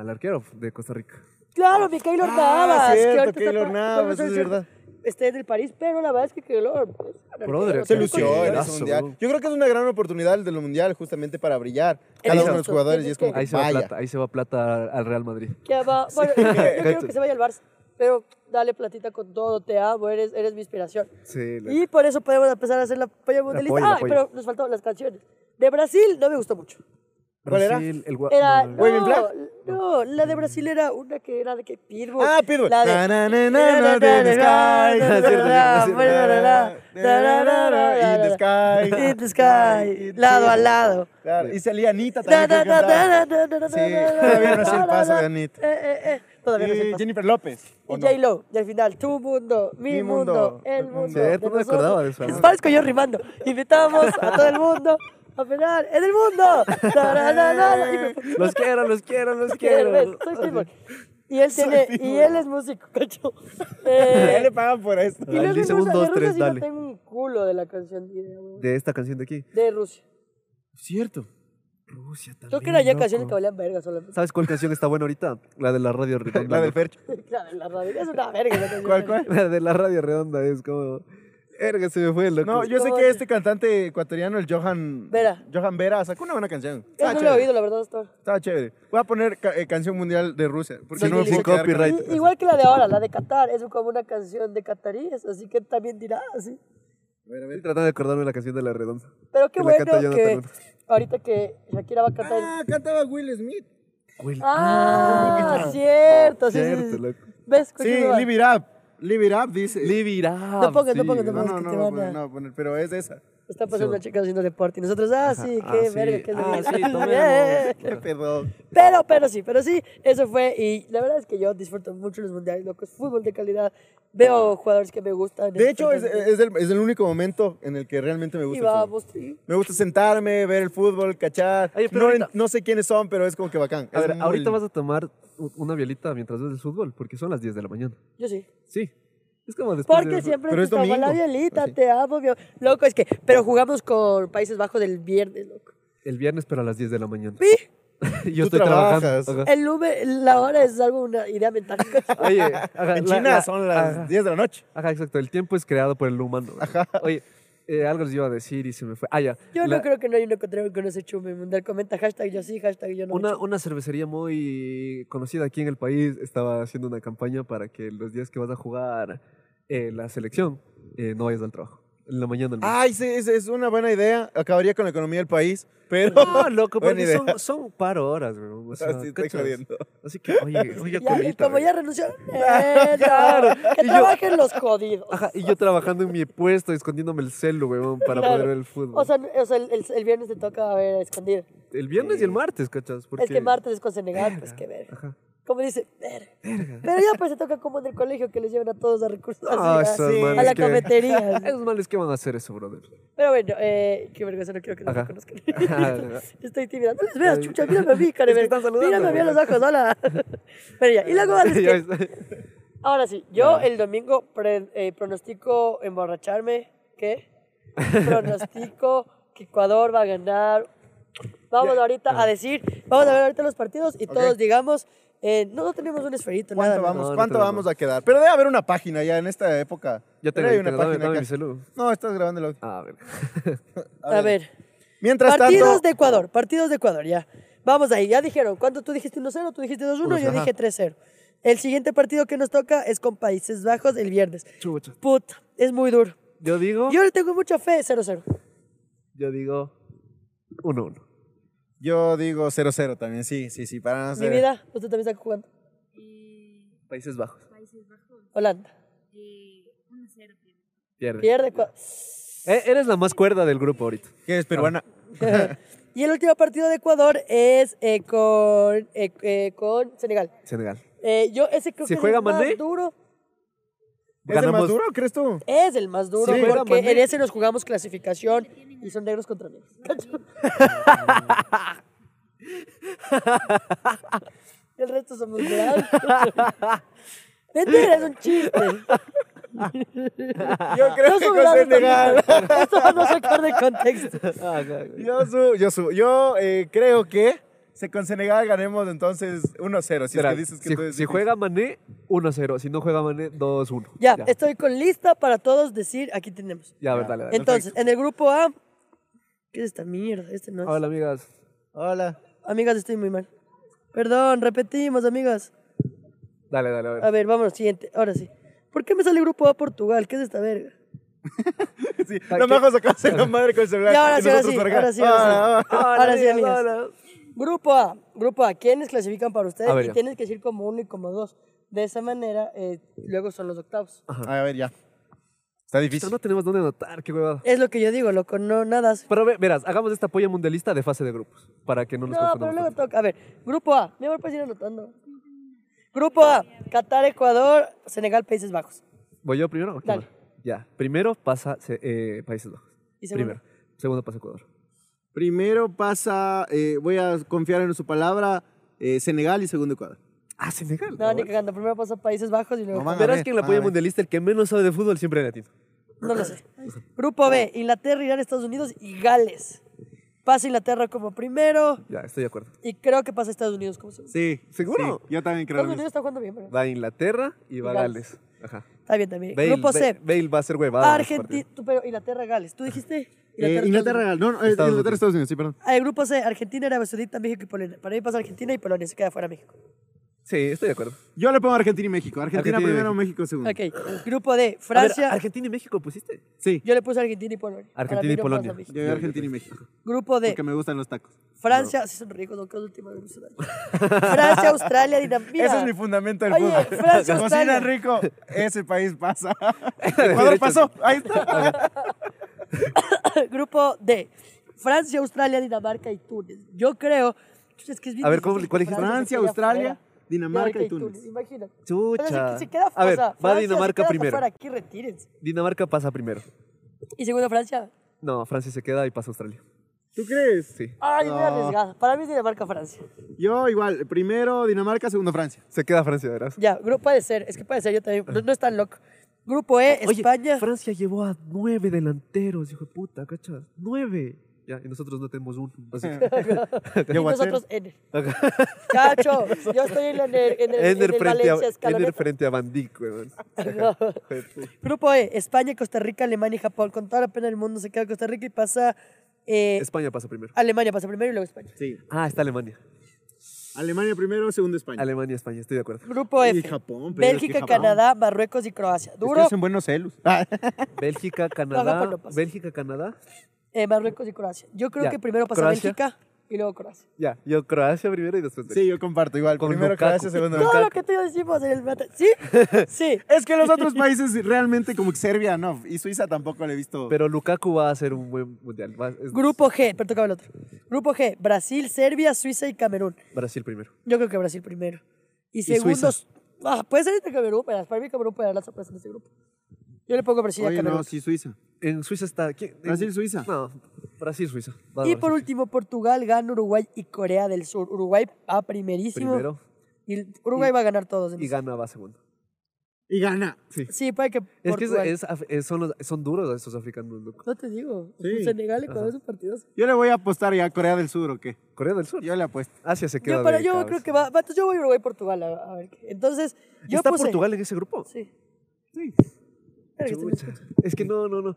[SPEAKER 3] Al arquero de Costa Rica.
[SPEAKER 2] Claro, mi Keylor
[SPEAKER 1] Ah,
[SPEAKER 2] Navas. que
[SPEAKER 1] cierto,
[SPEAKER 2] ahorita está
[SPEAKER 1] Keylor
[SPEAKER 2] pa-
[SPEAKER 1] Navas,
[SPEAKER 2] está-
[SPEAKER 1] es verdad.
[SPEAKER 2] Está en el París, pero la verdad es que Keylor. pues,
[SPEAKER 3] Brother,
[SPEAKER 1] Se
[SPEAKER 3] Pero
[SPEAKER 1] lució
[SPEAKER 3] con
[SPEAKER 1] en ese
[SPEAKER 3] golazo,
[SPEAKER 1] mundial.
[SPEAKER 3] bro.
[SPEAKER 1] Yo creo que es una gran oportunidad el del mundial justamente para brillar. Cada
[SPEAKER 2] Eso.
[SPEAKER 1] uno de los jugadores y es como que
[SPEAKER 3] Ahí se va
[SPEAKER 1] vaya.
[SPEAKER 3] plata, ahí se va plata al- al Real Madrid.
[SPEAKER 2] Que va- bueno, yo quiero
[SPEAKER 3] Exacto.
[SPEAKER 2] que se vaya al Barça, pero dale platita con todo, te amo, eres, eres mi inspiración.
[SPEAKER 3] Sí, la-
[SPEAKER 2] Y por eso podemos empezar a hacer la polla mundialista.
[SPEAKER 3] polla, la
[SPEAKER 2] Ah,
[SPEAKER 3] polla.
[SPEAKER 2] pero nos faltaron las canciones. De Brasil no me gustó mucho.
[SPEAKER 1] ¿Cuál era?
[SPEAKER 3] Brasil, el gua-
[SPEAKER 2] Era,
[SPEAKER 3] no,
[SPEAKER 2] no,
[SPEAKER 1] Waving Flag?
[SPEAKER 2] no, la de Brasil era una que era de que Pitbull.
[SPEAKER 1] Ah, Pitbull.
[SPEAKER 2] La de...
[SPEAKER 1] Na, na, na, na, na, na, na, sky.
[SPEAKER 2] Na, na, na, na, na, na, na, na, na, na, na,
[SPEAKER 1] In the sky.
[SPEAKER 2] In the sky. Lado a lado.
[SPEAKER 1] Claro, Y salía Anita
[SPEAKER 2] Na,
[SPEAKER 1] también.
[SPEAKER 2] na,
[SPEAKER 1] creo que
[SPEAKER 2] na,
[SPEAKER 1] cantaba.
[SPEAKER 2] na, na, na, na,
[SPEAKER 1] Sí,
[SPEAKER 2] na, na,
[SPEAKER 1] todavía no hacía el
[SPEAKER 2] na,
[SPEAKER 1] paso
[SPEAKER 2] na,
[SPEAKER 1] de
[SPEAKER 2] na.
[SPEAKER 1] Anita.
[SPEAKER 2] Eh, eh, eh. Todavía no hacía el
[SPEAKER 1] Y
[SPEAKER 2] paso.
[SPEAKER 1] Jennifer López. ¿o
[SPEAKER 2] Y
[SPEAKER 1] no?
[SPEAKER 2] J-Lo, y al final, tu mundo, mi,
[SPEAKER 1] Mi mundo,
[SPEAKER 2] mundo, el
[SPEAKER 1] el
[SPEAKER 2] mundo.
[SPEAKER 1] mundo.
[SPEAKER 2] de
[SPEAKER 3] Cierto, no me
[SPEAKER 2] nosotros.
[SPEAKER 3] acordaba de eso.
[SPEAKER 2] Es parezco yo rimando. Invitamos a todo el mundo a penar en el mundo. Na, na, na, na, na. Y me puse
[SPEAKER 3] Los quiero, los quiero, los
[SPEAKER 2] que, ¿ves?
[SPEAKER 3] quiero.
[SPEAKER 2] Soy Pitbull. Y él, tiene, y él es músico, cacho.
[SPEAKER 1] Ya
[SPEAKER 2] Eh,
[SPEAKER 1] le pagan por esto.
[SPEAKER 2] y luego
[SPEAKER 3] Dice
[SPEAKER 2] de
[SPEAKER 3] un,
[SPEAKER 2] Rusia- de
[SPEAKER 3] dos,
[SPEAKER 2] Rusia
[SPEAKER 3] tres,
[SPEAKER 2] sí no
[SPEAKER 3] dale.
[SPEAKER 2] tengo un culo de la canción de,
[SPEAKER 3] De esta canción de aquí.
[SPEAKER 2] de Rusia.
[SPEAKER 3] Cierto. Rusia también.
[SPEAKER 2] Creo que era ya
[SPEAKER 3] loco.
[SPEAKER 2] canciones que valían verga solamente.
[SPEAKER 3] ¿Sabes cuál canción está buena ahorita? La de la radio redonda.
[SPEAKER 1] La del
[SPEAKER 3] loco.
[SPEAKER 1] Fercho.
[SPEAKER 2] Claro, en la radio. Es una verga esa canción.
[SPEAKER 1] ¿Cuál, cuál?
[SPEAKER 3] La de la radio redonda es como. Erga, se me fue, loco.
[SPEAKER 1] No, yo sé
[SPEAKER 2] ¿Cómo
[SPEAKER 1] que
[SPEAKER 2] hace?
[SPEAKER 1] este cantante ecuatoriano, el Johan
[SPEAKER 2] Vera.
[SPEAKER 1] Johan Vera, sacó una buena canción.
[SPEAKER 2] Eso no
[SPEAKER 1] Estaba
[SPEAKER 2] lo he
[SPEAKER 1] chévere.
[SPEAKER 2] oído, la verdad, hasta ahora.
[SPEAKER 1] Estaba chévere. Voy a poner ca- eh, canción mundial de Rusia. Porque
[SPEAKER 3] Sí,
[SPEAKER 1] no me
[SPEAKER 3] sí,
[SPEAKER 1] puedo
[SPEAKER 3] sí.
[SPEAKER 1] quedar con-
[SPEAKER 3] Copyright.
[SPEAKER 2] I- Igual que la de ahora, la de Qatar, es como una canción de cataríes, así que también dirá así.
[SPEAKER 3] Estoy tratando de acordarme la canción de la redonda.
[SPEAKER 2] Pero qué
[SPEAKER 3] Que la
[SPEAKER 2] bueno
[SPEAKER 3] canta Jonathan
[SPEAKER 2] que
[SPEAKER 3] Luna.
[SPEAKER 2] ahorita que Shakira va a cantar.
[SPEAKER 1] Ah, cantaba Will Smith.
[SPEAKER 3] Güey,
[SPEAKER 2] Ah, cierto, sí, sí,
[SPEAKER 3] Cierto,
[SPEAKER 2] sí.
[SPEAKER 3] loco.
[SPEAKER 2] ¿Ves?
[SPEAKER 1] Sí,
[SPEAKER 2] Continúa.
[SPEAKER 1] Live It Up. Live It Up dice.
[SPEAKER 3] Live it up,
[SPEAKER 2] No pongas, no
[SPEAKER 3] sí,
[SPEAKER 2] pongas, no
[SPEAKER 1] no,
[SPEAKER 3] güey.
[SPEAKER 2] pongas.
[SPEAKER 1] no, no,
[SPEAKER 2] que te
[SPEAKER 1] no, voy a
[SPEAKER 2] van
[SPEAKER 1] poner,
[SPEAKER 2] a-
[SPEAKER 1] no voy a poner, pero es esa.
[SPEAKER 2] Está pasando
[SPEAKER 3] Sí.
[SPEAKER 2] una chica haciendo deporte y nosotros, ah,
[SPEAKER 3] Ajá,
[SPEAKER 2] sí,
[SPEAKER 3] ah,
[SPEAKER 2] qué
[SPEAKER 3] sí,
[SPEAKER 2] verga, qué
[SPEAKER 3] ah, sí,
[SPEAKER 2] verga.
[SPEAKER 3] tomemos.
[SPEAKER 1] Qué pedo.
[SPEAKER 2] Pero, pero sí, pero sí, eso fue. Y la verdad es que yo disfruto mucho los mundiales, locos. Fútbol de calidad. Veo jugadores que me gustan.
[SPEAKER 1] De hecho, es,
[SPEAKER 2] disfruto.
[SPEAKER 1] es el, es el único momento en el que realmente me
[SPEAKER 2] y
[SPEAKER 1] gusta. el fútbol.
[SPEAKER 2] vamos. y-
[SPEAKER 1] Me gusta sentarme, ver el fútbol, cachar.
[SPEAKER 3] Oye, pero
[SPEAKER 1] no,
[SPEAKER 3] ahorita-
[SPEAKER 1] en- no sé quiénes son, pero es como que bacán.
[SPEAKER 3] A
[SPEAKER 1] Es
[SPEAKER 3] ver,
[SPEAKER 1] muy
[SPEAKER 3] ahorita
[SPEAKER 1] lindo.
[SPEAKER 3] vas a tomar u- una bielita mientras ves el fútbol, porque son las 10 de la mañana.
[SPEAKER 2] Yo sí.
[SPEAKER 3] Sí. Es como después
[SPEAKER 2] Porque
[SPEAKER 3] de-
[SPEAKER 2] siempre
[SPEAKER 1] pero
[SPEAKER 2] te
[SPEAKER 1] es
[SPEAKER 2] estaba la
[SPEAKER 1] domingo.
[SPEAKER 2] violita,
[SPEAKER 1] Así.
[SPEAKER 2] te amo, mi amor. Loco, es que. Pero jugamos con Países Bajos el viernes, loco.
[SPEAKER 3] El viernes, pero a las 10 de la mañana.
[SPEAKER 2] ¿Vi?
[SPEAKER 3] Yo
[SPEAKER 1] Tú
[SPEAKER 3] estoy trabajando.
[SPEAKER 1] trabajas.
[SPEAKER 3] Ajá.
[SPEAKER 2] El lume, la hora es algo, una idea mental.
[SPEAKER 3] Oye, ajá,
[SPEAKER 1] En
[SPEAKER 3] la-
[SPEAKER 1] China
[SPEAKER 3] la-
[SPEAKER 1] son las
[SPEAKER 3] Ajá.
[SPEAKER 1] 10 de la noche.
[SPEAKER 3] Ajá, exacto. El tiempo es creado por el humano. Oye, eh, algo les iba a decir y se me fue. Ah, ya.
[SPEAKER 2] Yo
[SPEAKER 3] La-
[SPEAKER 2] no creo que no hay un ecuatoriano que no se chume. Mundial comenta hashtag yo sí, hashtag yo no. me
[SPEAKER 3] Una, una cervecería muy conocida aquí en el país estaba haciendo una campaña para que los días que vas a jugar eh, la selección eh, no vayas al trabajo. En la mañana. al menos.
[SPEAKER 1] Ay, sí, es, es una buena idea. Acabaría con la economía del país, pero...
[SPEAKER 3] No, loco,
[SPEAKER 1] Buena
[SPEAKER 3] porque
[SPEAKER 1] idea.
[SPEAKER 3] son, son un par de horas, bro. O sea,
[SPEAKER 2] Ah,
[SPEAKER 1] Así estoy
[SPEAKER 3] ¿cachas?
[SPEAKER 1] jodiendo.
[SPEAKER 3] Así que, oye, oye,
[SPEAKER 2] Ya, y
[SPEAKER 3] colita,
[SPEAKER 2] como
[SPEAKER 3] bro.
[SPEAKER 2] ya renunció, eh, no, que
[SPEAKER 3] Y yo-
[SPEAKER 2] trabajen los jodidos.
[SPEAKER 3] Ajá, y yo trabajando en mi puesto, escondiéndome el celu, weón, para
[SPEAKER 2] Claro.
[SPEAKER 3] poder ver el fútbol.
[SPEAKER 2] O sea, no- o sea, el, el- el viernes te toca ver a escondido.
[SPEAKER 3] el viernes y el martes, ¿cachas? Porque,
[SPEAKER 2] Es que martes es con Senegal, pues qué ver.
[SPEAKER 3] Ajá.
[SPEAKER 2] Como dice, ver. Pero ya pues se toca como en el colegio que les llevan a todos a recursos.
[SPEAKER 3] Ah,
[SPEAKER 2] así,
[SPEAKER 3] esos
[SPEAKER 1] sí.
[SPEAKER 2] a,
[SPEAKER 3] manes
[SPEAKER 2] a la
[SPEAKER 3] que-
[SPEAKER 2] cafetería.
[SPEAKER 3] Esos males que van a hacer eso, brother.
[SPEAKER 2] Pero bueno, eh, qué vergüenza, no quiero que nos
[SPEAKER 3] Ajá.
[SPEAKER 2] reconozcan.
[SPEAKER 3] Ajá.
[SPEAKER 2] Estoy tímida. No les veas, chucha, mírame a mí, cara.
[SPEAKER 3] Es que están saludando,
[SPEAKER 2] Mírame a mí a los ojos, hola. Pero ya, y luego vale, es
[SPEAKER 3] Ah, Ya
[SPEAKER 2] que-
[SPEAKER 3] está.
[SPEAKER 2] Ahora sí, yo el domingo pre- eh, pronostico emborracharme. ¿Qué? Pronostico que Ecuador va a ganar. Vamos ahorita a decir, vamos a ver ahorita los partidos y todos digamos, eh, no, no tenemos un esferito, nada.
[SPEAKER 1] ¿Cuánto,
[SPEAKER 2] ¿no?
[SPEAKER 1] vamos,
[SPEAKER 3] no
[SPEAKER 1] cuánto
[SPEAKER 3] tenemos.
[SPEAKER 1] vamos a quedar? Pero debe haber una página ya en esta época.
[SPEAKER 3] Ya te
[SPEAKER 1] Pero hay
[SPEAKER 3] grabé,
[SPEAKER 1] una
[SPEAKER 3] pero dame,
[SPEAKER 1] página
[SPEAKER 3] dame
[SPEAKER 1] acá.
[SPEAKER 3] mi celu.
[SPEAKER 1] No, estás grabando el audio.
[SPEAKER 3] Ah, verga.
[SPEAKER 2] A ver,
[SPEAKER 1] Mientras
[SPEAKER 2] partidos
[SPEAKER 1] tanto...
[SPEAKER 2] de Ecuador, partidos de Ecuador, ya. Vamos ahí, ya dijeron, ¿cuánto tú dijiste 1-0? Tú dijiste 2-1, yo
[SPEAKER 3] Ajá.
[SPEAKER 2] dije 3-0. El siguiente partido que nos toca es con Países Bajos el viernes.
[SPEAKER 3] Chucha.
[SPEAKER 2] Puta, es muy duro.
[SPEAKER 3] Yo digo,
[SPEAKER 2] Yo le tengo mucha fe, 0-0.
[SPEAKER 3] yo digo 1-1.
[SPEAKER 1] Yo digo 0-0 también, sí, sí, sí, para no
[SPEAKER 2] Mi
[SPEAKER 1] ser-
[SPEAKER 2] vida, usted también está jugando.
[SPEAKER 3] Países Bajos.
[SPEAKER 4] Países Bajos,
[SPEAKER 2] Holanda.
[SPEAKER 4] eh, 1-0 pierde.
[SPEAKER 3] Pierde.
[SPEAKER 2] Pierde. cua-
[SPEAKER 3] Eh, eres la más cuerda del grupo ahorita.
[SPEAKER 1] Que es peruana.
[SPEAKER 2] y el último partido de Ecuador es eh, con, eh, eh, con Senegal.
[SPEAKER 3] Senegal.
[SPEAKER 2] Eh, yo ese creo
[SPEAKER 3] ¿Se
[SPEAKER 2] que
[SPEAKER 3] juega
[SPEAKER 2] es el más
[SPEAKER 3] Mané?
[SPEAKER 2] duro.
[SPEAKER 1] ¿Es el más
[SPEAKER 3] Ganamos-
[SPEAKER 1] duro, crees tú?
[SPEAKER 2] Es el más duro
[SPEAKER 3] ¿Se juega
[SPEAKER 2] porque
[SPEAKER 3] Mané?
[SPEAKER 2] en ese nos jugamos clasificación y son negros contra negros. ¿Cacho? el resto somos blancos. Mentira, es un chiste. No
[SPEAKER 1] Yo creo que con
[SPEAKER 2] subirás esta
[SPEAKER 1] Senegal. Ah,
[SPEAKER 2] mierda. Esto va a no sacar de contexto.
[SPEAKER 1] Yo, su- yo, su- yo eh, creo que se- con Senegal ganemos entonces 1-0. Si es
[SPEAKER 3] Verás,
[SPEAKER 1] que dices que
[SPEAKER 3] si,
[SPEAKER 1] tú
[SPEAKER 3] si
[SPEAKER 1] dijiste.
[SPEAKER 3] juega Mané, 1-0. Si no juega Mané, 2-1.
[SPEAKER 2] Ya,
[SPEAKER 3] ya,
[SPEAKER 2] estoy con lista para todos decir, aquí tenemos.
[SPEAKER 3] Ya, a ver, dale, dale.
[SPEAKER 2] Entonces, en el grupo A, ¿qué es esta mierda? Este no es.
[SPEAKER 3] Hola, amigas.
[SPEAKER 1] Hola.
[SPEAKER 2] Amigas, estoy muy mal. Perdón, repetimos, amigas.
[SPEAKER 3] Dale, dale, a ver.
[SPEAKER 2] A ver, vámonos, siguiente. Ahora sí. ¿Por qué me sale el grupo A Portugal? ¿Qué es esta verga?
[SPEAKER 1] Sí, no me hagas sacarse la madre con el celular.
[SPEAKER 2] Ya, ahora
[SPEAKER 1] y
[SPEAKER 2] sí, ahora
[SPEAKER 1] nosotros
[SPEAKER 2] sí,
[SPEAKER 1] por acá.
[SPEAKER 2] ahora sí, ahora sí.
[SPEAKER 1] Ah,
[SPEAKER 2] Ahora sí, amigas.
[SPEAKER 3] hola.
[SPEAKER 2] Grupo A. Grupo A. ¿Quiénes clasifican para ustedes?
[SPEAKER 3] A ver,
[SPEAKER 2] y
[SPEAKER 3] ya.
[SPEAKER 2] tienen que decir como uno y como dos. De esa manera, eh, luego son los octavos.
[SPEAKER 1] ah. A ver, ya. Está
[SPEAKER 3] Esto
[SPEAKER 1] difícil.
[SPEAKER 3] no tenemos dónde anotar, qué huevada.
[SPEAKER 2] Es lo que yo digo, loco. No, nada. hace.
[SPEAKER 3] Pero ve- verás, hagamos esta polla mundialista de fase de grupos, para que no nos
[SPEAKER 2] No, pero
[SPEAKER 3] confundamos.
[SPEAKER 2] luego
[SPEAKER 3] tanto.
[SPEAKER 2] toca. A ver, grupo A. Mi amor, puedes ir anotando. Grupo A. Qatar, Ecuador, Senegal, Países Bajos.
[SPEAKER 3] ¿Voy yo primero? o quién
[SPEAKER 2] Dale.
[SPEAKER 3] va? Ya, primero pasa se- eh, Países Bajos.
[SPEAKER 2] ¿Y segundo?
[SPEAKER 3] Primero. Segundo pasa Ecuador.
[SPEAKER 1] Primero pasa, eh, voy a confiar en su palabra, eh, Senegal y segundo Ecuador.
[SPEAKER 3] Ah, Senegal.
[SPEAKER 2] No, ni cagando. Primero pasa Países Bajos y luego.
[SPEAKER 1] No van a
[SPEAKER 3] Verás
[SPEAKER 1] ver,
[SPEAKER 3] que en la
[SPEAKER 1] van a
[SPEAKER 3] polla
[SPEAKER 1] ver.
[SPEAKER 3] mundialista el que menos sabe de fútbol siempre es latino.
[SPEAKER 2] No lo sé. Grupo B, Inglaterra, Irán, Estados Unidos y Gales. Pasa Inglaterra como primero
[SPEAKER 3] Ya, estoy de acuerdo.
[SPEAKER 2] y creo que pasa Estados Unidos como segundo.
[SPEAKER 1] Sí.
[SPEAKER 3] ¿Seguro?
[SPEAKER 1] sí, yo también creo
[SPEAKER 2] Estados
[SPEAKER 1] lo
[SPEAKER 2] Unidos
[SPEAKER 1] mismo.
[SPEAKER 2] está jugando bien, pero...
[SPEAKER 3] Va a Inglaterra y va
[SPEAKER 2] Y
[SPEAKER 3] a
[SPEAKER 2] Gales.
[SPEAKER 3] Gales. Ajá.
[SPEAKER 2] Está bien también.
[SPEAKER 3] Bale,
[SPEAKER 2] Eh, Grupo
[SPEAKER 3] Ba-
[SPEAKER 2] C,
[SPEAKER 3] Bale va a ser huevada. en los
[SPEAKER 2] Argentina, tú, pero Inglaterra, Gales. ¿Tú dijiste?
[SPEAKER 1] Eh, Inglaterra, no, no, eh,
[SPEAKER 3] Estados
[SPEAKER 1] Inglaterra, Estados Unidos, sí, perdón.
[SPEAKER 2] Ah, el grupo C, Argentina, Arabia Saudita, México y Polonia. Para mí pasa Argentina y Polonia, se queda fuera México.
[SPEAKER 3] partidos. Sí, estoy de acuerdo.
[SPEAKER 1] Yo le pongo Argentina y México. Argentina,
[SPEAKER 3] Argentina y
[SPEAKER 1] primero, México. segundo.
[SPEAKER 2] Ok. Grupo D,
[SPEAKER 3] A ver,
[SPEAKER 2] Francia.
[SPEAKER 3] Argentina y México pusiste.
[SPEAKER 1] Sí,
[SPEAKER 2] yo le puse Argentina y Polonia. Para
[SPEAKER 3] Argentina
[SPEAKER 2] mí
[SPEAKER 3] y
[SPEAKER 2] no
[SPEAKER 3] Polonia.
[SPEAKER 2] pasa México.
[SPEAKER 1] yo Argentina y México.
[SPEAKER 2] Grupo D,
[SPEAKER 1] Porque me gustan los tacos.
[SPEAKER 2] Francia. Sí, son ricos, no, que es la última vez. Francia, Australia, Dinamarca.
[SPEAKER 1] Ese es mi fundamento del
[SPEAKER 2] Oye,
[SPEAKER 1] fútbol.
[SPEAKER 2] Francia, Australia.
[SPEAKER 1] Cocina rico, ese país pasa. Ecuador pasó, ahí está.
[SPEAKER 2] grupo D. Francia, Australia, Dinamarca y Túnez. Yo creo. Chucha, es que es bien
[SPEAKER 3] A ver, ¿cómo-
[SPEAKER 2] difícil
[SPEAKER 3] cuál
[SPEAKER 2] que
[SPEAKER 3] dijiste?
[SPEAKER 2] se
[SPEAKER 1] Francia,
[SPEAKER 2] quede
[SPEAKER 1] Australia,
[SPEAKER 2] afuera.
[SPEAKER 1] Dinamarca y Túnez.
[SPEAKER 2] Imagina. Pero
[SPEAKER 3] Chucha.
[SPEAKER 2] si se queda
[SPEAKER 3] a ver,
[SPEAKER 2] Francia-
[SPEAKER 3] va
[SPEAKER 2] Francia, si
[SPEAKER 3] Dinamarca
[SPEAKER 2] quedas
[SPEAKER 3] primero.
[SPEAKER 2] afuera, aquí retírense.
[SPEAKER 3] Dinamarca pasa primero.
[SPEAKER 2] Y segundo, Francia.
[SPEAKER 3] No, Francia se queda y pasa Australia.
[SPEAKER 1] ¿Tú crees?
[SPEAKER 3] Sí.
[SPEAKER 2] Ay, muy
[SPEAKER 1] No.
[SPEAKER 2] arriesgada. Para mí es Dinamarca-Francia.
[SPEAKER 1] Yo igual, primero Dinamarca, segundo Francia.
[SPEAKER 3] Se queda Francia, verás.
[SPEAKER 2] Ya, grupo puede ser. Es que puede ser, yo también. No, no es tan loco. Grupo E, España.
[SPEAKER 3] Francia llevó a nueve delanteros, hijo de puta, ¿cachas? Nueve. Ya, y nosotros no tenemos uno. Así que-
[SPEAKER 2] y
[SPEAKER 1] Yo voy a ser-
[SPEAKER 2] nosotros N. Cacho, yo estoy en el, en el, en
[SPEAKER 3] Ender
[SPEAKER 2] el
[SPEAKER 3] frente,
[SPEAKER 2] Valencia
[SPEAKER 3] a,
[SPEAKER 2] Eh.
[SPEAKER 3] Ender
[SPEAKER 2] Escaloneta.
[SPEAKER 3] frente a Van Dijk, weón.
[SPEAKER 2] Grupo E, España, Costa Rica, Alemania y Japón. Con toda la pena del mundo se queda Costa Rica y pasa eh,
[SPEAKER 3] España pasa primero.
[SPEAKER 2] Alemania, pasa primero y luego España.
[SPEAKER 1] Sí.
[SPEAKER 3] Ah, está Alemania.
[SPEAKER 1] Alemania primero, segundo España.
[SPEAKER 3] Alemania, España, estoy de acuerdo.
[SPEAKER 2] Grupo F,
[SPEAKER 1] Y Japón, pero es que
[SPEAKER 2] Bélgica,
[SPEAKER 1] Japón.
[SPEAKER 2] Canadá, Marruecos y Croacia.
[SPEAKER 1] Es que
[SPEAKER 2] Duro,
[SPEAKER 1] hacen buenos celos. Ah,
[SPEAKER 3] Bélgica,
[SPEAKER 2] Japón
[SPEAKER 3] Canadá.
[SPEAKER 2] no pasa.
[SPEAKER 3] Bélgica, Canadá.
[SPEAKER 2] eh, Marruecos y Croacia. Yo creo
[SPEAKER 3] Ya,
[SPEAKER 2] que primero pasa
[SPEAKER 3] Croacia.
[SPEAKER 2] Bélgica y luego Croacia.
[SPEAKER 3] Ya, yo Croacia primero y después Bélgica.
[SPEAKER 1] sí, yo comparto igual.
[SPEAKER 3] Con
[SPEAKER 1] primero
[SPEAKER 3] Lukaku.
[SPEAKER 1] Croacia, segundo
[SPEAKER 2] Todo lo
[SPEAKER 1] Lukaku.
[SPEAKER 2] que tú y yo decimos en el mate. ¿Sí? Sí.
[SPEAKER 1] Es que los otros países realmente, como que Serbia, no. Y Suiza tampoco le he visto.
[SPEAKER 3] Pero Lukaku va a hacer un buen mundial. Va- es-
[SPEAKER 2] Grupo G, pero tocaba el otro. Grupo G, Brasil, Serbia, Suiza y Camerún.
[SPEAKER 3] Brasil primero.
[SPEAKER 2] Yo creo que Brasil primero. Y segundos. Ah, puede ser entre Camerún, pero para mí Camerún puede dar la sorpresa en ese grupo. Yo le pongo Brasil a
[SPEAKER 1] Oye,
[SPEAKER 2] Camerún.
[SPEAKER 1] no, sí, Suiza.
[SPEAKER 3] En Suiza está. ¿quién? En-
[SPEAKER 1] Brasil, Suiza.
[SPEAKER 3] No, Brasil, Suiza. Va
[SPEAKER 2] y
[SPEAKER 3] Brasil,
[SPEAKER 2] por
[SPEAKER 3] Suiza.
[SPEAKER 2] último, Portugal, Ghana, Uruguay y Corea del Sur. Uruguay a primerísimo.
[SPEAKER 3] Primero.
[SPEAKER 2] Y el- Uruguay va a ganar todos. en
[SPEAKER 3] Y
[SPEAKER 2] eso.
[SPEAKER 3] Ghana va segundo.
[SPEAKER 1] Y gana.
[SPEAKER 2] Sí, puede que
[SPEAKER 3] Es que es-
[SPEAKER 2] Portugal.
[SPEAKER 3] es af- es- son, los- son duros esos africanos, loco.
[SPEAKER 2] No te digo.
[SPEAKER 1] Sí.
[SPEAKER 2] Senegal, Ecuador, esos partidos.
[SPEAKER 1] Yo le voy a apostar ya a Corea del Sur, ¿o qué?
[SPEAKER 3] Corea del Sur.
[SPEAKER 1] Yo le apuesto.
[SPEAKER 3] Asia se queda.
[SPEAKER 2] Yo, para,
[SPEAKER 3] de
[SPEAKER 2] yo
[SPEAKER 3] cabeza.
[SPEAKER 2] creo que va. va, entonces yo voy Uruguay-Portugal. A, a ver. qué- Entonces, yo
[SPEAKER 3] ¿Está
[SPEAKER 2] puse-
[SPEAKER 3] Portugal en ese grupo?
[SPEAKER 2] Sí.
[SPEAKER 1] Sí.
[SPEAKER 2] Espera que se me
[SPEAKER 3] Chucha. Es que no, no, no.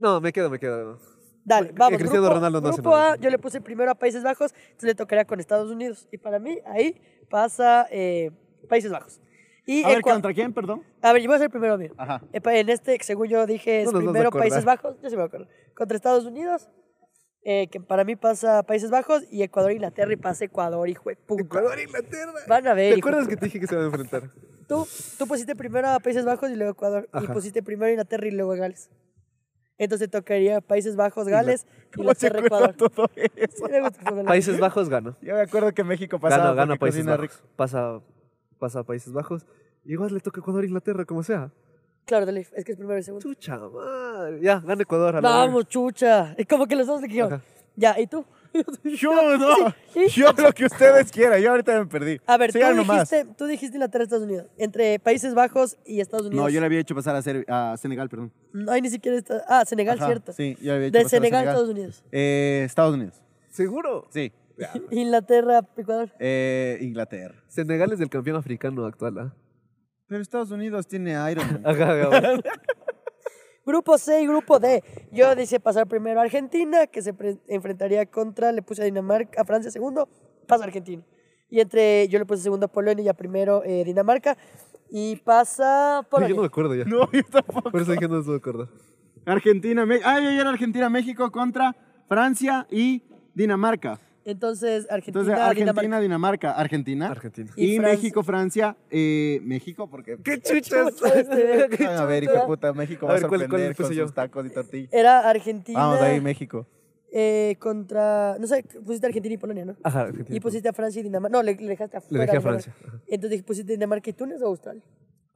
[SPEAKER 3] No, me quedo, me quedo.
[SPEAKER 2] Dale, vamos.
[SPEAKER 3] Cristiano
[SPEAKER 2] grupo,
[SPEAKER 3] Ronaldo no hace
[SPEAKER 2] grupo
[SPEAKER 3] nada.
[SPEAKER 2] A, yo le puse primero a Países Bajos, entonces le tocaría con Estados Unidos. Y para mí, ahí pasa eh, Países Bajos. Y
[SPEAKER 1] A ver,
[SPEAKER 2] Ecua-
[SPEAKER 1] ¿contra quién, perdón?
[SPEAKER 2] a ver, yo voy a ser primero mío.
[SPEAKER 1] Ajá.
[SPEAKER 2] Eh, pa- En este, que según yo dije, es
[SPEAKER 3] No nos vamos a
[SPEAKER 2] primero
[SPEAKER 3] acordar.
[SPEAKER 2] Países Bajos, yo sí me acuerdo. Contra Estados Unidos, eh, que para mí pasa Países Bajos, y Ecuador, Inglaterra, y pasa Ecuador, hijo de puta.
[SPEAKER 3] Ecuador, Inglaterra.
[SPEAKER 2] Van a ver.
[SPEAKER 3] ¿Te
[SPEAKER 2] hijo de
[SPEAKER 3] acuerdas que te dije que se van a enfrentar?
[SPEAKER 2] puta. Tú, tú pusiste primero a Países Bajos y luego Ecuador, y
[SPEAKER 3] Ajá.
[SPEAKER 2] pusiste primero Inglaterra y luego Gales. Entonces tocaría Países Bajos, Gales,
[SPEAKER 1] ¿Cómo se
[SPEAKER 2] Inglaterra,
[SPEAKER 1] acuerda
[SPEAKER 2] Ecuador.
[SPEAKER 1] todo eso?
[SPEAKER 2] Sí, me gusta el fútbol.
[SPEAKER 3] Países Bajos gana.
[SPEAKER 1] Yo me acuerdo que México pasaba
[SPEAKER 3] Gana, gana
[SPEAKER 1] porque
[SPEAKER 3] Países
[SPEAKER 1] cocina rico.
[SPEAKER 3] Bajos. Pasa, pasa a Países Bajos. Igual le toca Ecuador, Inglaterra, como sea.
[SPEAKER 2] Claro, dale, es que es primero y segundo.
[SPEAKER 3] Chucha madre. Ya, gana Ecuador. a la verga.
[SPEAKER 2] Vamos, chucha. Es como que los dos le dijeron.
[SPEAKER 3] Ajá.
[SPEAKER 2] Ya, ¿y tú?
[SPEAKER 1] Yo no.
[SPEAKER 2] Sí, sí.
[SPEAKER 1] Yo lo que ustedes quieran. Yo ahorita me perdí.
[SPEAKER 2] A ver, tú
[SPEAKER 1] Sigan nomás.
[SPEAKER 2] dijiste, tú dijiste Inglaterra, Estados Unidos. Entre Países Bajos y Estados Unidos.
[SPEAKER 1] No, yo le había hecho pasar a, Ser- a Senegal, perdón.
[SPEAKER 2] No hay ni siquiera. esta- Ah, Senegal,
[SPEAKER 1] Ajá,
[SPEAKER 2] cierto.
[SPEAKER 1] Sí, yo le había hecho
[SPEAKER 2] De
[SPEAKER 1] pasar a
[SPEAKER 2] Senegal,
[SPEAKER 1] Senegal.
[SPEAKER 2] Estados Unidos.
[SPEAKER 1] Eh, Estados Unidos.
[SPEAKER 3] ¿Seguro?
[SPEAKER 1] Sí.
[SPEAKER 2] Inglaterra, Ecuador.
[SPEAKER 1] Eh, Inglaterra.
[SPEAKER 3] Senegal es el campeón africano actual, ¿ah?
[SPEAKER 1] Pero Estados Unidos tiene Iron Man.
[SPEAKER 3] Ajá, ajá.
[SPEAKER 2] Grupo C y grupo D. Yo dice pasar primero a Argentina, que se pre- enfrentaría contra, le puse a Dinamarca, a Francia segundo, pasa Argentina. Y entre, yo le puse segundo a Polonia y a primero eh, Dinamarca. Y pasa
[SPEAKER 3] Yo
[SPEAKER 2] Polonia.
[SPEAKER 3] no me acuerdo ya.
[SPEAKER 1] no, yo tampoco.
[SPEAKER 3] Por eso dije no me acuerdo.
[SPEAKER 1] Argentina, México. Ah, yo era Argentina, México contra Francia y Dinamarca.
[SPEAKER 2] Entonces, Argentina,
[SPEAKER 1] Entonces, Argentina,
[SPEAKER 2] Dinamarca.
[SPEAKER 1] Dinamarca, Argentina.
[SPEAKER 3] Argentina.
[SPEAKER 1] Y,
[SPEAKER 2] Y Francia.
[SPEAKER 1] México, Francia, eh, México, porque.
[SPEAKER 3] ¿Qué chucha es?
[SPEAKER 2] este,
[SPEAKER 1] Van a ver, hijo de puta, México
[SPEAKER 3] A
[SPEAKER 1] va a
[SPEAKER 3] ver, ¿cuál- cuál
[SPEAKER 1] sorprender
[SPEAKER 3] le puse
[SPEAKER 1] con
[SPEAKER 3] yo?
[SPEAKER 1] sus tacos y tortillas.
[SPEAKER 2] Era Argentina
[SPEAKER 1] Vamos, de ahí, México.
[SPEAKER 2] eh, contra... No sé, pusiste Argentina y Polonia, ¿no?
[SPEAKER 3] Ajá, Argentina.
[SPEAKER 1] pues
[SPEAKER 2] Y pusiste a Francia y Dinamarca. No, le, le dejaste afuera.
[SPEAKER 3] dejé a
[SPEAKER 2] Dinamarca.
[SPEAKER 3] Francia, ajá.
[SPEAKER 2] Entonces, ¿pusiste Dinamarca y Túnez o Australia?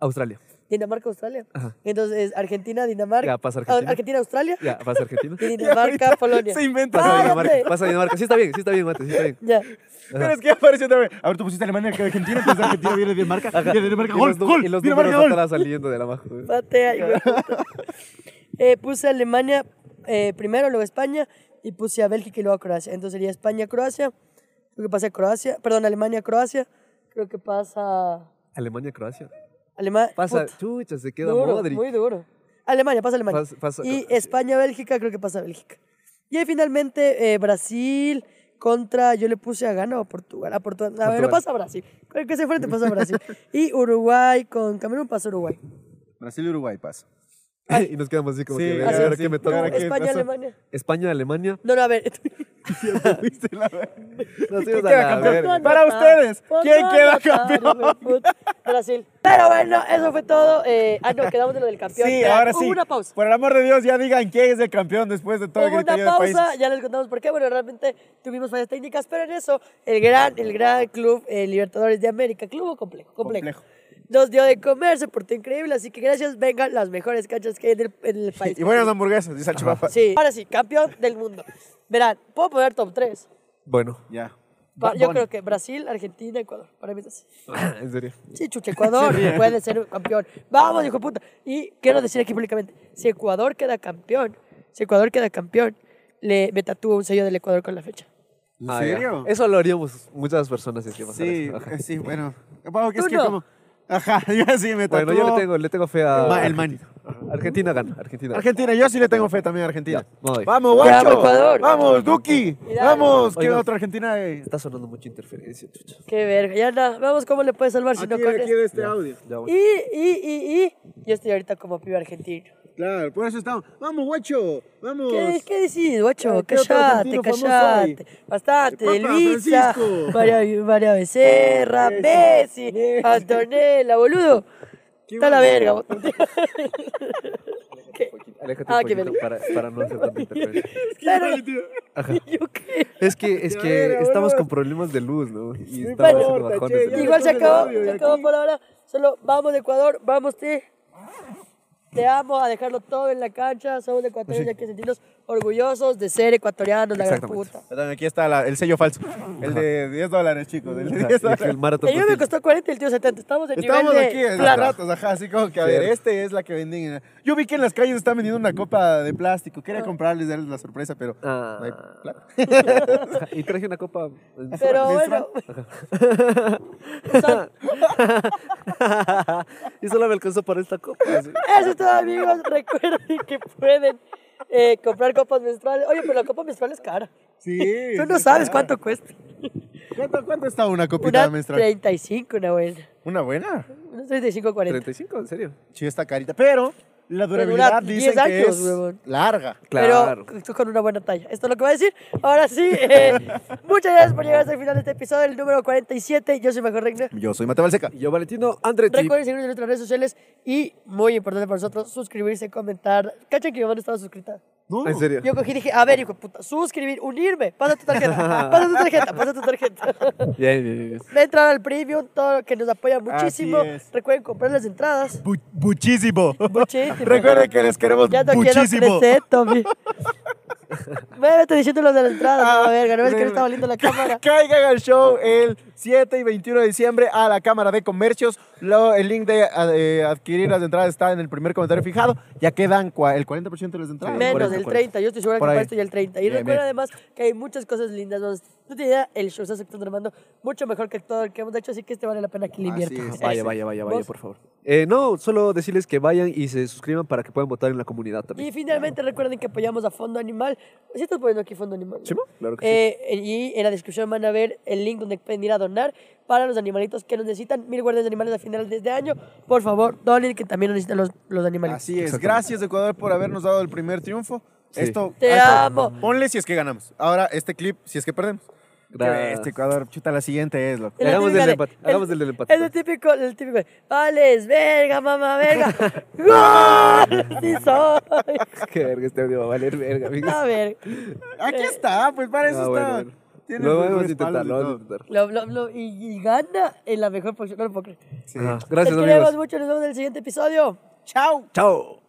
[SPEAKER 3] Australia.
[SPEAKER 2] Dinamarca, Australia.
[SPEAKER 3] Ajá.
[SPEAKER 2] Entonces, Argentina, Dinamarca.
[SPEAKER 3] Ya, pasa Argentina.
[SPEAKER 2] Ah, Argentina, Australia.
[SPEAKER 3] Ya, pasa Argentina.
[SPEAKER 2] Y Dinamarca, Polonia.
[SPEAKER 1] Se inventa.
[SPEAKER 3] Pasa
[SPEAKER 2] ¡Párate!
[SPEAKER 3] Dinamarca. Pasa Dinamarca. Sí está bien, sí está bien, Mate, sí está bien.
[SPEAKER 2] Ya.
[SPEAKER 1] Pero es que apareció otra vez. A ver, tú pusiste Alemania, que Argentina, entonces Argentina viene Dinamarca. Y Dinamarca,
[SPEAKER 3] Y
[SPEAKER 1] gol,
[SPEAKER 3] los nu-
[SPEAKER 1] gol.
[SPEAKER 3] Y los
[SPEAKER 1] Dinamarca,
[SPEAKER 3] números
[SPEAKER 1] gol.
[SPEAKER 3] estarán saliendo de la baja.
[SPEAKER 2] Patea, hijo de puta. Eh, puse a Alemania eh, primero, luego España. Y puse a Bélgica y luego a Croacia. Entonces sería España, Croacia. Creo que pasa Croacia. Perdón, Alemania, Croacia. Creo que pasa.
[SPEAKER 3] Alemania, Croacia.
[SPEAKER 2] Alemania.
[SPEAKER 3] Pasa, chucha, se queda
[SPEAKER 2] duro,
[SPEAKER 3] Modric.
[SPEAKER 2] Muy duro. Alemania, pasa Alemania.
[SPEAKER 3] Pasa- pasa
[SPEAKER 2] y
[SPEAKER 3] Croacia.
[SPEAKER 2] España, Bélgica, creo que pasa Bélgica. Y ahí finalmente eh, Brasil contra, yo le puse a Ghana o Portugal. A Portugal. A ver, no
[SPEAKER 3] Portugal.
[SPEAKER 2] pasa Brasil. Creo que se enfrente pasa Brasil. y Uruguay con Camerún pasa Uruguay.
[SPEAKER 1] Brasil y Uruguay pasa.
[SPEAKER 3] y nos quedamos así como
[SPEAKER 1] Sí,
[SPEAKER 3] que,
[SPEAKER 1] así,
[SPEAKER 3] verga, ahora
[SPEAKER 1] sí,
[SPEAKER 3] que me toca.
[SPEAKER 1] ahora qué que-
[SPEAKER 2] España,
[SPEAKER 1] pasó?
[SPEAKER 2] Alemania.
[SPEAKER 3] España, Alemania.
[SPEAKER 2] No, no, a ver.
[SPEAKER 1] Ya te fuiste la verga.
[SPEAKER 3] Nos
[SPEAKER 1] ¿Quién
[SPEAKER 3] íbamos a
[SPEAKER 1] queda
[SPEAKER 3] la
[SPEAKER 1] campeón?
[SPEAKER 3] verga.
[SPEAKER 1] Para ustedes, ¿quién queda campeón?
[SPEAKER 2] Brasil. Pero bueno, eso fue todo. Eh, ah, no, quedamos en lo del campeón.
[SPEAKER 1] Sí,
[SPEAKER 2] Espera,
[SPEAKER 1] ahora
[SPEAKER 2] hubo
[SPEAKER 1] sí.
[SPEAKER 2] una pausa.
[SPEAKER 1] Por el amor de Dios, ya digan quién es el campeón después de todo el
[SPEAKER 2] Hubo una
[SPEAKER 1] griterío del país.
[SPEAKER 2] pausa, ya les contamos por qué. Bueno, realmente tuvimos fallas técnicas, pero en eso, el gran, el gran club eh, Libertadores de América, club o complejo, complejo,
[SPEAKER 1] Complejo.
[SPEAKER 2] nos dio de comer, se portó increíble, así que gracias, vengan las mejores canchas que hay en el, en el país.
[SPEAKER 1] Y buenas hamburguesas, dice Salchipapa.
[SPEAKER 2] Sí, ahora sí, campeón del mundo. Verán, puedo poner top 3.
[SPEAKER 3] Bueno,
[SPEAKER 1] Ya.
[SPEAKER 2] yo creo que Brasil, Argentina, Ecuador. Para mí es así.
[SPEAKER 3] en serio.
[SPEAKER 2] Sí, chucha, Ecuador puede ser campeón. Vamos, hijo de puta. Y quiero decir aquí públicamente, si Ecuador queda campeón, si Ecuador queda campeón, le, me tatúo un sello del Ecuador con la fecha.
[SPEAKER 1] ¿En
[SPEAKER 3] Ah, ya.
[SPEAKER 1] serio?
[SPEAKER 3] Eso lo haríamos muchas personas si es que pasara
[SPEAKER 1] Sí,
[SPEAKER 3] eso. Ajá.
[SPEAKER 1] eh, sí, bueno. Bueno, que es
[SPEAKER 2] Tú
[SPEAKER 1] que
[SPEAKER 2] no.
[SPEAKER 1] como. Ajá, yo sí me tatuó.
[SPEAKER 3] Bueno, yo le tengo, le tengo fe a.
[SPEAKER 1] Ma- el man.
[SPEAKER 3] Argentina gana. Argentina.
[SPEAKER 1] Argentina, yo sí le tengo fe también a Argentina.
[SPEAKER 3] Ya, me voy.
[SPEAKER 1] Vamos, guacho.
[SPEAKER 2] Bravo, Ecuador.
[SPEAKER 1] Vamos, Duki.
[SPEAKER 2] Cuidado.
[SPEAKER 1] Vamos, que
[SPEAKER 3] Oigan.
[SPEAKER 1] otra Argentina. eh.
[SPEAKER 3] Está sonando mucha interferencia, chucha.
[SPEAKER 2] Qué verga. Ya nada, vamos cómo le puede salvar si no
[SPEAKER 1] Aquí,
[SPEAKER 2] con
[SPEAKER 1] aquí
[SPEAKER 2] esto.
[SPEAKER 1] de este audio.
[SPEAKER 3] Ya voy.
[SPEAKER 2] Y, y, y, y, yo estoy ahorita como pibe argentino.
[SPEAKER 1] Claro, por eso estamos. Vamos, guacho. Vamos.
[SPEAKER 2] ¿Qué, qué decís, guacho?
[SPEAKER 1] ¿Qué otro
[SPEAKER 2] Callate,
[SPEAKER 1] argentino famoso
[SPEAKER 2] callate. Bastante,
[SPEAKER 1] Papa
[SPEAKER 2] Elvisa,
[SPEAKER 1] Francisco.
[SPEAKER 2] María, María Becerra,
[SPEAKER 1] Messi,
[SPEAKER 2] Messi,
[SPEAKER 1] Messi.
[SPEAKER 2] Antonella, boludo.
[SPEAKER 1] Qué
[SPEAKER 2] Está la
[SPEAKER 1] bueno.
[SPEAKER 2] verga. vos. ¿Qué?
[SPEAKER 3] Aléjate
[SPEAKER 2] Ah,
[SPEAKER 3] un
[SPEAKER 2] qué
[SPEAKER 3] poquito
[SPEAKER 2] bello.
[SPEAKER 3] para, para no hacer tanta interferencia.
[SPEAKER 2] Claro.
[SPEAKER 1] Ay, tío.
[SPEAKER 2] ¿Yo qué?
[SPEAKER 3] Es que, es
[SPEAKER 1] Ya
[SPEAKER 3] que
[SPEAKER 1] era,
[SPEAKER 3] estamos
[SPEAKER 1] boludo.
[SPEAKER 3] con problemas de luz, ¿no? Y
[SPEAKER 1] No
[SPEAKER 3] estamos
[SPEAKER 1] importa,
[SPEAKER 3] haciendo bajones.
[SPEAKER 1] che,
[SPEAKER 3] de
[SPEAKER 1] ya
[SPEAKER 3] luz.
[SPEAKER 1] le
[SPEAKER 2] Igual se
[SPEAKER 1] pone el
[SPEAKER 2] acabó,
[SPEAKER 1] audio de
[SPEAKER 2] se acabó
[SPEAKER 1] aquí.
[SPEAKER 2] por ahora. Solo vamos de Ecuador, vamos, te. Te amo a dejarlo todo en la cancha. Somos ecuatorianos y hay que sentirnos orgullosos de ser ecuatorianos, la gran
[SPEAKER 3] Exactamente.
[SPEAKER 2] puta.
[SPEAKER 1] Perdón, aquí está la- el sello falso. El de 10 dólares, chicos. El de 10
[SPEAKER 3] Ajá, y aquí
[SPEAKER 1] dólares.
[SPEAKER 3] El maratón.
[SPEAKER 2] El mío me
[SPEAKER 3] contigo.
[SPEAKER 2] costó 40 y el tío 70. Estamos en
[SPEAKER 1] Estamos
[SPEAKER 2] nivel de
[SPEAKER 1] aquí en los
[SPEAKER 2] plata.
[SPEAKER 1] ratos, ajá, así como que, a ver,
[SPEAKER 3] Cierto.
[SPEAKER 1] este es la que venden. en- Yo vi que en las calles están vendiendo una copa de plástico.
[SPEAKER 2] Ah.
[SPEAKER 1] Quería comprarles, darles la sorpresa, pero
[SPEAKER 3] Ah.
[SPEAKER 1] no hay plata.
[SPEAKER 3] Ajá, Y traje una copa. en-
[SPEAKER 2] Pero
[SPEAKER 1] Menstrual.
[SPEAKER 2] bueno. Son-
[SPEAKER 3] y solo me alcanzó para esta copa. así.
[SPEAKER 2] Eso es todo, amigos. Recuerden que pueden eh, comprar copas menstruales. Oye, pero la copa menstrual es cara.
[SPEAKER 1] Sí.
[SPEAKER 2] Tú no sabes cuánto cuesta.
[SPEAKER 1] ¿Cuánto, cuánto está una copita
[SPEAKER 2] Una
[SPEAKER 1] menstrual?
[SPEAKER 2] 35, una buena.
[SPEAKER 1] Una buena.
[SPEAKER 2] Una 35, 40.
[SPEAKER 3] 35, en serio.
[SPEAKER 1] Sí, está carita. Pero la
[SPEAKER 2] Pero dura
[SPEAKER 1] durabilidad dicen
[SPEAKER 2] 10 años,
[SPEAKER 1] que es
[SPEAKER 2] huevón.
[SPEAKER 1] larga.
[SPEAKER 3] Claro.
[SPEAKER 2] Pero tú con una buena talla. Esto es lo que voy a decir. Ahora sí, eh, muchas gracias por llegar hasta el final de este episodio, el número 47. Yo soy Mejor Regna.
[SPEAKER 1] Yo soy Mateo Balseca.
[SPEAKER 3] Y Yo, Valentino, Andretti.
[SPEAKER 2] Recuerden seguirnos en nuestras redes sociales y, muy importante para nosotros, suscribirse, comentar. ¿Cachan que mi mamá no estaba suscrita?
[SPEAKER 1] No.
[SPEAKER 3] En serio.
[SPEAKER 2] Yo cogí y dije, a ver, hijo de puta, suscribir, unirme, pasa tu tarjeta, pasa tu tarjeta, pasa tu tarjeta.
[SPEAKER 3] Bien, bien, bien.
[SPEAKER 2] Me entrar al premium, todo lo que nos apoya muchísimo.
[SPEAKER 1] Así es.
[SPEAKER 2] Recuerden comprar las entradas.
[SPEAKER 1] Bu- muchísimo.
[SPEAKER 2] Muchísimo.
[SPEAKER 1] Recuerden que les queremos
[SPEAKER 2] Ya no quiero
[SPEAKER 1] muchísimo.
[SPEAKER 2] crecer, Tommy. Muévete diciendo los de la
[SPEAKER 1] Ah,
[SPEAKER 2] entrada, no, verga, no ves que no está valiendo la cámara.
[SPEAKER 1] Caigan al show el 7 y 21 de diciembre a la Cámara de Comercios. Lo- el link de a- eh, adquirir las entradas está en el primer comentario fijado. Ya quedan cua- el 40% de las entradas.
[SPEAKER 3] Sí,
[SPEAKER 2] Menos
[SPEAKER 3] 40,
[SPEAKER 2] del
[SPEAKER 3] 40.
[SPEAKER 2] 30, yo estoy segura que
[SPEAKER 1] Por
[SPEAKER 2] para
[SPEAKER 1] ahí.
[SPEAKER 2] esto ya el 30. Y
[SPEAKER 1] Bien,
[SPEAKER 2] recuerda
[SPEAKER 1] bien.
[SPEAKER 2] además que hay muchas cosas lindas. No, no tiene idea, el show está aceptando Armando mucho mejor que todo el que hemos hecho, así que este vale la pena que le
[SPEAKER 1] Así
[SPEAKER 2] inviertas.
[SPEAKER 1] es.
[SPEAKER 3] Vaya, vaya, vaya, vaya,
[SPEAKER 2] ¿Vos?
[SPEAKER 3] por favor. Eh, no, solo decirles que vayan y se suscriban para que puedan votar en la comunidad también.
[SPEAKER 2] Y finalmente recuerden que apoyamos a Fondo Animal. ¿Sí estás poniendo aquí Fondo Animal?
[SPEAKER 3] ¿Sí,
[SPEAKER 2] no?
[SPEAKER 3] mo? Claro que
[SPEAKER 2] Eh, en- Y en la descripción van a ver el link donde pueden ir a donar para los animalitos que nos necesitan. Mil guardias de animales a finales de este año. Por favor, donen que también lo necesitan los, los animales.
[SPEAKER 1] Así es.
[SPEAKER 3] Exactamente.
[SPEAKER 1] Gracias, Ecuador, por habernos dado el primer triunfo.
[SPEAKER 3] Sí.
[SPEAKER 1] Esto,
[SPEAKER 2] Te
[SPEAKER 1] esto-
[SPEAKER 2] amo.
[SPEAKER 1] Ponle si es que ganamos. Ahora, este clip, si es que perdemos.
[SPEAKER 3] Gracias.
[SPEAKER 1] Este Ecuador, chuta, la siguiente es, loco.
[SPEAKER 2] Es la
[SPEAKER 3] Hagamos
[SPEAKER 2] típica
[SPEAKER 3] el
[SPEAKER 2] de-
[SPEAKER 3] empate, hagamos el del empate.
[SPEAKER 2] Es el típico, el típico. de, Vales, verga, mamá, verga. ¡Gol! Sí soy.
[SPEAKER 3] Qué verga, este audio va a valer verga, amigos.
[SPEAKER 2] A ver.
[SPEAKER 1] Aquí está, pues para eso
[SPEAKER 3] Ah, bueno,
[SPEAKER 1] está.
[SPEAKER 3] bueno.
[SPEAKER 1] Tiene
[SPEAKER 3] Lo
[SPEAKER 1] sus
[SPEAKER 3] vamos a
[SPEAKER 1] respaldos
[SPEAKER 3] intentar,
[SPEAKER 1] y
[SPEAKER 3] lo vamos a
[SPEAKER 1] todo.
[SPEAKER 3] intentar.
[SPEAKER 2] Lo, lo, lo- y, y gana en la mejor posición. No lo puedo creer.
[SPEAKER 3] Ajá.
[SPEAKER 2] Te
[SPEAKER 3] Gracias,
[SPEAKER 2] queremos
[SPEAKER 3] amigos.
[SPEAKER 2] mucho. Nos vemos en el siguiente episodio. Chao.
[SPEAKER 3] Chao.